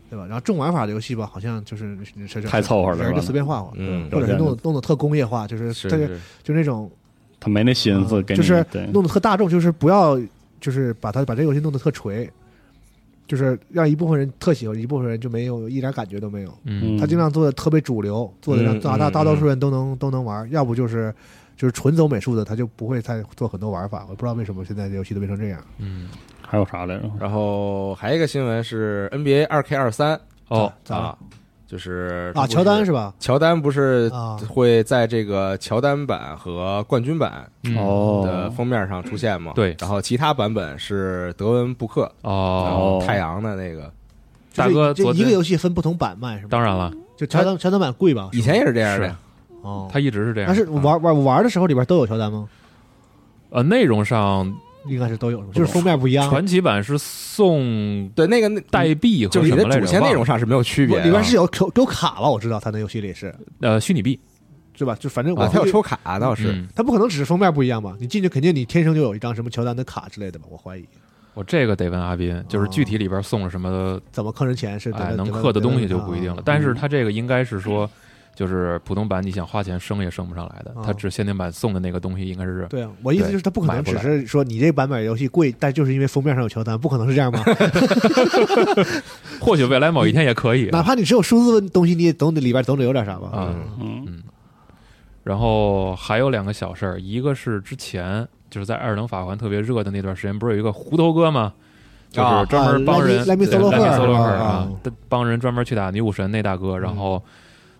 S4: 对吧？然后重玩法的游戏吧，好像就是是
S5: 太凑合了
S4: 人
S5: 是
S4: 就
S5: 吧
S4: 随便画画，
S2: 嗯
S4: 或
S5: 表
S4: 者是
S5: 现
S4: 弄得弄得特工业化，就是
S2: 是
S4: 这个
S2: 是
S4: 就那种
S5: 他没那心思
S4: 呃
S5: 给你，
S4: 就是
S5: 对，
S4: 弄得特大众，就是不要就是把它把这个游戏弄得特锤，就是让一部分人特喜欢，一部分人就没有一点感觉都没有。
S3: 嗯，
S5: 嗯
S4: 他尽量做的特别主流，做的让
S2: 嗯
S4: 大大
S2: 嗯
S4: 大多数人都能都能玩，要不就是就是纯走美术的，他就不会再做很多玩法。我不知道为什么现在这游戏都变成这样。
S5: 还有啥来着？
S2: 然后还有一个新闻是 NBA 二 K 二三
S3: 哦，
S4: 咋了
S2: 啊，就是
S4: 啊，乔丹是
S2: 吧？
S4: 吧？
S2: 乔丹不是
S4: 啊
S2: 会在这个乔丹版和冠军版
S3: 嗯
S2: 的
S5: 哦，
S2: 封面上出现吗？
S3: 对
S2: 然后其他版本是德文布克，然
S3: 哦，
S2: 后太阳的那个，
S4: 就
S3: 大
S4: 是
S3: 哥
S4: 这
S3: 昨
S4: 一
S3: 天
S4: 个游戏分不同版卖是吧？
S3: 当然了，
S4: 就乔丹乔丹版贵吧？
S2: 以前也是这样的
S3: 是，
S4: 哦，
S3: 他一直是这样。嗯
S4: 但是玩玩玩的时候里边都有乔丹吗？
S3: 呃，内容上
S4: 应该是都有，就是封面不一样。
S3: 传奇版是送
S2: 对那个那
S3: 代币和
S2: 就是
S3: 什
S2: 你
S3: 么
S2: 的
S3: 来着？
S2: 主线内容
S3: 忘了
S2: 上是没有区别
S4: 不
S2: 的，
S3: 啊
S2: 啊
S4: 里边是有有有卡吧？我知道他那游戏里是，
S3: 呃虚拟币
S4: 是吧？就反正我
S2: 啊，
S4: 估计
S2: 他有抽卡倒是，
S3: 嗯
S4: 他不可能只是封面不一样吧？你进去肯定你天生就有一张什么乔丹的卡之类的吧？我怀疑，
S3: 我这个得问阿斌，就是具体里边送了什么，
S4: 怎么坑人钱是得
S3: 哎，
S4: 问
S3: 能
S4: 得问
S3: 刻的东西
S4: 得
S3: 就
S4: 问
S3: 不一定了
S4: 啊。
S3: 但是他这个应该是说，就是普通版你想花钱升也升不上来的，
S4: 啊
S3: 他只限定版送的那个东西应该是
S4: 对啊，我意思就是他不可能
S3: 买不
S4: 只
S3: 来
S4: 是说你这版本游戏贵，但就是因为封面上有乔丹，不可能是这样 吗？
S3: 或许未来某一天也可以。
S4: 哪怕你只有数字的东西，你也总得里边总得有点啥吧？
S3: 啊，
S5: 嗯，
S3: 然后还有两个小事儿，一个是之前就是在艾尔登法环特别热的那段时间，不是有一个胡头哥吗？
S4: 啊
S3: 就是专门帮人
S4: 莱米
S3: 对
S4: 索洛赫
S3: 莱米索洛赫
S4: 尔
S3: 啊，，帮人专门去打女武神那大哥，
S4: 嗯
S3: 然后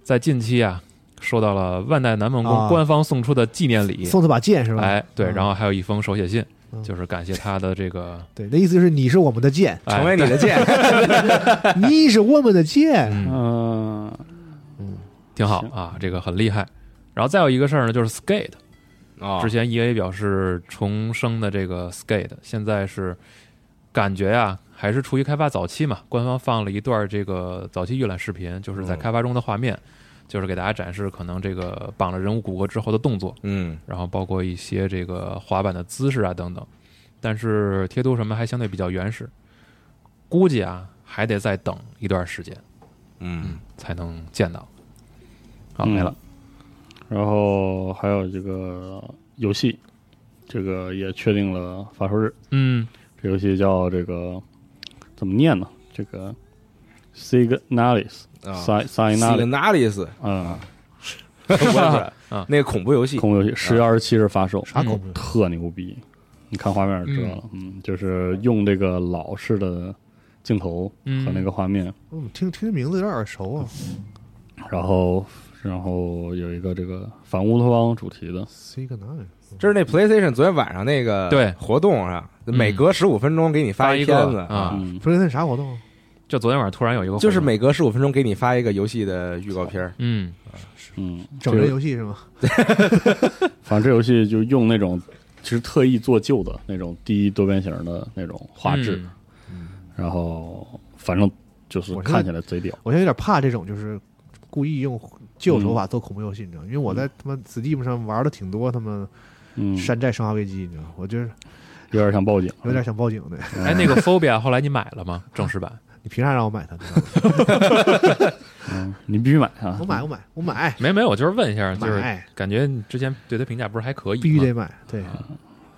S3: 在近期啊，收到了万代南梦宫
S4: 啊
S3: 官方送出的纪念礼，
S4: 送他把剑是吧？
S3: 哎，对，
S4: 嗯
S3: 然后还有一封手写信，
S4: 嗯
S3: 就是感谢他的这个
S4: 对，那意思就是你是我们的剑，
S3: 哎
S2: 成为你 的剑，
S4: 你是我们的剑。
S3: 嗯
S5: 嗯，
S3: 挺好
S5: 行
S3: 啊，这个很厉害。然后再有一个事儿呢，就是 Skate，
S2: 啊
S3: 之前 E A 表示重生的这个 Skate，现在是感觉呀、还是处于开发早期嘛。官方放了一段这个早期预览视频，就是在开发中的画面，就是给大家展示可能这个绑了人物骨骼之后的动作，
S2: 嗯
S3: 然后包括一些这个滑板的姿势啊等等。但是贴图什么还相对比较原始，估计啊还得再等一段时间
S2: 嗯
S3: 才能见到。好，
S5: 嗯
S3: 没了。
S5: 然后还有这个游戏，这个也确定了发售日。
S3: 嗯，
S5: 这游戏叫这个怎么念呢？这个 Signalis，
S2: 啊
S5: s i g n a l i
S2: ，Signalis，
S5: 嗯，
S2: 我也不知
S3: 啊
S2: 道那个恐怖游戏
S5: 恐怖游戏，十月二十七日发售，
S4: 啥恐怖游戏
S5: 特牛逼，你看画面就知道了。嗯，就是用这个老式的镜头和
S4: 嗯
S5: 那个画面，
S4: 我怎么听听这名字有点耳熟啊？
S5: 然后然后有一个这个反乌托邦主题的，
S4: 是一个男人，
S2: 这是那 PlayStation 昨天晚上那个
S3: 对
S2: 活动上，每
S3: 嗯
S2: 隔十五分钟给你发
S3: 一
S2: 片
S3: 个
S2: 子，
S3: 啊，
S5: 嗯，
S4: 昨天那啥活动？
S3: 就昨天晚上突然有一个活动，
S2: 就是每隔十五分钟给你发一个游戏的预告片儿。
S3: 嗯
S5: 嗯，
S4: 整
S5: 这
S4: 人
S5: 个
S4: 游戏是吗？
S5: 反正这游戏就用那种其实特意做旧的那种低多边形的那种画质，
S3: 嗯
S5: 然后反正就是
S4: 我是
S5: 看起来贼屌。
S4: 我现在有点怕这种，就是故意用旧
S5: 嗯
S4: 手法做恐怖游戏，你知道吗？因为我在他妈 Steam 上玩的挺多，他妈
S5: 嗯，
S4: 山寨《生化危机》，你知道吗？我就是
S5: 有点像报警，
S4: 有点想报警的。
S3: 哎，那个 Phobia 后来你买了吗？正式 版
S4: 你凭啥让我买它？你知道吗
S5: 嗯，你必须买啊！
S4: 我买，我买，我买，
S3: 没没有，我就是问一下，就是
S4: 买
S3: 感觉你之前对他评价不是还可以吗，
S4: 必须得买。对，
S5: 嗯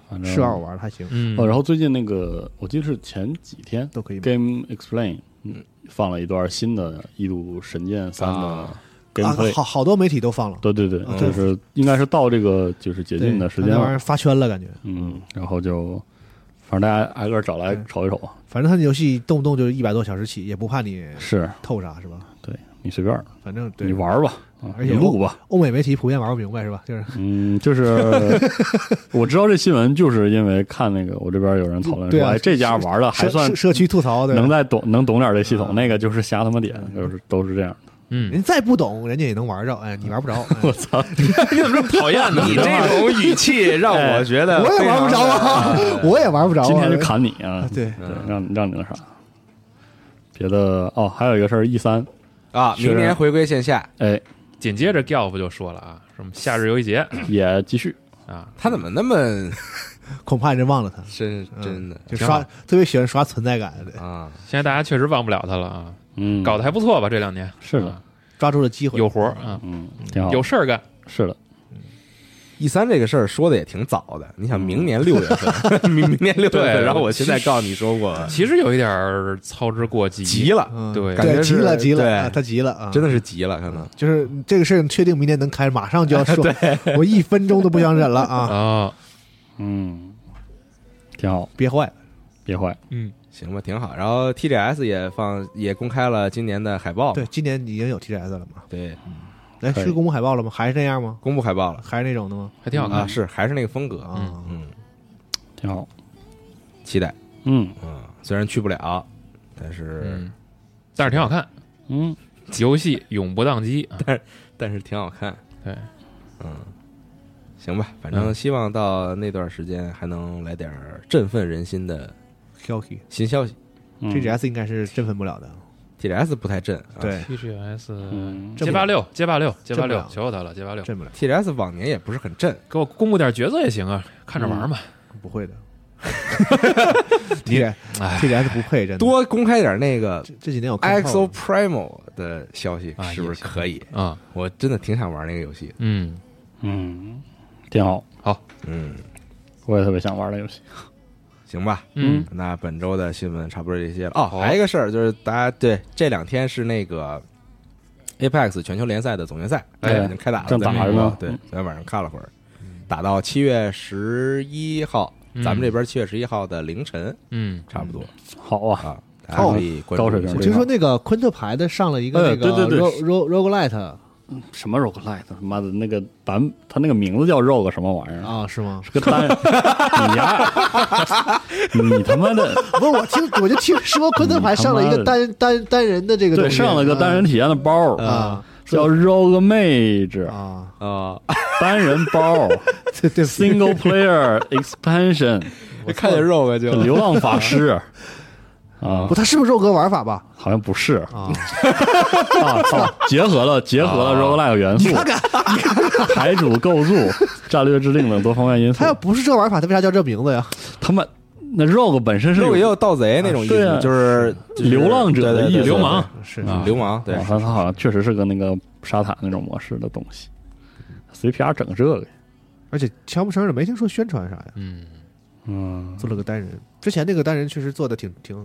S5: 反正
S4: 是玩我玩的还行，
S3: 嗯，
S5: 哦，然后最近那个我记得是前几天
S4: 都可以买。
S5: Game Explain 嗯放了一段新的《异度神剑三》的
S2: 啊
S5: gameplay，、
S4: 啊，好好多媒体都放了，
S5: 对对对，
S4: 啊对
S5: 就是应该是到这个就是解
S4: 对
S5: 禁的时间
S4: 那玩意
S5: 了
S4: 儿，发圈了，感觉。
S5: 嗯，然后就反正大家挨个找来
S4: 对
S5: 瞅一瞅啊，
S4: 反正他的游戏动不动就一百多小时起，也不怕你
S5: 是
S4: 透啥，是吧？
S5: 对你随便儿，
S4: 反正对
S5: 你，玩儿吧，啊，
S4: 而
S5: 你
S4: 且
S5: 录吧，
S4: 欧美媒体普遍玩不明白，是吧？就是
S5: 嗯，就是 我知道这新闻，就是因为看那个我这边有人讨论
S4: 对
S5: 说，
S4: 啊
S5: 哎，这家玩的还
S4: 社
S5: 算
S4: 社社区吐槽的，
S5: 能再懂能懂点这系
S4: 啊
S5: 统，那个就是瞎他妈点，就是都是这样。
S3: 嗯，
S4: 人再不懂，人家也能玩着。哎，你玩 不着，哎
S5: 我操，
S3: 你怎么这么 讨厌呢？
S8: 你这种语气让
S2: 哎
S8: 我觉得
S4: 我也玩不着啊，我也玩不着啊。
S5: 今天就砍你啊！
S4: 对，
S5: 对，让你让你那啥。别的哦，还有一个事儿，E 三，
S2: 啊！
S5: 是
S2: 明年回归线下，
S5: 哎，
S3: 紧接着 Gelf 就说了啊，什么夏日游戏节
S5: 也继续，
S3: 啊，
S2: 他怎么那么，
S4: 恐怕人忘了他
S2: 真嗯真的
S4: 就刷特别喜欢刷存在感，对
S2: 啊？
S3: 现在大家确实忘不了他了啊，
S5: 嗯，
S3: 搞得还不错吧？这两年
S5: 是的
S3: 啊
S4: 抓住了机会。
S3: 有活儿啊，
S5: 嗯，挺好，
S3: 有事儿干，
S5: 是的，
S2: E 三这个事儿说的也挺早的，你想明年六月 份，明明年六月
S3: 对
S2: 份，嗯然后我现在告诉你说我
S3: 其实有一点儿操之过急，
S2: 急了，
S4: 嗯，
S3: 对
S4: 感
S2: 感觉
S4: 觉
S2: 是
S4: 急了，急
S2: 对
S4: 了，啊他急了啊！
S2: 真的是急了，可能
S4: 就是这个事情，确定明天能开，马上就要说，我一分钟都不想忍了 啊！
S3: 啊，
S5: 嗯，挺好，
S4: 憋坏了，
S5: 别坏，
S3: 嗯，
S2: 行吧，挺好。然后 TGS 也放也公开了今年的海报，
S4: 对，今年已经有 TGS 了嘛？
S2: 对，
S4: 哎，
S5: 可以
S4: 是公布海报了吗？还是那样吗？
S2: 公布海报了
S4: 还是那种的吗？
S3: 还挺好
S2: 啊，
S3: 看，
S2: 是还是那个风格，
S4: 啊，
S2: 嗯，
S5: 挺好，
S2: 期待，
S5: 嗯
S2: 嗯，虽然去不了，但是
S3: 嗯，但是挺好看，
S5: 嗯，
S3: 游戏永不宕机，啊
S2: 但是挺好看，
S3: 对，
S2: 嗯，行吧，反正
S3: 嗯
S2: 希望到那段时间还能来点儿振奋人心的
S4: k o k i
S2: 新消息。
S5: 嗯
S4: TGS 应该是振奋不了的，
S2: TGS 不太震，啊、
S4: 对，
S3: TGS
S5: 嗯
S3: 街霸六，街霸六，街霸
S4: 这不
S3: 六
S4: 了，
S3: 求求他了，街霸六，
S4: 振不了，
S2: ，TGS 往年也不是很震，
S3: 给我公布点角色也行啊，看着玩嘛。
S4: 不会的。TGS
S3: 哎
S4: TGS 不配，真的。
S2: 多公开点那个
S4: 这这几年我看透
S2: EXO
S4: 了
S2: Primal 的消息
S3: 啊
S2: 是不是
S3: 也行
S2: 可以？
S3: 啊，
S2: 我真的挺想玩那个游戏的，
S3: 嗯，
S5: 嗯，挺好，
S2: 嗯，
S5: 我也特别想玩的游戏，
S2: 行吧，
S3: 嗯，
S2: 那本周的新闻差不多这些了。哦，
S3: 好
S2: 还有一个事儿就是，大家对这两天是那个 Apex 全球联赛的总决赛，
S5: 哎
S2: 已经开打了，
S5: 正打
S2: 在美
S5: 着
S2: 国
S5: 呢
S2: 对
S5: 嗯，
S2: 昨天晚上看了会儿，打到七月十一号，
S3: 嗯
S2: 咱们这边七月十一号的凌晨
S3: 嗯，
S2: 差不多
S5: 好啊，
S2: 啊，大家可以关注
S5: 高水
S2: 一
S5: 平
S2: 下
S4: 我听说那个昆特牌的上了一个
S5: 哎
S4: 那个
S5: 对对对
S4: Ro- Ro- Roguelite
S5: 什么 roguelite，他妈的那个版，他那个名字叫 rogue 什么玩意儿？
S4: 啊，是吗？
S5: 是个单， 你呀，你他妈 的，
S4: 不是，我听我 就听说昆特牌上了一个单单单人的这个
S5: 对，
S4: 东西，
S5: 上了个单人体验的包儿
S4: 啊，
S5: 叫 Rogue Mage
S4: 啊，
S2: 啊，
S5: 单人包
S4: 对对不起，
S5: Single Player Expansion
S2: 看见肉了就
S5: 流浪法 师啊
S4: 不，，他是不是肉哥玩法吧？
S5: 好像不是
S4: 啊，
S5: 啊，操结合了结合了
S2: 啊
S5: roguelike 元素，牌主构筑、战略制定等多方面因素
S4: 他要。不是这玩法，他为啥叫这名字呀？
S5: 他们那 rogue 本身是
S2: 肉也有盗贼那种意
S5: 对
S2: 思
S5: 啊，
S2: 就是就是
S5: 流浪者
S2: 对
S5: 的
S2: 对
S5: 意
S2: 对
S5: 思
S2: 对
S3: 流氓
S4: 是
S5: 啊
S2: 流氓，对
S5: 啊，它它好像确实是个那个沙塔那种模式的东西。CPR 整这个，
S4: 而且乔木承认没听说宣传啥呀，
S3: 嗯，
S5: 嗯，
S4: 做了个单人，之前那个单人确实做的挺挺，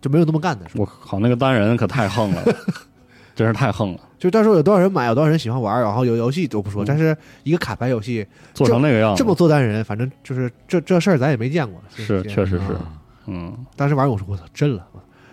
S4: 就没有那么干的，是吧
S5: 我靠，那个单人可太横 了，真是太横了，
S4: 就到时候有多少人买，有多少人喜欢玩，然后有游戏都不说，
S5: 嗯
S4: 但是一个卡牌游戏
S5: 做成那个样子，
S4: 这么做单人，反正就是这这事儿咱也没见过，
S5: 啊是确实是，
S3: 啊
S5: 嗯，
S4: 当时玩我说我操，真了，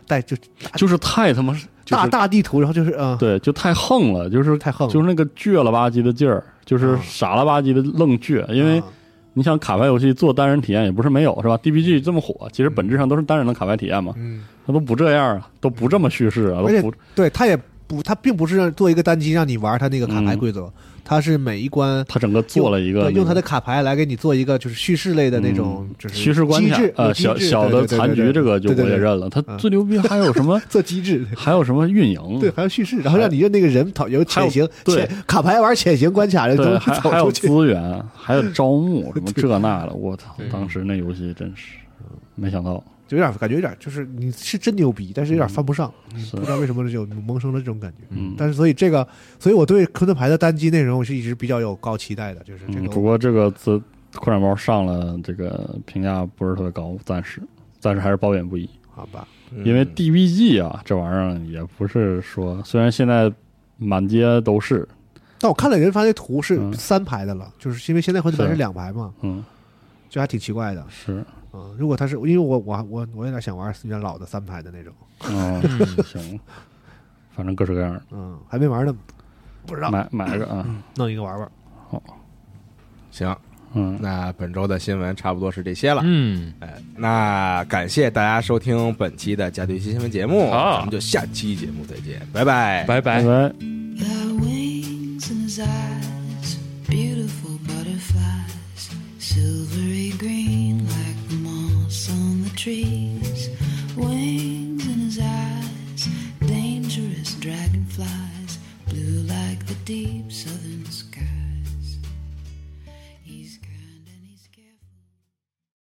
S4: 带就
S5: 就是太他妈就
S4: 大
S5: 是
S4: 大地图，然后就是嗯，
S5: 对，就太横了，就是
S4: 太横了，
S5: 就是那个倔了吧唧的劲儿，就是
S4: 啊
S5: 傻了吧唧的愣倔，因为
S4: 啊
S5: 你想卡牌游戏做单人体验也不是没有，是吧？DPG 这么火，其实本质上都是单人的卡牌体验嘛，
S4: 嗯，
S5: 它都不这样啊，都不这么叙事啊，
S4: 而且
S5: 都不
S4: 对他也不，他并不是让做一个单机让你玩他那个卡牌
S5: 嗯
S4: 规则，他是每一关
S5: 它整个做了一个
S4: 对，用
S5: 那
S4: 他
S5: 个
S4: 的卡牌来给你做一个就是叙事类的那种，就是
S5: 叙事关
S4: 机
S5: 卡
S4: 制
S5: 呃，小小的残局这个就我也。
S4: 有机制对对对对对对对对对
S5: 认了。他
S4: 嗯
S5: 最牛逼还有什 么？
S4: 做机制，
S5: 还有什么运营？
S4: 对，还有叙事，然后让你用那个人跑有潜
S5: 嗯
S4: 行，
S5: 还有对
S4: 潜卡牌玩潜行关卡的
S5: 对，
S4: 东
S5: 还
S4: 西
S5: 还
S4: 走
S5: 有
S4: 出去，
S5: 资源，还有招募 什么这那的。我操
S3: 对，
S5: 当时那游戏真是没想到，
S4: 就有点感觉有点就是你是真牛逼，但是有
S5: 嗯
S4: 点犯不上，
S5: 是
S4: 嗯不知道为什么就萌生了这种感觉。
S5: 嗯
S4: 但是所以这个，所以我对昆特牌的单机内容我是一直比较有高期待的，就是这
S5: 嗯。
S4: 个
S5: 不过这个自扩展包上了，这个评价不是特别高，暂时暂时还是褒贬不一。
S4: 好吧，
S2: 嗯
S5: 因为 DBG 啊，这玩意儿也不是说，虽然现在满街都是，
S4: 但我看了人发那图是
S5: 嗯
S4: 三排的了，就是因为现在昆特牌
S5: 是
S4: 是两排嘛，
S5: 嗯，
S4: 就还挺奇怪的。
S5: 是，
S4: 啊，如果他是因为我我我我有点想玩元老的三排的那种，
S5: 嗯，行，反正各式各样的。
S4: 嗯，还没玩呢，不知道
S5: 买买个啊，
S4: 弄一个玩玩。
S2: 行，
S5: 嗯，
S2: 那本周的新闻差不多是这些了。
S3: 嗯，
S2: 那感谢大家收听本期的《家庭新闻》节目，
S3: 好
S2: 咱们就下期节目再见，拜拜。
S3: 拜拜
S5: 拜。拜。
S7: Got wings in his eyes, beautiful butterflies, silvery green like the moss on the trees. Wings in his eyes, dangerous dragonflies, blue like the deep southern sky.